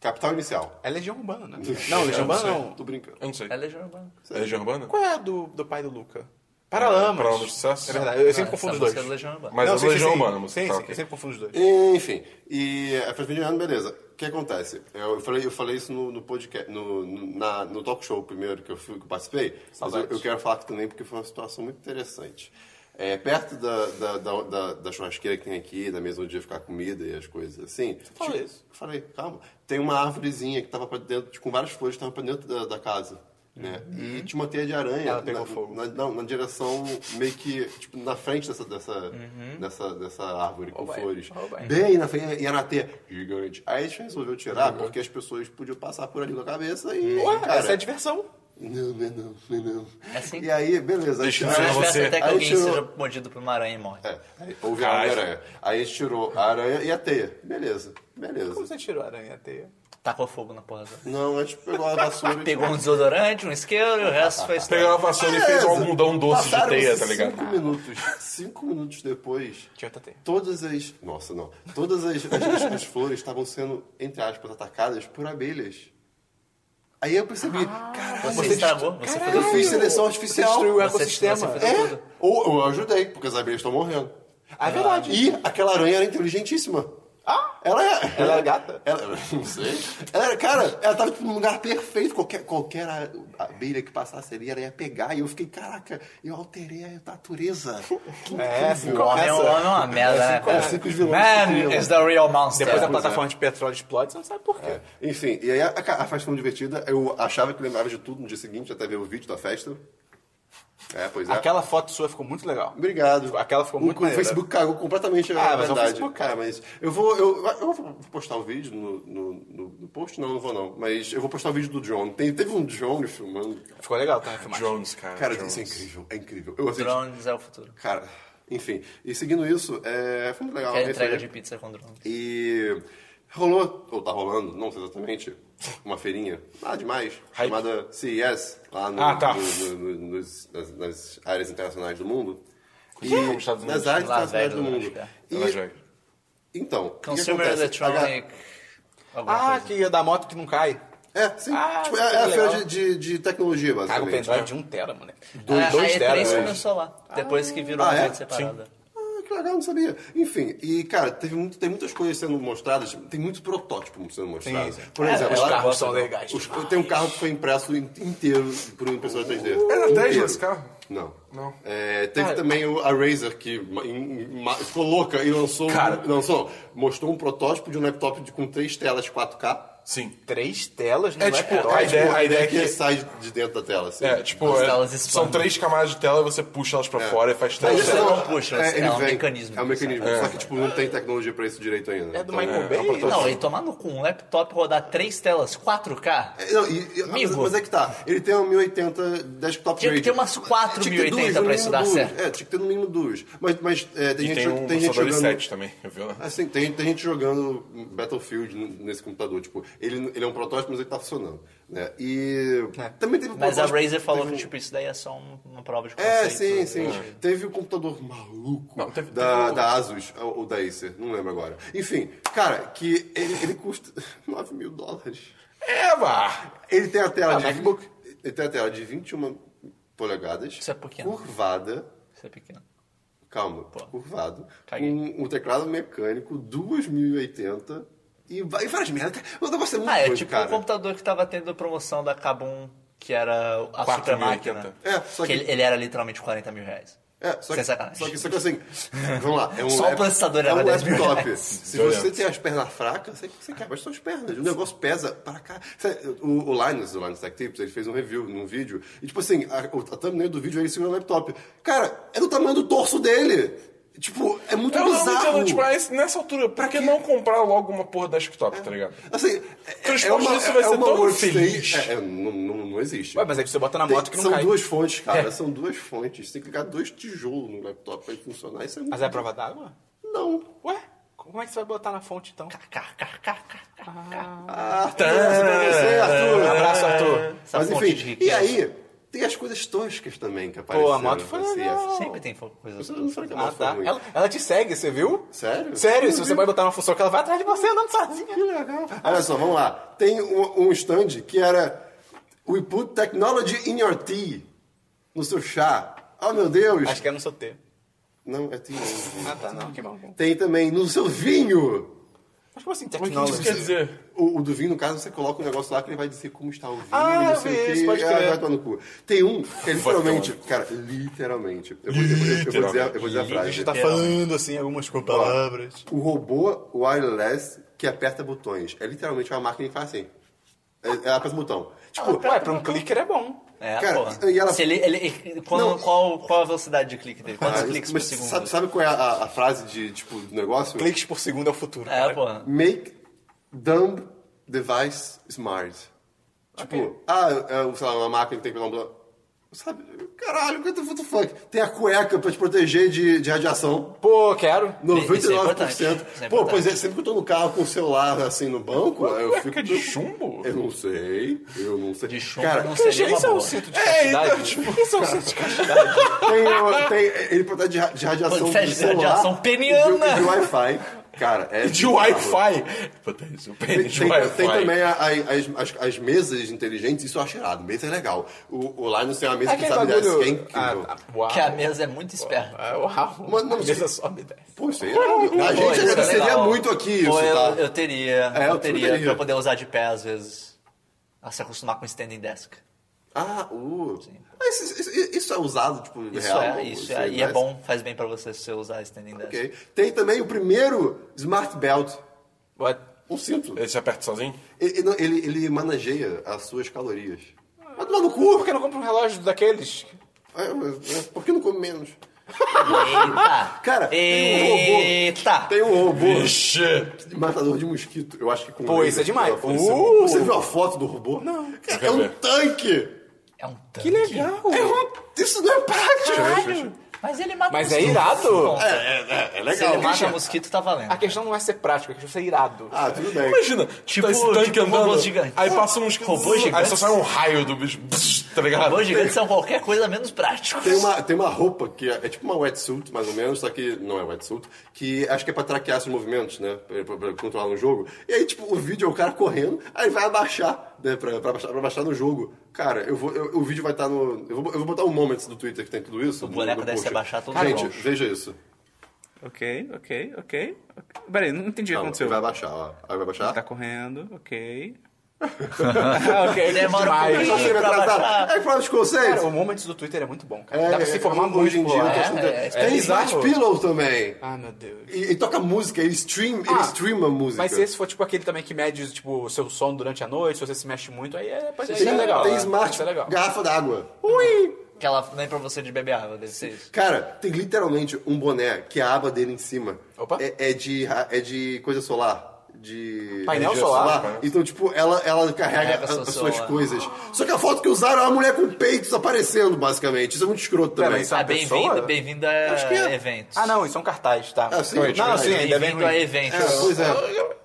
B: Capital Inicial.
A: É Legião Urbana, né? Não, Legião
C: Eu não
A: Urbana
C: sei.
A: não.
B: Tô brincando.
C: Eu não sei.
D: É Legião Urbana.
C: É Legião Urbana?
A: Qual é a do, do pai do Luca? Paralamas.
C: Paralamas de Sucesso.
A: É verdade, eu
D: Ah,
A: sempre confundo
D: essa
A: os dois.
D: música é do Legião Urbana.
C: Mas é do
A: sim, sim,
C: Legião
A: sim.
C: Urbana, a música,
A: Sim,
C: tá,
A: sim,
C: ok.
A: eu sempre confundo os dois.
B: Enfim, e a festa de ano, beleza. O que acontece? Eu falei, eu falei isso no, no podcast, no, no- na, no talk show primeiro que eu, fui, que eu participei, mas eu,
A: Saudades.
B: eu quero falar aqui também porque foi uma situação muito interessante. É, perto da, da, da, da- da churrasqueira que tem aqui, da mesa onde ia ficar a comida e as coisas assim. Você
A: falou isso?
B: Falei, calma. Tem uma árvorezinha que tava pra dentro, tipo, com várias flores que tava pra dentro da, da casa. Né? E tinha uma teia de aranha
A: Uhum. Ela pegou
B: na,
A: fogo.
B: na- não, na direção meio que tipo, na frente dessa, dessa,
A: Uhum.
B: dessa, dessa árvore com
A: vai,
B: flores.
A: ó, vai.
B: Bem na frente, e era teia gigante. Aí a gente resolveu tirar
C: Uhum.
B: porque as pessoas podiam passar por ali com a cabeça e.
A: Ué,
B: cara,
A: essa é a diversão.
B: Não, não, é não, não, é não.
D: É assim?
B: E aí, beleza.
C: Deixa
B: a
C: eu dizer
B: gente-
D: Mas
C: Aí
D: espera
C: você-
D: até que
B: aí
D: alguém
B: tirou-
D: seja mordido por uma aranha e morre.
B: É, aí houve a
C: Caralho.
B: aranha. Aí a gente tirou a aranha e a teia. Beleza,
A: Como
B: beleza.
A: você tirou a aranha da teia?
D: Tacou fogo na porra. da-
B: Não, a gente pegou a vassoura. e
D: Pegou um desodorante, um isqueiro e o resto
C: Pegou
D: foi
C: a
D: história.
C: vassoura e
B: Beleza.
C: fez um algodão doce de
B: Passaram-se
C: teia, tá ligado?
B: Cinco minutos. Cinco minutos depois,
A: Tinha outra teia.
B: todas as. Nossa, não. Todas as, as, as flores estavam sendo, entre aspas, atacadas por abelhas. Aí eu percebi, caralho,
D: Você estragou, você foi
B: eu fiz seleção artificial.
A: Você destruiu o
D: Você-
A: ecossistema.
D: você fez-
A: É.
B: É, ou eu ajudei, porque as abelhas estão morrendo.
A: Ah, é verdade.
B: E aquela aranha era inteligentíssima.
A: Ah,
B: Ela é.
A: Ela era gata?
B: Ela, não sei. Ela era, cara, ela tava tipo, num lugar perfeito. Qualquer, qualquer a- abelha que passasse ali, ela ia pegar. E eu fiquei, caraca, eu alterei a natureza. Que
A: É, assim
B: incrível.
D: O homem é um
A: Essa-
D: homem, é uma merda.
B: É
D: né?
B: assim que os vilões se
D: Man
B: criam.
D: is the real monster.
A: Depois a
B: pois
A: plataforma de petróleo explode, você não sabe por quê.
B: É. Enfim, e aí a, a festa foi muito divertida. Eu achava que lembrava de tudo no dia seguinte, até ver o vídeo da festa. É, pois é.
A: Aquela foto sua ficou muito legal.
B: Obrigado.
A: Aquela ficou muito
B: O, o
A: maneira.
B: Facebook cagou completamente a
A: Ah, mas é o
B: verdade.
A: Facebook,
B: cara, mas eu vou, eu, eu vou postar o vídeo no, no, no- no post? Não, não vou não. Mas eu vou postar o vídeo do drone. Tem, teve um drone filmando.
A: Ficou legal também a filmagem.
C: Jones, cara.
B: Cara,
C: Jones.
B: isso é incrível. É incrível. Eu assisti.
D: Drones é o futuro.
B: Cara, enfim. E seguindo isso, é, foi muito legal.
D: Quer
B: Esse
D: entrega
B: aí.
D: de pizza com drones.
B: E rolou, ou tá rolando, não sei exatamente, uma feirinha, nada demais,
C: Hype.
B: chamada CES, lá no-
C: Ah, tá.
B: no- no- no- nos- nas, nas áreas internacionais do mundo. E
C: Nos Estados Unidos.
B: nas áreas
D: Las
B: internacionais do
D: Vegas,
B: mundo.
D: acho que é.
C: Ela
B: E-
C: joga.
B: então, o que
D: Consumer
B: acontece?
D: Electronic. alguma
A: Ah,
D: coisa.
A: que ia da moto que não cai.
B: É, sim.
D: Ah,
B: tipo,
D: isso
B: é,
D: é
B: é a feira
D: legal.
B: de,
D: Ah,
B: de, de tecnologia,
A: Caga o
B: basicamente.
A: um pendrive de 1 tera, mano.
B: Dois-
D: a,
B: dois
D: a E3
A: né?
B: teras.
D: começou lá. Depois que virou
B: Ah,
D: uma
B: é?
D: rede separada.
B: Ah, que legal, não sabia. Enfim, e cara, teve muito, tem muitas coisas sendo mostradas, tem muito protótipo sendo mostrado.
A: Sim.
B: Por
D: É,
B: exemplo,
D: os
B: lá-
D: carros são legais
B: os- tem um carro que foi impresso in- inteiro por uma impressora 3D.
C: Era
B: Inteiro.
C: Tesla esse carro?
B: Não.
C: Não.
B: É, teve
D: Cara-
B: também o- a Razer que ma- em- ma- ficou louca e lançou, um-
A: Cara.
B: lançou, mostrou um protótipo de um laptop de- com três telas 4K.
C: Sim.
A: Três telas não
C: É
A: é,
C: tipo,
A: herói.
C: a
B: Aí, tipo,
C: ideia- a ideia
B: é que
C: é que-
B: ele sai de dentro da tela. Assim.
C: É, tipo,
D: As
C: é,
D: telas
C: são
D: expandem.
C: três camadas de tela e você puxa elas pra fora e faz
B: Mas
D: Mas
C: três.
D: isso
B: é
D: não
B: um-
D: puxa, é
B: ele
D: um mecanismo.
B: É um mecanismo. Só que, tipo, não tem tecnologia pra isso direito ainda.
A: É do
B: Então,
A: Michael
B: é.
A: Bay.
B: um protótipo.
D: Não, e tomar no cu um laptop rodar três telas 4K.
B: É, Não, e, e- mas,
D: Amigo.
B: mas é que tá. Ele tem uma 1080 desktop
D: Tinha que
B: grade.
D: ter umas quatro
B: Tinha que ter
D: 1080
B: duas,
D: pra
B: no mínimo
D: isso dar
B: duas.
D: certo.
B: É, tinha que ter no mínimo duas. Mas, mas é, tem,
C: E
B: gente,
C: tem um
B: tem gente
C: lançador
B: jogando...
C: 7 também, eu vi lá.
B: Assim, tem, tem gente jogando Battlefield n- nesse computador. Tipo, ele, ele é um protótipo, mas ele tá funcionando. Né? E
C: É.
B: também teve um
D: Mas a
B: protótipo-
D: Razer falou
B: teve
D: que
B: um-
D: tipo, isso daí é só um- uma prova de conceito. né?
B: É, sim, sim.
D: Ah.
B: Teve o computador maluco
C: Não, teve-
B: da,
C: teve um o-
B: da Asus, ou, ou da Acer, não lembro agora. Enfim, cara, que ele, ele custa 9 mil dólares.
C: É, Eva!
B: Ele tem a tela
A: Ah,
B: de.
A: MacBook.
B: Ele tem a tela de 21 polegadas.
D: Isso é pequeno.
B: Curvada.
D: Isso é pequeno.
B: Calma, curvado.
D: Caguei.
B: Um, um teclado mecânico, 2080. E, va- e várias merdas. O negócio é muito
D: Ah, é
B: doido,
D: tipo
B: cara.
D: um computador que tava tendo promoção da Kabum, que era a super
C: 4.080.
D: máquina.
B: É, só
D: que
B: que-
D: ele, ele era literalmente 40 mil reais.
B: É, só
D: Sem
B: que,
D: sacanagem.
B: só que, só que assim, vamos lá. É um
D: Só o
B: lap-
D: processador
B: é
D: era
B: um
D: 10 mil
B: laptop.
D: reais.
B: Se
C: Violento.
B: você tem as pernas fracas, você, você quebra as suas pernas. O negócio pesa para cá. Sabe, O, o Linus, o Linus Tech Tips, ele fez um review num vídeo. E tipo assim, a, o, a thumbnail do vídeo é ele segurando o laptop. Cara, é do tamanho do torso dele. Tipo, é muito
C: Eu não
B: bizarro.
C: entendo demais tipo, é nessa altura. Pra que não comprar logo uma porra desktop, tá ligado?
B: Assim, é, é
C: Transporte
B: uma,
C: disso vai
B: é
C: ser
B: uma
C: tão
B: workstation-
C: feliz.
B: É, é, não, não, não existe.
A: Ué, mas é que você bota na
B: Tem-
A: moto que não
B: são
A: cai.
B: duas fontes, cara. São duas fontes. Você tem que ligar dois tijolos no laptop pra ele funcionar. Isso é muito
A: Mas é a prova d'água?
B: Não.
A: Ué? Como é que você vai botar na fonte então?
B: Arthur, essa pra você, Arthur.
A: Abraço, tá Arthur.
B: tá. É,
D: Essa
B: Mas
D: fonte um de
B: enfim, e
D: riqueza.
B: aí, tem as coisas toscas também que apareceram.
A: Pô, a moto foi
B: nesse
A: legal.
B: CS.
D: Sempre tem fo- coisas.
B: Eu não falei que a
A: Ah,
B: moto foi
A: tá.
B: ruim.
A: Ela, ela te segue, você viu?
B: Sério?
A: Sério,
B: Eu
A: se
B: vi.
A: você vai botar uma função que ela vai atrás de você andando sozinha.
B: Olha só, vamos lá. Tem um, um stand que era We put technology in your tea. No seu chá. Oh, meu Deus.
A: Acho que é no seu T.
B: Não, é tea. mesmo.
A: Ah, tá, não, que bom.
B: Tem também no seu vinho.
A: Mas como assim,
C: O que isso
A: tecnologia?
C: quer dizer?
B: O, o do vinho, no caso, você coloca um negócio lá que ele vai dizer como está o vinho,
A: Ah,
B: não
A: eu
B: sei
A: vi
B: o quê.
A: isso, pode
B: ah,
A: crer.
B: vai tomar no cu. Tem um que é literalmente, cara, literalmente. Eu vou, eu vou- eu vou dizer, a- eu vou né? dizer a
A: A gente
B: frase.
A: tá falando assim algumas palavras.
B: O robô wireless que aperta botões. É literalmente uma máquina que faz assim. Ela ela aperta o botão. Tipo,
A: Ué, pra um clicker é bom.
D: É,
B: Cara,
D: porra.
B: e ela-
D: Se ele, ele- ele- quando-
B: Não.
D: qual, qual a velocidade de clique dele? Quantos
B: ah,
D: cliques por
B: mas
D: segundo?
B: sabe, sabe qual é a, a frase de, tipo, do negócio?
A: Cliques por segundo é o futuro.
D: É,
A: cara.
D: porra.
B: Make dumb device smart. Tipo, ah, é, sei lá, uma máquina que tem que pegar um blo- Sabe? Caralho, what the- what the fuck? Tem a cueca pra te proteger de, de radiação.
A: Pô, quero.
D: Isso
B: 99%.
D: é importante. Isso é
B: Pô,
D: importante.
B: pois é, sempre que eu tô no carro com o celular assim no banco, eu fico.
C: Cueca de chumbo?
B: Eu não sei, eu não sei.
D: De chumbo
B: Cara,
D: não
A: Cara,
D: seria uma
A: isso é um
D: boa.
A: cinto de
C: É,
A: castidade?
C: então, tipo,
A: isso é um cinto de castidade?
B: tem, o- tem- ele protege de, ra- de radiação do
D: Protege de
B: celular.
D: radiação
B: e de- e
D: peniana.
B: De, Wi-Fi. Cara, é.
C: De
B: bizarro. é
C: Wi-Fi. Potência, o
B: Tem,
C: pênis de
B: tem- tem também
C: Wi-Fi.
B: a- a- as, as- as mesas inteligentes, isso eu acho irado. Mesa é legal. O, o Linus tem uma mesa que
A: Aquele
B: sabe desce,
A: bagulho...
B: que é incrível.
A: Ah, tá. Uau.
D: Que a mesa é muito esperta.
A: Ah, Uau.
B: Mas não-
A: a mesa sobe e desce.
B: Pô, isso aí é irado. A
D: Pô,
B: gente
D: isso é
B: agradeceria
D: legal.
B: muito aqui isso,
D: Pô, eu,
B: tá?
D: eu teria.
B: É,
D: eu,
B: eu
D: teria,
B: teria.
D: pra eu poder usar de pé às vezes. A se acostumar com standing desk.
B: Ah, uh. Ah, isso, isso- isso é usado, tipo,
D: Isso
B: real?
D: é, isso é. E é
B: parece?
D: bom, faz bem pra você se você usar standing desk.
B: Ok. Tem também o primeiro Smart Belt.
A: What?
B: Um cinto.
C: Ele se aperta sozinho?
B: Ele, ele- ele, ele maneja as suas calorias. Mas lá no cu,
A: Por que não compra um relógio daqueles?
B: É, é, é, por que não come menos?
D: Eita!
B: Ah, Cara, tem
D: Ah,
B: um
D: Eita!
B: Tem um robô
C: Ixi!
B: matador de mosquito. Eu acho que com
A: Pô,
B: laser
A: isso é demais.
B: ela apareceu.
A: Uh!
B: Você viu a foto do robô? Não. É um
C: ver.
B: tanque.
D: É um
A: Que
D: tanque.
A: legal.
B: É um- Isso não é prático.
D: Mas ele mata
A: Mas é
D: mosquito.
A: irado.
D: Bom,
B: É, é, é, é
D: Se ele
B: legal.
D: mata mosquito, tá valendo.
A: A questão não é ser prático, a questão é ser irado.
B: Ah, tudo bem.
C: Imagina,
D: Tipo-
C: tipo, tá esse tanque
D: tipo robôs
C: andando,
D: gigantes.
C: aí passa uns...
D: Robôs
C: aí
D: gigantes?
C: só sai um raio do bicho, tá ligado?
D: Robôs gigantes são qualquer coisa menos práticos.
B: Tem uma, tem uma roupa que é, é tipo uma wetsuit, mais ou menos, só que não é wetsuit, que acho que é pra traquear seus movimentos, né? Pra, pra- pra controlar no jogo. E aí, tipo, o vídeo é o cara correndo, aí vai abaixar. né, pra, pra baixar, pra baixar no jogo. Cara, eu vou, eu- o vídeo vai estar no. Eu vou, eu vou botar o Moments do Twitter que tem tudo isso. O
D: boneco deve se abaixar todo
B: Gente,
D: jogo.
B: veja isso.
E: Ok, ok, ok. Peraí, não entendi o que
B: Calma,
E: aconteceu.
B: vai abaixar, ó. Aí vai abaixar.
E: Tá correndo, ok. ah, ok.
D: Demora um
B: Ele tá
D: pouquinho
B: chegando
D: pra
B: atrasado.
D: baixar.
B: É que fala dos conceitos.
A: Cara, o Moments do Twitter é muito bom, cara.
B: É,
A: Dá pra se
B: é,
A: formar muito
B: hoje em dia. eu
A: lá.
B: tô
D: é,
B: estudando.
D: é,
B: tem
A: tipo
B: Smart Pillow também.
A: Ah, meu Deus.
B: E, e toca música, ele, stream, ele
A: Ah,
B: streama música.
A: Mas se esse for tipo aquele também que mede tipo, o seu sono durante a noite, se você se mexe muito, aí é, pode
B: tem,
A: ser legal.
B: tem
A: né?
B: Smart
A: Isso é legal.
B: garrafa d'água.
D: Que ela nem pra você de beber água, deve ser isso.
B: Cara, tem literalmente um boné que a aba dele em cima
A: Opa.
B: É, é de, ra- é de coisa solar. De
A: Painel
B: energia
A: solar,
C: cara.
B: Então, tipo, ela, ela carrega
D: Carrega
B: as,
D: seu
B: as suas
D: solar.
B: coisas. Só que a foto que usaram é uma mulher com peitos aparecendo, basicamente. Isso é muito escroto
A: Pera,
B: também.
A: isso é
D: Ah,
A: uma
D: bem-vindo,
A: pessoa?
D: bem-vindo a
B: Acho que é.
D: eventos.
A: Ah, não, isso é um cartaz, tá?
B: Ah, sim,
A: não,
B: verdade.
A: não, sim, ainda é bem
D: Bem-vindo
A: ruim.
D: a eventos.
B: É, pois é.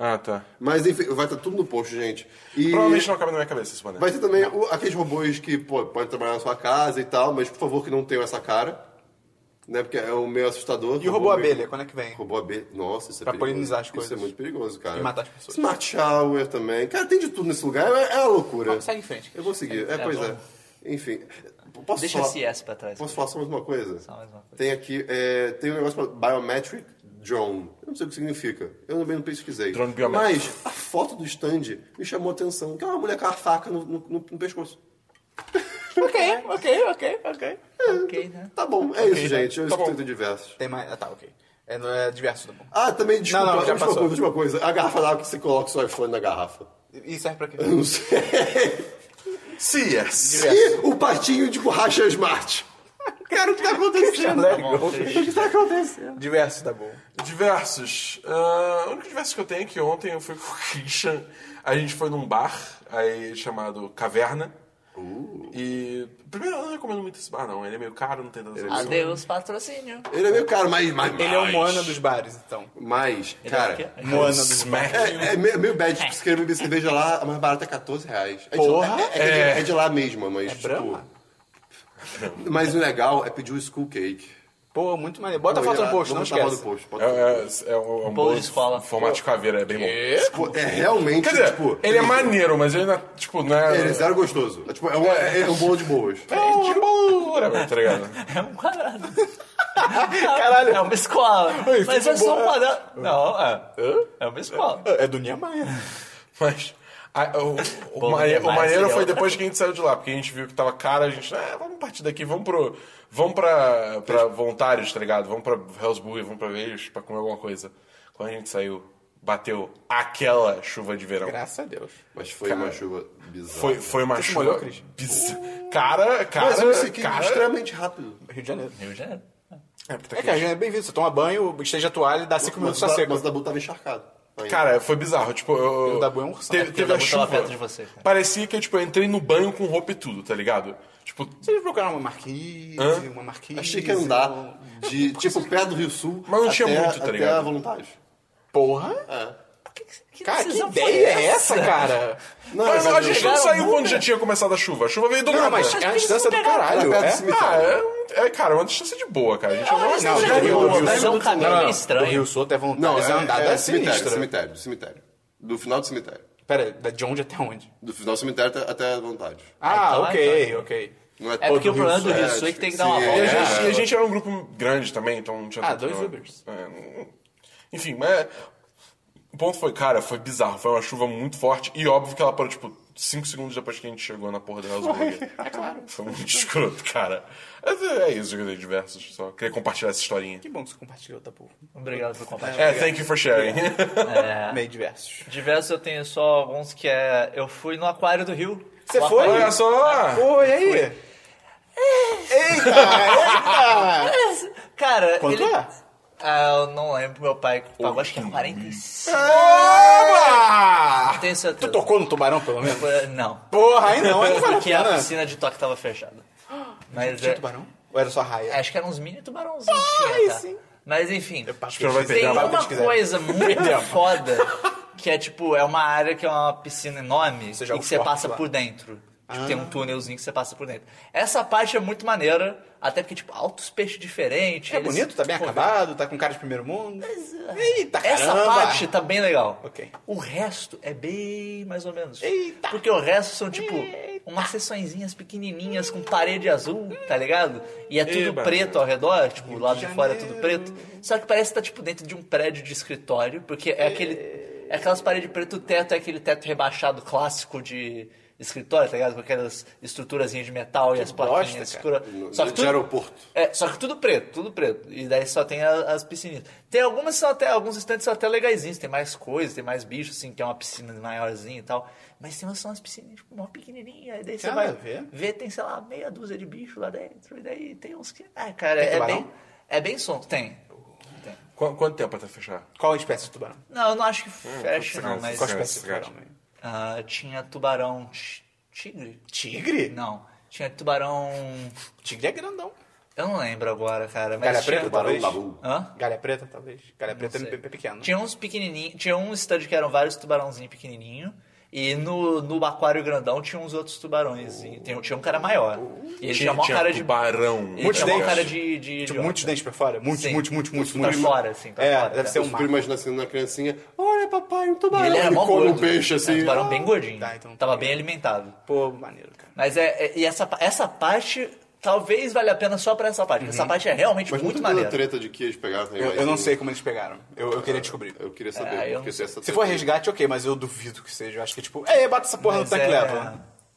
C: Ah, tá.
B: Mas enfim, vai estar tudo no post, gente. E
C: Provavelmente não cabe na minha cabeça esse boneco.
B: vai ter também o- aqueles robôs que pô, podem trabalhar na sua casa e tal, mas por favor que não tenham essa cara. Né? Porque é um meio assustador.
A: E o robô
B: meio-
A: abelha, quando é que vem?
B: Robô abelha. Nossa, isso é
A: Pra
B: perigoso.
A: polinizar as
B: Isso é
A: coisas.
B: muito perigoso, cara.
A: E matar as pessoas.
B: Smart shower também. Cara, tem de tudo nesse lugar. É, é uma loucura.
A: Ah, segue em frente.
B: Eu vou seguir. É,
D: É,
B: pois é.
D: vamos.
B: Enfim. Posso
D: Deixa
B: falar?
D: esse S pra trás.
B: Posso falar só mais uma coisa?
D: Só mais uma coisa.
B: Tem aqui, é, tem um negócio pra Biometric Drone. Eu não sei o que significa. Eu também não pesquisei.
C: Drone biométrico.
B: Mas a foto do stand me chamou a atenção. Que é uma mulher com a faca no, no- no- no pescoço.
A: Ok, ok, ok, ok.
D: Ok, né?
B: Tá bom, é isso, gente. Eu
C: Tá bom.
B: escuto diversos.
A: Tem mais. Ah, tá, ok. É, não é diverso do mundo.
B: Ah, também, desculpa,
A: Não, não, já
B: última,
A: passou.
B: coisa, última coisa. A garrafa d'água que você coloca o seu iPhone na garrafa.
A: E serve pra quê?
B: Eu não sei.
C: CS.
B: E o patinho de borracha smart.
A: Cara, o que tá acontecendo?
D: Tá bom, deixa.
A: Diverso, tá bom.
C: Diversos. Ah, o único diverso que eu tenho é que ontem eu fui com o Christian. A gente foi num bar aí, chamado Caverna. Uh. E. Primeiro, eu não recomendo muito esse bar, não. Ele é meio caro, não tem tantas opções.
D: Adeus, patrocínio.
B: Ele é meio caro, mas... mas
A: Ele é o
B: mas-
A: Moana dos bares, então.
B: Mas,
D: Ele é
B: cara...
D: o quê?
A: Moana dos
C: Smack.
B: É, é meio, meio bad, tipo, se querer beber cerveja lá, a mais barata é 14 reais. É de,
A: Porra!
B: é, é de- é de lá mesmo, mas, tipo...
A: Brahma?
B: Mas o legal é pedir o school cake.
A: Pô, muito maneiro. Bota a
B: Vou
A: foto no
B: olhar,
A: Tá post,
B: é
A: não
B: vou botar a
A: esquece.
B: foto no post, bota
C: É,
B: no post.
C: é, é um, é um
D: Bolo de escola.
C: Formato de caveira, é bem bom.
B: Pô, É realmente,
C: Quer dizer,
B: tipo...
C: ele é maneiro, mas ele ainda, tipo, não é.
B: Ele é zero gostoso. É, tipo, é um, é- é um bolo de boas.
C: É um bom, whatever, tá ligado?
D: É um quadrado. Caralho. É uma escola. Mas é só um quadrado. Não, é. É uma escola.
A: É do Niemeyer.
C: Mas a- o, o,
D: Bom,
C: mane- o
D: demais,
C: maneiro
D: eu.
C: foi depois que a gente saiu de lá, porque a gente viu que tava caro, a gente, ah, vamos partir daqui, vamos pro. Vamos pra, pra voluntários, tá ligado? Vamos pra Hellsburg, vamos pra Veios pra comer alguma coisa. Quando a gente saiu, bateu aquela chuva de verão.
A: Graças a Deus.
B: Mas foi uma chuva bizarra.
C: Foi, foi uma
A: Você se
C: chuva.
A: molhou, Cris?
C: bizarra. Cara, cara.
B: Mas eu sequei
C: cara
B: extremamente rápido.
A: Rio de Janeiro.
D: Rio de Janeiro.
C: É, porque tá
A: É, cara,
C: quente.
A: já é bem-vindo. Você toma banho, estende a toalha e dá cinco
B: Mas
A: minutos
B: o
A: tá
B: da-
A: seco.
B: mas o Dabu tava encharcado. ainda.
C: Cara, foi bizarro. Tipo, eu.
A: o Dabu é um ursão.
C: Teve,
D: Porque o
C: teve a
D: Dabu tava
C: chuva.
D: perto de você, cara.
C: Parecia que tipo, eu entrei no banho com roupa e tudo, tá ligado? Tipo,
A: Vocês procuraram uma marquise,
C: Hã?
A: uma marquise...
B: Achei que um ia andar de, tipo, pé do Rio Sul
C: Mas não
B: até,
C: tinha muito, tá
B: até
C: ligado?
B: a voluntários.
A: Porra!
D: Que, que
A: Cara, que
D: decisão
A: ideia
D: foi
A: é essa, cara?
B: Não, é
C: Mas não, a
B: mas
C: gente
B: eu-
C: não
D: Chegaram
C: saiu
D: muito,
C: quando
D: né?
C: já tinha começado a chuva. A chuva veio do
A: Não,
C: nada.
A: mas é uma distância do caralho.
B: Era perto
A: é?
B: do cemitério.
C: Ah, é, é, cara, uma distância de boa, cara. A gente assim,
D: uma
C: vai-
D: distância
C: já
D: de
C: viu,
D: boa,
C: viu.
D: né? Mas é um
A: Não,
D: caminho
A: não,
D: meio
A: não.
D: estranho.
A: Do Rio Sul até vontade.
B: Não,
A: Essa
B: é,
A: andada
B: é,
A: é
B: cemitério,
A: sinistra.
B: cemitério, cemitério. Do final do cemitério.
A: Pera, aí, de onde até onde?
B: Do final do cemitério até, até a vontade.
A: Ah,
D: então,
A: ok,
D: então.
A: ok.
B: Não
D: É porque o problema do Rio
B: é,
D: Sul é que tem que dar
B: sim,
D: uma
B: é.
C: E a,
D: volta.
C: gente, e a gente era um grupo grande também, então não tinha
A: Ah,
C: tanto
A: dois
C: problema.
A: Ubers.
C: É, não- enfim, mas. é, O ponto foi, cara, foi bizarro. Foi uma chuva muito forte e óbvio que ela parou, tipo, 5 segundos depois que a gente chegou na porra da Hellsburg. É claro. Foi muito escroto, cara. Mas É, é isso, eu diversos. Só queria compartilhar essa historinha.
A: Que bom que você compartilhou, tá porra.
D: Obrigado por compartilhar.
C: É, thank you for sharing.
D: É.
A: Meio diversos.
D: Diversos eu tenho só alguns que é. Eu fui no Aquário do Rio.
A: Você
D: O
A: foi?
D: aquário-
C: Olha só!
A: Pô, e aí? Eita, eita!
D: Cara,
A: Quanto
D: ele-
A: é?
D: Ah, eu não lembro, meu pai pagou, acho que é 45.
A: Toma!
D: Tenho certeza.
A: Ah, Tu tocou no tubarão, pelo menos?
D: Foi- Não.
A: Porra, aí não, aí não vale a
D: Porque a
A: pena.
D: piscina de toque tava fechada. Mas
A: Tinha
D: é,
A: tubarão? Ou era só raia?
D: acho que eram uns mini tubarãozinhos. que tinha,
A: aí
D: tá?
A: sim.
D: Mas enfim.
A: acho
C: que não vai
D: Tem
C: pegar,
A: vai,
D: uma
A: se quiser.
D: coisa muito
A: Perdemos.
D: foda que é tipo, é uma área que é uma piscina enorme
A: Você
D: e
A: joga
D: que
A: o
D: você
A: short
D: passa
A: lá.
D: por dentro. Tipo, tem um túnelzinho que você passa por dentro. Essa parte é muito maneira, até porque, tipo, altos peixes diferentes.
A: É
D: eles- tipo,
A: bonito, tá bem
D: Pô,
A: acabado, tá com cara de primeiro mundo. Eita,
D: Essa
A: caramba!
D: parte tá bem legal.
A: Ok.
D: O resto é bem mais ou menos.
A: Eita.
D: Porque o resto são, tipo, umas seçõezinhas pequenininhas com parede azul, tá ligado? E é tudo
C: Eba.
D: preto ao redor, tipo, o lado
A: de
D: de fora é
A: Janeiro.
D: tudo preto. Só que parece que tá, tipo, dentro de um prédio de escritório, porque é aquele... É aquelas paredes preto, o teto é aquele teto rebaixado clássico de escritório, tá ligado? Com aquelas estruturazinhas de metal e as
A: bosta,
D: plaquinhas
A: cara.
D: escuras. Só que
B: De
D: tudo-
B: aeroporto.
D: é, só que tudo preto, tudo preto. E daí só tem a- as piscininhas. Tem algumas que são até, alguns estantes são até legaisinhos, tem mais coisas, tem mais bichos, assim, tem uma piscina maiorzinha e tal. Mas tem umas são as piscininhas, tipo, uma pequenininha. E daí você
A: Cara,
D: vai
A: vê.
D: ver. tem, sei lá, meia dúzia de bichos lá dentro. E daí tem uns que. Ah, cara,
A: Tem
D: é
A: tubarão?
D: bem, é bem som. Tem. Tem.
C: Qu- quanto tempo até fechar?
A: Qual espécie de tubarão?
D: Não, eu não acho que
A: Hum,
C: sacanagem,
D: fecha, não, mas.
A: Qual
C: Esse-
A: espécie de
C: esse
A: tubarão?
C: gato.
D: ah, tinha tubarão. ti- Tigre?
A: Tigre?
D: Não. Tinha tubarão.
A: Tigre é grandão.
D: Eu não lembro agora, cara. Mas
A: Galha
D: tinha-
A: preta,
B: Tubarão
A: é talvez?
B: tabu.
D: Hã?
A: Galha preta, talvez. Galha preta é
D: sei.
A: pe- pequeno.
D: Tinha um uns pequenininhos, tinha um stand que eram vários tubarãozinhos pequenininhos. E no, no aquário grandão tinha uns outros tubarões. e Tinha, tinha um cara maior. E ele tinha, uma cara de.
C: tubarão.
D: Ele
A: Muitos
D: tinha uma
A: dentes.
D: cara de. de
A: Tipo,
D: idiota.
A: muitos dentes pra fora. Muitos,
D: Sim.
A: muitos, muitos, muitos.
D: Pra
A: muitos.
D: fora, assim, pra
A: É,
D: fora,
A: deve
D: é.
A: ser um
B: Os
A: mar.
B: primas nascendo na criancinha. Olha, papai, um tubarão.
D: E ele era mó
B: come
D: gordo.
B: um peixe
D: Era
B: assim.
D: Um tubarão bem
B: Ah,
D: gordinho.
A: Tá, então-
D: Tava bem alimentado.
A: Pô, maneiro, cara.
D: Mas é. é- e essa, pa- essa parte talvez valha a pena só pra essa parte. porque
A: Uhum.
D: Essa parte é realmente
B: Mas
D: muito
B: não tem toda a
D: maneira.
B: treta de que eles pegaram. né?
A: Eu,
B: Mas,
A: eu não
B: assim,
A: sei como eles pegaram. Eu, eu queria descobrir.
B: Eu queria
D: Ah,
B: saber.
D: eu
B: porque
D: não sei.
B: essa
A: Se for
B: treta-
A: resgate, ok, mas eu duvido que seja. Eu acho que é tipo, ei, bota essa porra
D: Mas
A: no tanque
D: é-
A: e leva.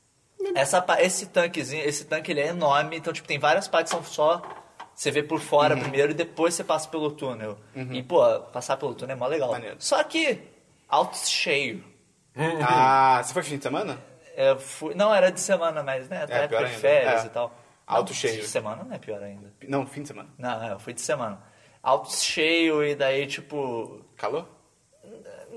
A: né?
D: Essa, pa- esse tanquezinho, esse tanque ele é enorme, então tipo, tem várias partes que são só. Você vê por fora
A: Uhum.
D: primeiro e depois você passa pelo túnel. E, pô, passar pelo túnel é mó legal.
A: Maneiro.
D: Só que, alto cheio.
A: Ah, você foi fim de semana?
D: Eu fui- não, era de semana, mas né? Até
A: pior
D: época de
A: ainda.
D: férias
A: É.
D: e tal.
A: Alto
D: Não,
A: cheio.
D: De semana não é pior ainda.
A: Não, fim de semana.
D: Não, é, eu fui de semana. Alto cheio e daí, tipo.
A: Calor?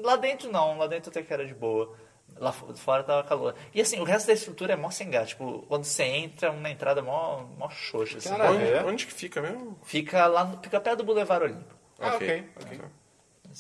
D: Lá dentro não, lá dentro até que era de boa. Lá fo- fora tava calor. E assim, o resto da estrutura é mó sem gás. Tipo, quando você entra, é uma entrada mó, mó xoxa. Assim.
A: Caralho.
C: Onde,
A: É.
C: onde que fica mesmo? Então,
D: Fica lá, no- fica perto do Boulevard Olímpico.
A: Ah, ok, ok.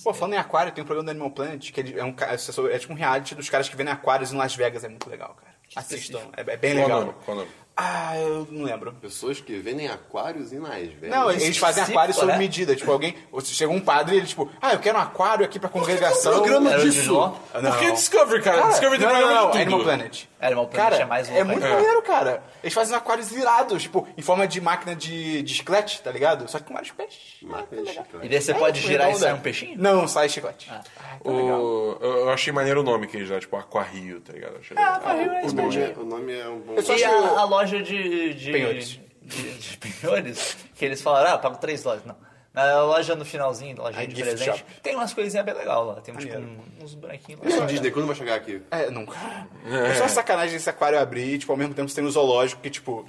A: Pô, falando em aquário, tem um programa do Animal Planet que ele é, um, ca- é sobre- é tipo um reality dos caras que vêm em aquários em Las Vegas. É muito legal, cara. Assistam. É, é bem
C: Qual o
A: legal.
C: nome? Qual o nome?
A: Ah, eu não lembro.
B: Pessoas que vendem aquários em Las Vegas.
A: Não, eles, eles fazem
D: É específico,
A: aquário sob
D: né?
A: medida. Tipo, alguém. ou se Chega um padre e ele, tipo, ah, eu quero um aquário aqui pra congregação.
B: programa
D: Era o
B: disso?
D: é de Ló.
A: Ah,
C: Por que
A: não.
C: Discovery, cara?
A: Cara,
C: Discovery tem
A: não, não,
C: programa
A: não,
C: de tudo.
A: Animal Planet.
D: Animal Planet
A: cara,
D: é mais louco
A: muito
D: ainda.
A: maneiro, cara. Eles fazem aquários irados, tipo, em forma de máquina de, de chiclete, tá ligado? Só que com vários peixes. Ah, tá
B: Máquina de chiclete.
D: E daí você
A: É,
D: pode
A: tipo,
D: girar e
A: redonda.
D: sair um peixinho?
A: Não, sai chiclete. Ah, tá legal.
C: O- eu eu achei maneiro o nome que eles dão, tipo Aquarrio, tá ligado? Achei
B: O nome, é, o nome é um bom.
A: só
D: E
A: acho
D: a,
A: que eu-
D: a loja de. de
A: Penhores.
D: De, de penhores, que eles falaram, ah, pago três lojas. Não. Na loja no finalzinho, lojinha
A: Aí,
D: de
A: gift
D: presente,
A: shop. é.
D: tem umas coisinhas bem legal lá. Tem tipo,
A: Maneiro.
D: um- uns buraquinhos lá.
B: E o Disney, quando vai chegar aqui?
A: É, nunca. É só sacanagem esse aquário abrir e, tipo, ao mesmo tempo você tem um zoológico que, tipo,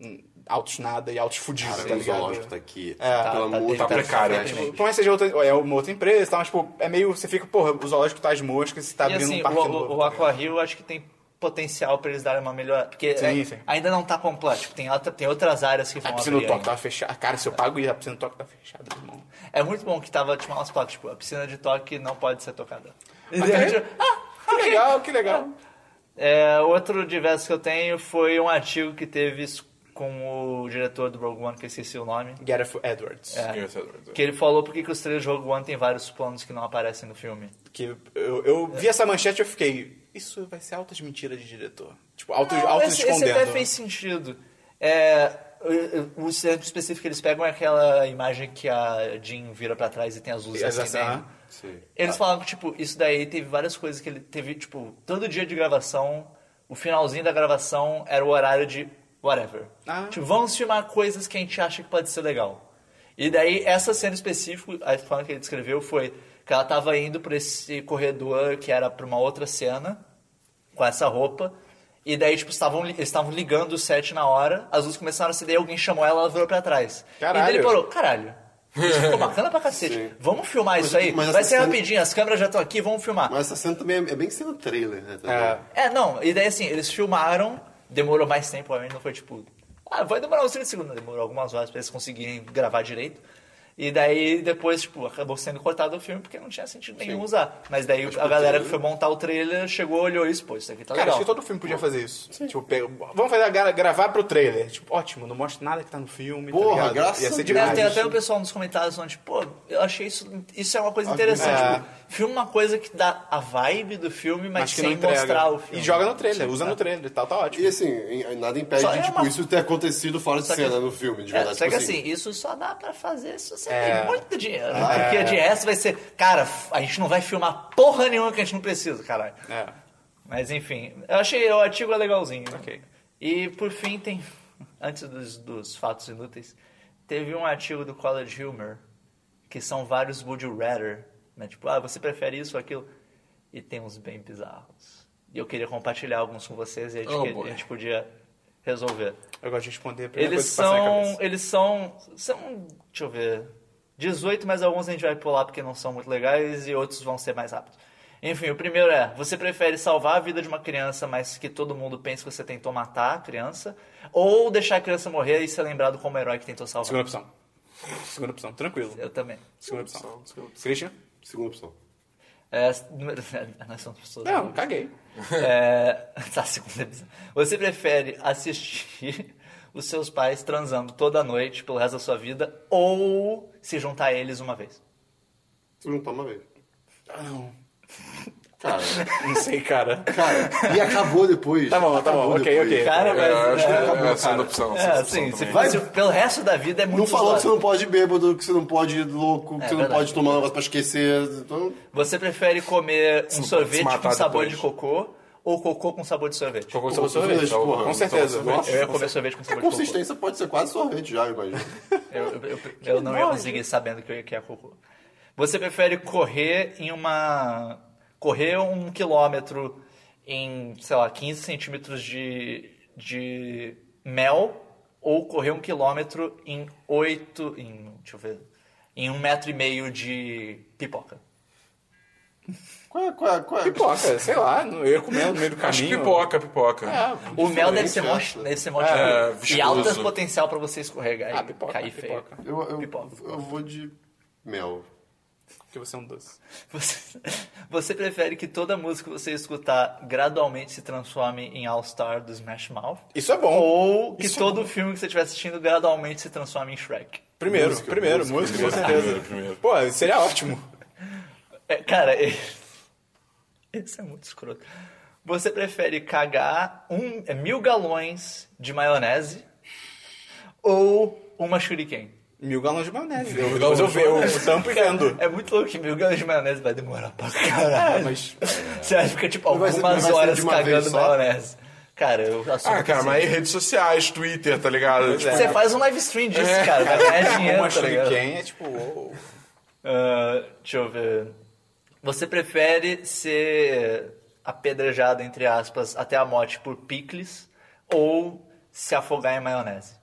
A: hum, altos nada e altos fudidos,
B: Cara,
A: tá
B: o
A: ligado?
B: zoológico tá aqui.
A: É.
B: Pelo
D: Tá-
B: amor
D: tá-
B: de
C: Tá
B: Deus.
C: precário.
A: É, tipo, por mais que seja outra, é uma outra empresa, e tal, mas, tipo, é meio. Você fica, porra, o zoológico tá as moscas, você tá
D: E
A: abrindo
D: assim,
A: um
D: o,
A: parque
D: o,
A: novo.
D: o Aqua Rio, eu acho que tem potencial pra eles darem uma melhora. Porque
A: Sim,
D: é-
A: sim.
D: ainda não tá completo. Tipo, tem, outra- tem outras áreas que vão
A: A piscina do
D: abrir
A: Tá toque
D: ainda.
A: tava fechada. Cara, se eu pago e a piscina do toque tá fechada, irmão.
D: É muito bom que tava, tipo, umas placas, tipo, a piscina de toque não pode ser tocada.
A: é?
D: Tipo, ah,
A: Que legal, que legal.
D: É, outro diverso que eu tenho foi um artigo que teve isso com o diretor do Rogue One, que eu esqueci o nome.
A: Gareth Edwards.
D: É. Que ele falou porque que os trailers do Rogue One tem vários planos que não aparecem no filme.
A: Que eu, eu vi essa manchete e eu fiquei. Isso vai ser altas mentiras de diretor. Tipo, altos,
D: Não,
A: altos
D: Ah, esse, esse
A: escondendo.
D: até fez sentido. É, o, o- o exemplo específico que eles pegam é aquela imagem que a Jean vira pra trás e tem as luzes
A: As-
D: acendendo.
A: aham.
B: Sim.
D: Eles falavam que, tipo, isso daí teve várias coisas que ele teve, tipo, todo dia de gravação, o finalzinho da gravação era o horário de whatever.
A: Ah.
D: Tipo, vamos filmar coisas que a gente acha que pode ser legal. E daí, essa cena específica, a forma que ele descreveu foi que ela tava indo pra esse corredor que era pra uma outra cena, com essa roupa. E daí, tipo, estavam, li- eles estavam ligando o set na hora, as luzes começaram a acender, alguém chamou ela, ela virou pra trás. E daí
A: Caralho.
D: ele parou, caralho. Isso ficou bacana pra cacete.
B: Sim.
D: Vamos filmar isso aí?
B: mas essa
D: Vai ser
B: cena-
D: rapidinho, as câmeras já estão aqui, vamos filmar.
B: Mas essa cena também é, é bem cena trailer, né? também.
A: É.
D: É, não, e daí assim, eles filmaram, demorou mais tempo, obviamente, não foi tipo. Ah, vai demorar uns 30 segundos, demorou algumas horas pra eles conseguirem gravar direito. E daí depois, tipo, acabou sendo cortado o filme porque não tinha sentido nenhum usar. Mas daí a galera que foi montar o trailer chegou, olhou isso, pô, isso aqui tá
A: Cara,
D: legal.
A: acho que todo filme podia fazer isso. Tipo, pega- vamos fazer a gra- gravar pro trailer. Tipo, ótimo, não mostra nada que tá no filme.
B: Porra,
A: tá ligado?
B: graças
A: Ia
B: a
A: ser
B: Deus.
A: demais.
D: Tem até um o pessoal nos comentários falando, tipo, pô, eu achei isso. Isso é uma coisa interessante.
A: É.
D: Tipo, filma uma coisa que dá a vibe do filme, mas,
A: Mas que não
D: sem
A: entrega.
D: mostrar o filme.
A: E joga no trailer, usa
D: tá.
A: no trailer e tal, tá ótimo.
B: E assim, em- nada impede
D: Só
B: de
D: é
B: tipo,
D: uma-
B: isso ter acontecido fora de
D: Só que-
B: cena no filme, de
D: É,
B: verdade.
D: só que
B: Tipo
D: assim, isso só dá pra fazer se você
A: É.
D: tem muito dinheiro. Porque de resto vai ser, cara, a gente não vai filmar porra nenhuma que a gente não precisa, caralho.
A: É.
D: Mas enfim, eu achei o artigo é legalzinho.
A: Ok.
D: E por fim tem, antes dos, dos fatos inúteis, teve um artigo do College Humor, que são vários would you rather, né? Tipo, ah, você prefere isso ou aquilo? E tem uns bem bizarros. E eu queria compartilhar alguns com vocês e a gente,
C: Oh,
D: que-
C: boy.
D: a gente podia resolver.
A: Eu gosto de responder a primeira
D: Eles
A: coisa que passa na
D: são,
A: cabeça.
D: eles são, são, deixa eu ver, 18, mas alguns a gente vai pular porque não são muito legais e outros vão ser mais rápidos. Enfim, o primeiro é, você prefere salvar a vida de uma criança, mas que todo mundo pense que você tentou matar a criança, ou deixar a criança morrer e ser lembrado como o herói que tentou salvar?
A: Segunda opção. Segunda opção, tranquilo.
D: Eu também.
A: Segunda opção. Christian?
B: Segunda opção.
D: É, número- nós somos pessoas...
A: Não, caguei.
D: É, tá, segunda visão. Você prefere assistir os seus pais transando toda noite pelo resto da sua vida ou se juntar a eles uma vez?
B: Segunda toma vez.
A: Ah, não.
B: Cara,
A: Não sei, cara.
B: cara, e acabou depois.
A: Tá bom, tá bom.
B: Acabou
A: Ok,
B: depois.
A: ok.
D: Cara,
C: É, eu acho
D: mas.
C: que
D: É,
C: é a segunda opção. a
D: é,
C: segunda opção
D: assim, se,
C: também.
B: Vai-
D: se- pelo resto da vida é muito
B: Não falou que você
D: zoado.
B: não pode ir bêbado, que você não pode ir louco, que
D: É
B: você não
D: verdade.
B: pode tomar um negócio pra esquecer. Então,
D: Você prefere comer um
C: pode se
D: sorvete com
C: matar
D: sabor
C: depois.
D: de cocô ou cocô com sabor de sorvete?
A: Cocô
B: Pô,
A: sobre sorvete.
C: tá
B: sorvete, porra.
A: Com certeza.
B: Então,
D: Eu ia comer sorvete com
B: a
D: sabor de cocô.
B: consistência pode ser quase sorvete já, eu imagino.
D: Eu, eu- eu- eu não ia conseguir sabendo que eu ia que ia cocô. Você prefere correr em uma. correr um quilômetro em, sei lá, 15 centímetros de, de mel ou correr um quilômetro em 8. Em, deixa eu ver. Em um metro e meio de pipoca.
B: Qual é, qual é, qual é?
A: Pipoca, sei lá. Eu ia comer no meio do
C: Acho que
A: caminho.
C: pipoca, pipoca.
A: É,
D: O mel deve ser
A: né?
D: mó,
B: acho.
D: deve ser mó
C: É,
D: e altas
C: viscoso.
D: potencial pra você escorregar
A: Ah,
D: e
A: pipoca,
D: cair feio.
A: pipoca.
B: Eu, eu,
D: Pipoca.
B: eu vou de mel.
A: Porque você é um doce.
D: Você, você prefere que toda música que você escutar gradualmente se transforme em All Star do Smash Mouth?
A: Isso é bom.
D: Ou que
A: Isso é
D: todo filme que você estiver assistindo gradualmente se transforme em Shrek?
A: Primeiro,
B: Música,
A: primeiro,
B: música,
A: música, com certeza.
C: primeiro, primeiro.
A: Pô, seria ótimo.
D: É, cara, e- esse é muito escroto. Você prefere cagar um, é, mil galões de maionese ou uma shuriken?
A: Mil galões de maionese. Eu,
C: galões
A: depois eu, eu,
C: de
A: eu tampo e vendo.
D: É muito louco que mil galões de maionese vai demorar pra caralho.
A: É, mas...
D: Você vai ficar, tipo,
B: vai ser- não
D: algumas
B: vai ser
D: horas
B: de uma vez
D: cagando
B: só?
D: maionese. Cara, eu assumo
C: Ah,
D: que
C: cara,
D: sim.
C: mas aí redes sociais, Twitter, tá ligado? Tipo,
D: Você faz um live stream disso,
B: É.
D: cara. Vai ganhar
A: Uma
D: dinheiro, tá ligado?
A: shuriken é tipo... uou.
D: Ah, deixa eu ver. Você prefere ser apedrejado, entre aspas, até a morte por picles ou se afogar em maionese?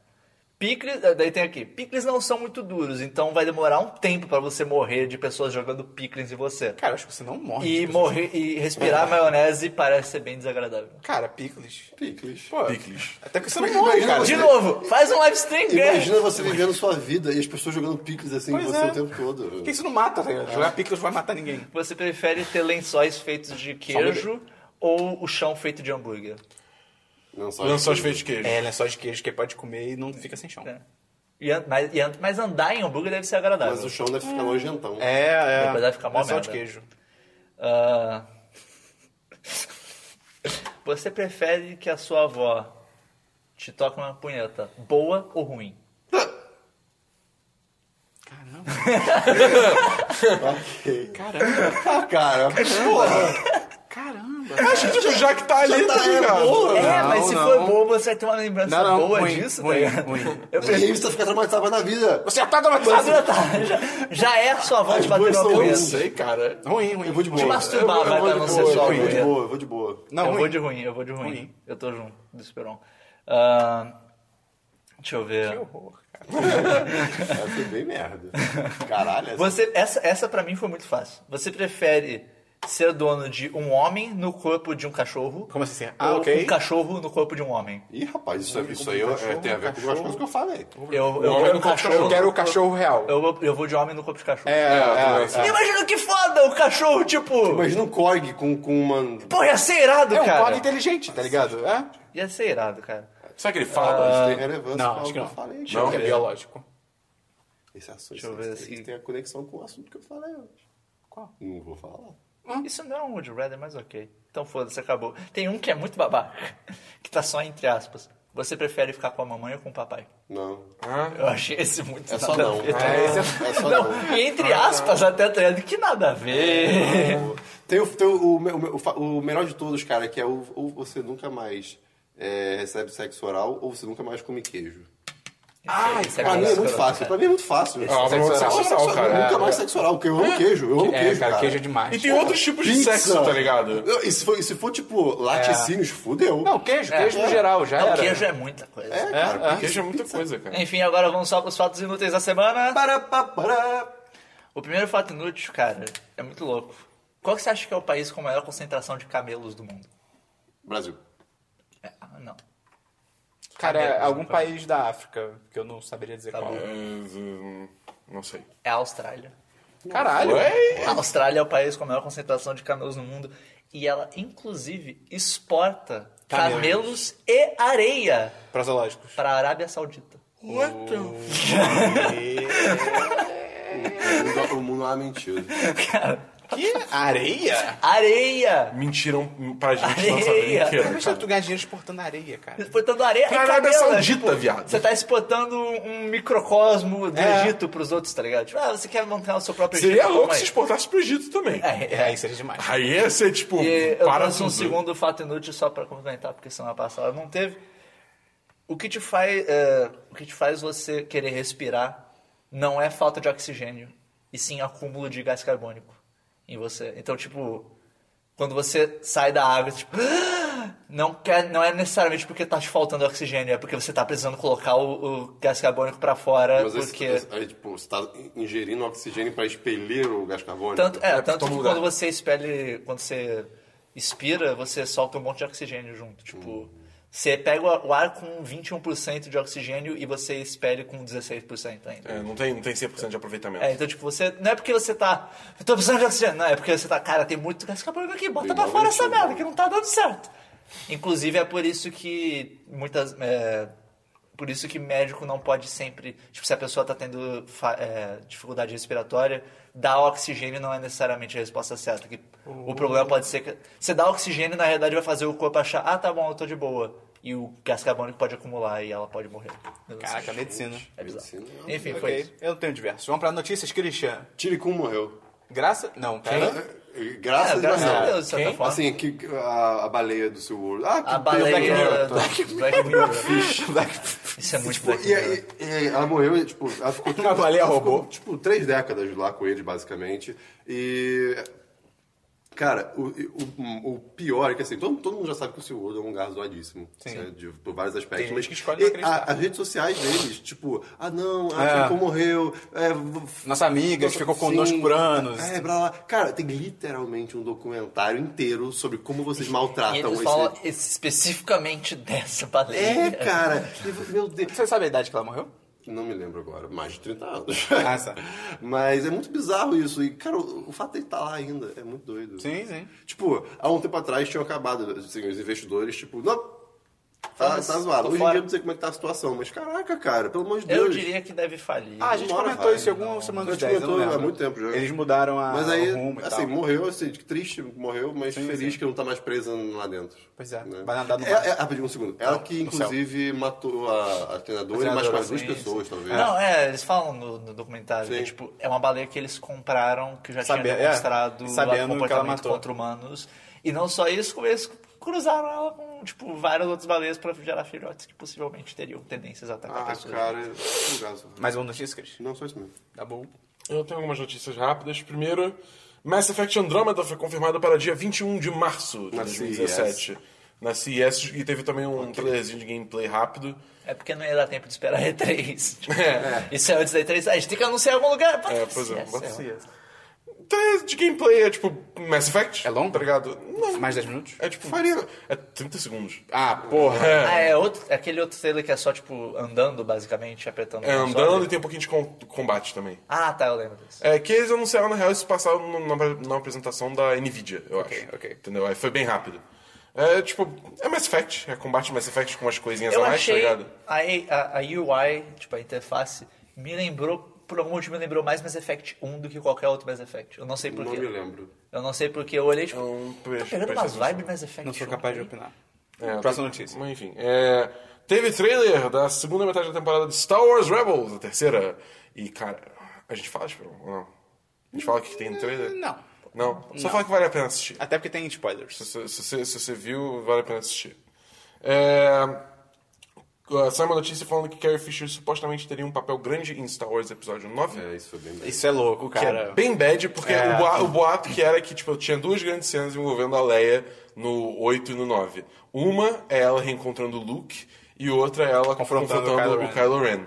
D: Picles, ah, daí tem aqui, picles não são muito duros, então vai demorar um tempo pra você morrer de pessoas jogando picles em você.
A: Cara, acho que você não morre.
D: E
A: Tipo,
D: morrer e respirar
B: É.
D: maionese parece ser bem desagradável.
A: Cara, picles.
B: Picles.
A: Pô,
C: Picles.
A: até que você não morre, cara.
D: De novo, faz um live stream, ganha.
B: Imagina você vivendo sua vida e as pessoas jogando picles assim em
A: Pois
B: você
A: é.
B: o tempo todo.
A: Porque isso não mata, tá ligado? Jogar picles vai matar ninguém.
D: Você prefere ter lençóis feitos de queijo ou o chão feito de hambúrguer?
B: Não só
C: Lançou as feitas de queijo.
A: É, lençóis de queijo que pode comer e não fica sem chão.
D: É. E an- mas, e an- mas andar em hambúrguer deve ser agradável.
B: Mas o chão deve ficar nojentão.
A: Hum. É, é.
D: Depois vai ficar mó
A: Lençol de
D: merda.
A: queijo.
D: Ah, Você prefere que a sua avó te toque uma punheta boa ou ruim?
B: Ok.
A: Caramba,
B: Ah, cara, porra.
A: caramba.
C: Acho que tipo, já que tá ali, tá ligado?
B: né?
D: é, mas se
A: não.
D: for boa, você vai ter uma lembrança
A: Não, não,
D: boa
A: ruim,
D: disso,
A: ruim,
D: tá ligado?
A: ruim.
D: Eu
B: E aí você fica traumatizado pra na vida.
A: Você já tá traumatizado.
D: já, tá, já, já é a sua avó te
B: As duas
D: batendo uma
B: são
C: Eu não
D: punheta.
C: sei, cara.
A: Ruim, ruim.
B: Eu vou de boa.
D: Te masturbar,
B: Eu vou-
D: vai,
B: eu vou
D: pra
B: de
D: não
B: boa,
D: ser só
B: Eu vou de
D: mulher.
B: boa, eu vou de boa.
A: Não,
D: eu
A: ruim.
D: vou de ruim, eu vou de ruim.
A: Ruim.
D: Eu tô junto do Esperon. Ah, deixa eu ver.
A: horror, cara.
B: Essa foi bem merda. Caralho, é essa
D: Você, essa, essa pra mim foi muito fácil. Você prefere ser dono de um homem no corpo de um cachorro.
A: Como assim? ser-
D: ou
A: Ah, ok.
D: um cachorro no corpo de um homem.
B: assim. Ih, rapaz, isso, isso aí eu- é, tem a ver com as coisas que eu falei.
D: Eu,
C: homem
D: eu quero um
C: no corpo de
D: cachorro.
A: Eu quero o cachorro real.
D: Eu, vou- eu vou de homem no corpo de cachorro.
A: É, é,
C: é,
A: é.
D: Imagina que foda o cachorro, tipo.
B: Imagina um Korg com, com uma.
D: Porra, ia ser irado,
A: É um
D: cara.
A: código inteligente, tá ligado? É?
D: Ia ser irado, cara.
C: Será que ele fala?
B: tem
A: não,
B: relevância pra
A: acho
B: algo
A: que
B: eu
A: não.
B: falei.
C: Não?
B: cara.
A: É biológico.
B: Esse assunto
D: Deixa eu ver
B: esse-
D: aqui.
B: tem a conexão com o assunto que eu falei hoje.
A: Qual?
B: Não vou falar.
D: Isso não é um Would You Rather, mas ok. Então foda-se, acabou. Tem um que é muito babaca, que tá só entre aspas. Você prefere ficar com a mamãe ou com o papai?
B: Não.
C: Ah.
D: Eu achei esse muito
B: É só
D: nada a
B: não.
D: ver, tá?
B: É, esse é- é só não.
D: E entre aspas, até tá ligado? que nada a ver.
B: Tem, o, tem o, o, me- o fa- o melhor de todos, cara, que é o, ou você nunca mais é, recebe sexo oral ou você nunca mais come queijo.
D: Ai, isso
B: Pra mim é
D: básico,
B: muito
D: né,
B: fácil.
D: cara?
B: Pra mim é muito fácil.
C: Ah, mas
B: Sexo
C: sexo oral,
B: sexo-
C: cara.
B: Nunca
C: É,
B: mais
C: é.
B: sexo oral, porque eu amo queijo. Eu amo
A: É,
B: queijo,
A: cara,
B: cara.
A: queijo é demais.
C: E tem outros tipos de
B: Pizza.
C: sexo, tá ligado?
B: Não, E se for, e se for tipo, laticínios, fudeu.
A: Não, queijo, queijo
B: É.
A: no geral, já
D: Não,
A: era.
D: queijo é muita coisa.
B: É, cara. pizza,
C: Queijo é muita
B: pizza.
C: coisa, cara.
D: Enfim, agora vamos só pros fatos inúteis da semana.
B: Pará, pá, pará.
D: O primeiro fato inútil, cara, é muito louco. Qual que você acha que é o país com a maior concentração de camelos do mundo?
B: Brasil.
D: É, ah, não.
A: Cara, Tá
D: Cadê?
A: é algum país da África, que eu não saberia dizer qual.
D: bom.
C: Hum, Não sei.
D: É a Austrália.
A: Caralho.
C: Ué?
D: A Austrália é o país com a maior concentração de camelos no mundo e ela, inclusive, exporta camelos,
A: Camelos.
D: e areia
A: Pra zoológicos.
D: para a Arábia Saudita.
B: O mundo- O mundo é uma mentira.
A: Que? Areia?
D: Areia!
C: Mentiram pra gente não
D: Areia.
C: saber inteiro.
A: Como é que tu ganha dinheiro exportando areia, cara?
D: Exportando areia e
C: Pra Arábia
D: cabelo, né?
C: Saudita, viado.
D: Você tá exportando um microcosmo do
A: É.
D: Egito pros outros, tá ligado? Tipo, ah, você quer montar o seu próprio Egito?
C: Seria louco
D: Toma aí.
C: se exportasse pro Egito também.
D: É, é.
A: É, isso seria demais.
C: Aí ia ser tipo.
D: E eu
C: Para
D: trouxe um
C: tudo.
D: segundo fato inútil só pra complementar, porque semana passada não teve. O que te faz, é, o que te faz você querer respirar não é falta de oxigênio, e sim acúmulo de gás carbônico em você. Então, tipo, quando você sai da água, tipo, não quer, não é necessariamente porque tá te faltando oxigênio, é porque você tá precisando colocar o, o gás carbônico pra fora,
B: Mas esse,
D: É porque
B: esse- aí, tipo, você tá ingerindo oxigênio pra expelir o gás carbônico.
D: tanto, é, tanto
C: toma
D: que
C: lugar.
D: quando você expele, quando você expira, você solta um monte de oxigênio junto. Tipo, você pega o o ar com 21% de oxigênio e você expele com 16% ainda.
C: É, não tem, não tem 100% de aproveitamento.
D: É, então, tipo, você. Não é porque você tá. Eu tô precisando de oxigênio. Não, é porque você tá. Cara, tem muito gás carbônico aqui. Bota
B: Tem
D: pra
B: mal
D: fora essa
B: isso,
D: merda
B: né?
D: que não tá dando certo. Inclusive, é por isso que muitas. é, por isso que médico não pode sempre. Tipo, se a pessoa tá tendo fa- é, dificuldade respiratória, dar oxigênio não é necessariamente a resposta certa. Que O problema pode ser que. Você dá oxigênio, na realidade, vai fazer o corpo achar, ah, tá bom, eu tô de boa. E o gás carbônico pode acumular e ela pode morrer.
A: Caraca, medicina.
D: é bizarro.
B: medicina é
D: Enfim, foi isso.
A: Ok, eu não tenho diversos. Vamos pra notícias, Christian.
B: Tiricum morreu.
A: Graça... Não, pera.
B: É, Graças a
D: É,
B: Deus.
D: graças a Deus, de certa
A: Quem?
D: forma.
B: Assim, que, que- a, a baleia do SeaWorld. Ah, que
D: A
B: tem
D: baleia
B: Black Mirror.
D: do Black Mirror. Isso é muito
B: Tipo,
D: Black
B: e,
D: Mirror.
B: aí- e aí ela morreu, e, tipo, ela ficou.
A: A baleia
B: ela
A: roubou.
B: Ficou, tipo, três décadas lá com eles, basicamente. E. Cara, o, o, o pior é que assim, todo, todo mundo já sabe que o SeaWorld é um lugar zoadíssimo. né, de- por vários aspectos.
A: gente
B: mas
A: que escolhe não
B: e
A: acreditar.
B: a- as redes sociais deles, tipo, ah não, a
A: É.
B: Nicole morreu. é, v-
A: Nossa amiga,
B: nossa,
A: ficou
B: sim.
A: conosco por anos.
B: É, blá, blá. Cara, tem literalmente um documentário inteiro sobre como vocês maltratam
D: E eles
B: Ah, então esse-
D: falam especificamente dessa baleia.
B: É, cara. E, Meu Deus.
A: Você sabe a idade que ela morreu?
B: Não me lembro agora, mais de 30 anos.
A: Ah, tá.
B: Mas é muito bizarro isso. E, cara, o, o fato de ele estar lá ainda é muito doido.
A: Sim, sim.
B: Tipo, há um tempo atrás tinham acabado, assim, os investidores, tipo, não. Tá, tá
D: Foda-se,
B: zoado.
D: tô
B: Hoje em
D: fora.
B: dia eu não sei como é que tá a situação, mas caraca, cara, pelo amor de Deus.
D: Eu diria que deve falir.
A: Ah, a gente
B: Uma hora
A: comentou
B: vai,
A: isso em alguma semana
B: A
A: dos
B: gente
A: 10, eu não
B: comentou há
A: lembro.
B: muito tempo já.
A: Eles mudaram a,
B: Mas aí,
A: o rumo e
B: assim,
A: tal.
B: morreu, assim, triste, morreu, mas
A: Sim,
B: feliz
A: sim.
B: que não tá mais presa lá dentro.
A: Pois é,
B: né?
A: vai nadar no
B: É,
A: mar.
B: é, rapidinho, um segundo. Ela que,
A: no céu.
B: inclusive, matou a, a treinadora
A: A
B: e mais
A: treinadora,
B: umas duas
A: sim,
B: pessoas, talvez.
D: Não, é, eles falam no, no documentário.
B: Sim.
D: que, tipo, é uma baleia que eles compraram, que já
A: Sabe-
D: tinha
A: é,
D: demonstrado
A: sabendo que ela
D: comportamento
A: matou.
D: contra humanos. E não só isso, como eles cruzaram ela com, tipo, várias outras baleias pra gerar filhotes que possivelmente teriam tendências a atacar
B: Ah,
D: pessoas.
B: cara, que lugar, só.
A: Mais uma notícia, Christian?
B: Não, só isso mesmo.
A: Tá bom.
C: Eu tenho algumas notícias rápidas. Primeiro, Mass Effect Andromeda foi confirmado para dia 21 de março de
B: Na
C: 2017. Na CES. E teve também um trailerzinho de gameplay rápido.
D: É porque não ia dar tempo de esperar a é E3. Tipo, Isso é antes da E3. Ah, a gente tem que anunciar em algum lugar. Pode
C: É,
D: ser,
C: pois é,
D: sei
C: pode
D: lá.
C: ser. trailer de gameplay é tipo Mass Effect.
A: É longo?
C: Tá ligado? Não.
A: Mais 10 minutos?
C: É tipo, faria. É 30 segundos.
A: Ah, porra.
D: Ah, é outro, é aquele outro trailer que é só, tipo, andando, basicamente, apertando
C: É
D: o console.
C: andando e tem um pouquinho de com- combate também.
D: Ah, tá, eu lembro disso.
C: É que eles anunciaram, na real, isso passaram no- na, na apresentação da Nvidia, eu acho.
A: ok.
C: Entendeu? Aí foi bem rápido. É tipo, é Mass Effect, é combate Mass Effect com umas coisinhas
D: Eu
C: a mais,
D: achei
C: tá ligado?
D: a, a, a UI, tipo, a interface, me lembrou, por algum motivo me lembrou mais Mass Effect 1 do que qualquer outro Mass Effect. Eu não sei
B: Não me
D: porquê.
B: lembro.
D: Eu não sei porque eu olhei, tipo,
C: Então,
D: tá
C: preste-
D: pegando
C: preste
D: umas
C: atenção.
D: vibes Mass Effect
A: Não sou
D: 1
A: capaz de
D: aí.
A: opinar.
C: É,
A: Próxima
C: tem-
A: notícia.
C: Mas enfim, é, teve trailer da segunda metade da temporada de Star Wars Rebels, a terceira. E, cara, a gente fala, Esperão, ou não? A
D: Hum,
C: gente fala o que que tem no trailer?
A: Não.
C: Não? Só
A: Não.
C: fala que vale a pena assistir.
A: Até porque tem spoilers.
C: Se você, se você- se você viu, vale a pena assistir. É, ah, Saiu uma notícia falando que Carrie Fisher supostamente teria um papel grande em Star Wars Episódio 9.
B: É, isso foi bem bem.
A: Isso é louco,
C: Que
A: cara.
C: é bem bad, porque
A: É.
C: o, boa- o boato que era que tipo, tinha duas grandes cenas envolvendo a Leia no 8 e no 9. Uma é ela reencontrando o Luke e outra é ela
A: Confrontando
C: confrontando,
A: o
C: o,
A: Kylo
C: Kylo Ren.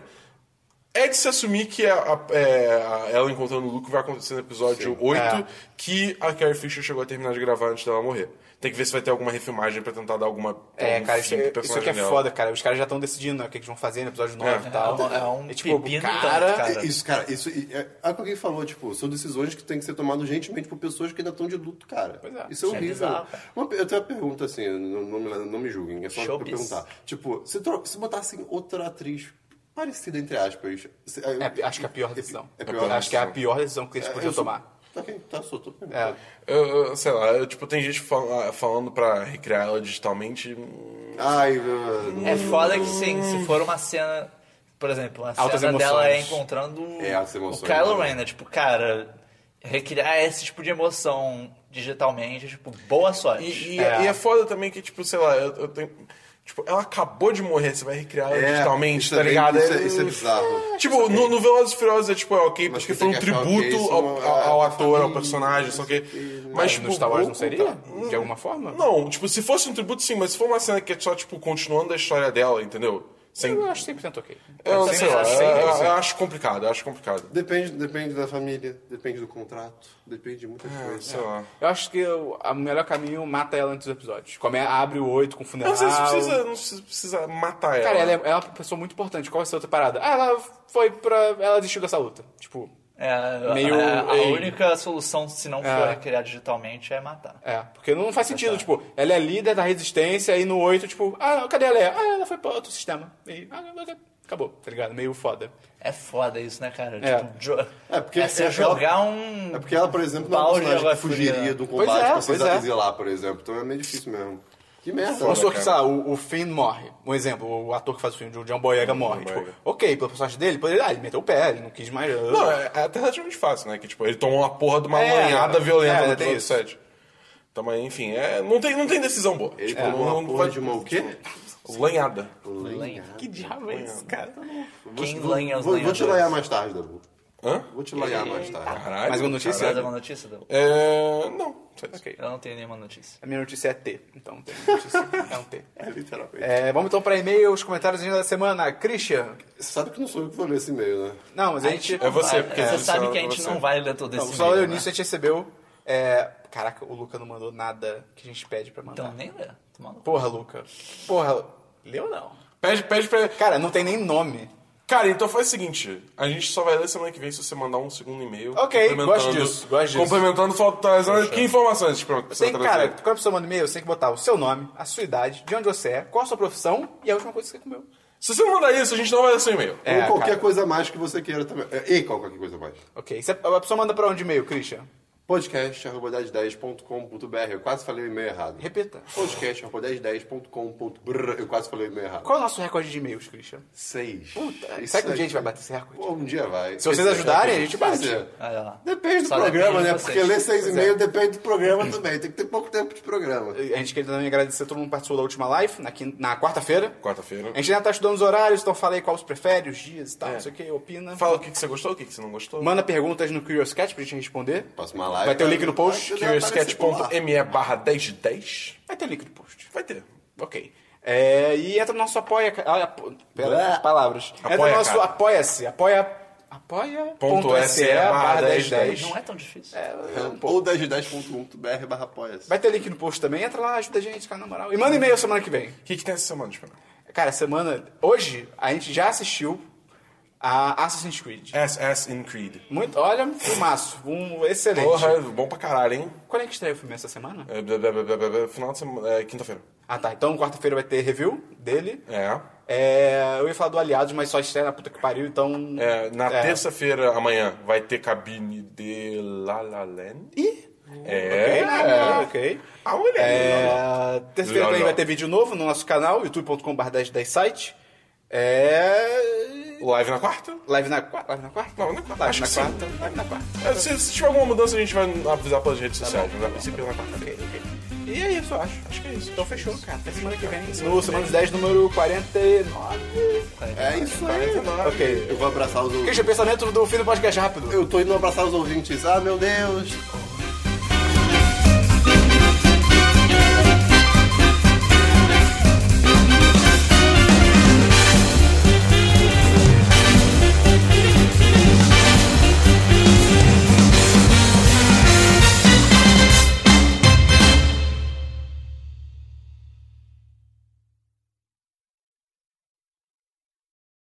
C: É de se assumir que a, a- é, a- ela encontrando o Luke vai acontecer no episódio 8,
A: É.
C: que a Carrie Fisher chegou a terminar de gravar antes dela morrer. Tem que ver se vai ter alguma refilmagem pra tentar dar alguma.
A: É,
C: algum
A: cara, isso, isso
C: fim pro
A: aqui é
C: personagem dela.
A: foda, cara. Os caras já estão decidindo né, o que eles vão fazer no episódio 9
C: É.
A: e tal.
D: É um- é um
A: E, tipo,
D: pepino
A: cara,
D: tanto, cara.
B: Isso, cara, isso. e- É, é o que alguém falou, tipo, são decisões que têm que ser tomadas urgentemente por pessoas que ainda estão de luto, cara.
A: é.
B: Isso é
D: Isso é
B: horrível.
D: bizarro, cara.
B: Uma pe- eu tenho uma pergunta assim, não, não me, não me julguem, é só
D: Showbiz.
B: pra perguntar. Tipo, se, tro- se botassem outra atriz parecida, entre aspas. se-
A: É, acho que é a pior decisão.
B: É a pior
A: acho que é a
C: decisão.
A: pior decisão que eles
B: É,
A: podiam
B: eu sou-
A: tomar.
B: Ok, tá, só tô perguntando.
A: É.
C: Eu, eu- sei lá, eu, tipo, tem gente fala- falando pra recriar ela digitalmente.
B: Ai, eu-
D: É foda que sim, se for uma cena. Por exemplo, a
A: Altas
D: cena
A: emoções.
D: dela é encontrando
B: É, altas
D: o
B: emoções,
D: Kylo
B: né?
D: Ren, né? Tipo, cara, recriar esse tipo de emoção digitalmente, tipo, boa sorte.
C: E, e- e
A: É.
C: é. foda também que, tipo, sei lá, eu, eu tenho. Tipo, ela acabou de morrer, você vai recriar ela
B: É,
C: digitalmente,
B: isso
C: tá
B: é bem-
C: ligado?
B: Isso é, isso é bizarro.
C: Tipo, no, no Velozes e Furiosos é tipo, é ok,
B: Mas
C: porque
B: que
C: foi um
B: tem que achar
C: tributo
B: ok, isso
C: ao,
B: não é-
C: ao- ao
B: é
C: ator, ao
B: família, é
C: personagem, só que.
A: Mas
C: Mas, tipo,
A: É, no Star Wars não
C: vou
A: seria?
C: contar.
A: De alguma forma?
C: Não, tipo, se fosse um tributo, sim, mas se for uma cena que é só, tipo, continuando a história dela, entendeu? Sem.
A: Eu acho 100% ok.
C: Eu,
A: Sempre
C: sei lá,
A: acho 100%.
C: eu- eu acho complicado, eu acho complicado.
B: Depende, depende da família, depende do contrato, depende de muitas
C: É,
B: coisas.
C: sei lá.
A: Eu acho que o a- o melhor caminho mata ela antes dos episódios. Come, abre o oito com
C: Eu
A: funeral.
C: Não sei se precisa, não se precisa matar ela.
A: Ah, Cara, ela é, ela é uma pessoa muito importante. Qual vai ser a outra parada? Ah, ela foi pra. Ela desistiu dessa luta. Tipo,
D: É,
A: Meio-
D: a, a
A: ei.
D: única solução, se não for
A: É.
D: recriar digitalmente, é matar.
A: é. Porque não faz sentido. Tipo, ela é líder da resistência e no oito tipo, ah, cadê ela? Ah, ela foi pra outro sistema. E, ah, acabou, tá ligado? Meio foda.
D: É foda isso, né, cara?
A: É.
D: Tipo, jo-
B: É, porque
D: é você
B: é-
D: jogar um.
B: É porque ela, por exemplo, não é uma
D: Balde
B: personagem
D: agora
B: que fugiria
D: furia.
B: do
A: Pois é,
B: combate pra se
A: pois é.
B: exilar, por exemplo. Então é meio difícil mesmo. Que merda.
A: Vamos
B: né,
A: supor Um que, sei lá, o, o Finn morre. Um exemplo, o ator que faz o filme, o John Boyega, morre. Tipo,
C: Boyega.
A: ok, pelo personagem dele, poderia, ah, ele meteu o pé, ele não quis mais.
C: Não, é é até relativamente fácil, né? Que tipo, ele tomou uma porra de uma
A: É,
C: lanhada violenta
A: é,
C: no
A: tem
C: episódio
A: isso.
C: 7. Então, mas enfim, é, não, tem, não tem decisão boa.
B: Ele
C: Tipo,
A: É,
B: tomou
C: não-
B: uma
C: não
B: porra
C: pode-
B: de uma o quê?
C: Lanhada.
B: Lenha.
A: Que diabo é isso, cara?
D: Quem lanha as
B: Vou, vou te lanhar
D: lanhadoras?
B: mais tarde, Dabu.
C: Hã?
B: Vou te lanhar mais tarde.
C: Caralho.
A: Mais uma notícia?
D: Você
C: caralho.
D: dá uma notícia, Dão?
C: É, não. Só isso.
A: Ok.
D: Eu não tenho nenhuma notícia.
A: A minha notícia é T, então não tem notícia. é um T.
B: É, literalmente.
A: É, vamos então para e-mails, comentários ainda da semana. Christian.
B: Você sabe que não sou eu que vou ler esse e-mail, né?
A: Não, mas a gente.
C: É você,
D: Vai-
C: porque
D: você
C: você-
D: sabe que a gente
C: você.
D: não vai ler todo esse
A: Não, só
D: e-mail,
A: eu
D: né?
A: nisso a gente recebeu. é, Caraca, o Luca não mandou nada que a gente pede pra mandar.
D: Então nem lê. Toma no cu.
A: Porra, Luca. Porra, leu não?
C: Pede, pede pra ele.
A: Cara, não tem nem nome.
C: Cara, então faz o seguinte: a gente só vai ler semana que vem se você mandar um segundo e-mail.
A: Ok,
C: complementando-
A: gosto disso, gosto disso.
C: Complementando, falta trazendo. Que informações tipo, você
A: Tem,
C: vai
A: cara,
C: trazer?
A: quando a pessoa manda e-mail, você tem que botar o seu nome, a sua idade, de onde você é, qual a sua profissão e a última coisa que você comeu.
C: Se você não mandar isso, a gente não vai ler seu e-mail.
A: É,
B: Ou qualquer
A: cara.
B: coisa a mais que você queira também. É, E qual- qualquer coisa a mais.
A: Ok. Você- a pessoa manda pra onde e-mail, Christian?
B: podcast.1010.com.br Eu quase falei o e-mail errado.
A: Repita.
B: podcast.1010.com.br Eu quase falei o e-mail errado.
A: Qual é o nosso recorde de e-mails, Christian?
B: Seis.
A: Será
B: Isso
A: que um dia a
B: aí.
A: gente vai bater esse recorde?
B: Pô, um dia vai.
A: Se vocês ajudarem, a gente
B: Quer
A: bate. É.
B: dizer,
D: Olha lá.
B: Depende do
D: Só
B: programa,
D: depende
B: né?
D: de vocês. é.
B: Porque ler seis e
A: Pois
B: meio depende do programa também. Tem que ter pouco tempo de programa.
A: A gente queria também agradecer a todo mundo que participou da última live, na, quin- na quarta-feira.
C: Quarta-feira.
A: A gente ainda tá estudando os horários, então fala aí qual você prefere, os dias e tal, não sei o que, opina.
C: Fala o que, que você gostou, o que, que você não gostou.
A: Manda perguntas no Curious Cat pra gente responder.
B: Próxima live.
A: Vai ter o link no post?
B: Vai ter-
C: curiouscat.me barra 10 de 10.
A: Vai ter link no post.
C: Vai ter.
A: Ok. É, e entra no nosso apoia. Ah, apo- Pera,
B: Blá.
A: as palavras. Entra no
C: Apoia,
A: nosso
C: cara.
A: apoia-se. Apoia. apoia.se barra 1010.
D: Não é um tão difícil.
B: Ou 1010.com.br barra apoia-se.
A: Vai ter link no post também, entra lá, ajuda a gente, cara, na moral. E manda e-mail semana que vem.
C: O que, que tem essa semana, Espinal?
A: Cara, semana. Hoje, a gente já assistiu a Assassin's Creed.
C: SS in Creed.
A: Muito, olha, filmaço. Um excelente.
C: Porra, bom pra caralho, hein?
A: Quando é que estreia o filme essa semana?
C: É, blá, blá, blá, blá, blá, blá, Final de semana. É, Quinta-feira.
A: Ah, tá. Então, quarta-feira vai ter review dele.
C: É.
A: É, eu ia falar do Aliados, mas só estreia na puta que pariu, então...
C: É, na
A: É.
C: terça-feira, amanhã, vai ter cabine de La La Land.
A: Ih!
C: É. Ah,
A: Ok, ok.
C: A mulher.
A: É, Terça-feira também
C: Legal.
A: vai ter vídeo novo no nosso canal, youtube.com.br 1010 site. É...
C: Live na quarta?
A: Live na quarta? Live na quarta?
C: Não, na quarta,
A: Live
C: acho
A: na
C: que sim.
A: quarta. Live na quarta.
C: É, se, se tiver alguma mudança, a gente vai avisar pelas redes sociais. mas a princípio é na quarta.
A: Ok, ok. E é isso, eu acho.
C: Acho que é isso.
A: Então fechou, cara. Até semana que vem. No Semana dos 10, número 49.
B: É isso aí.
A: Ok.
B: Eu vou abraçar os
A: Christian, pensamento do fim do podcast rápido.
B: Eu tô indo abraçar os ouvintes. Ah, meu Deus.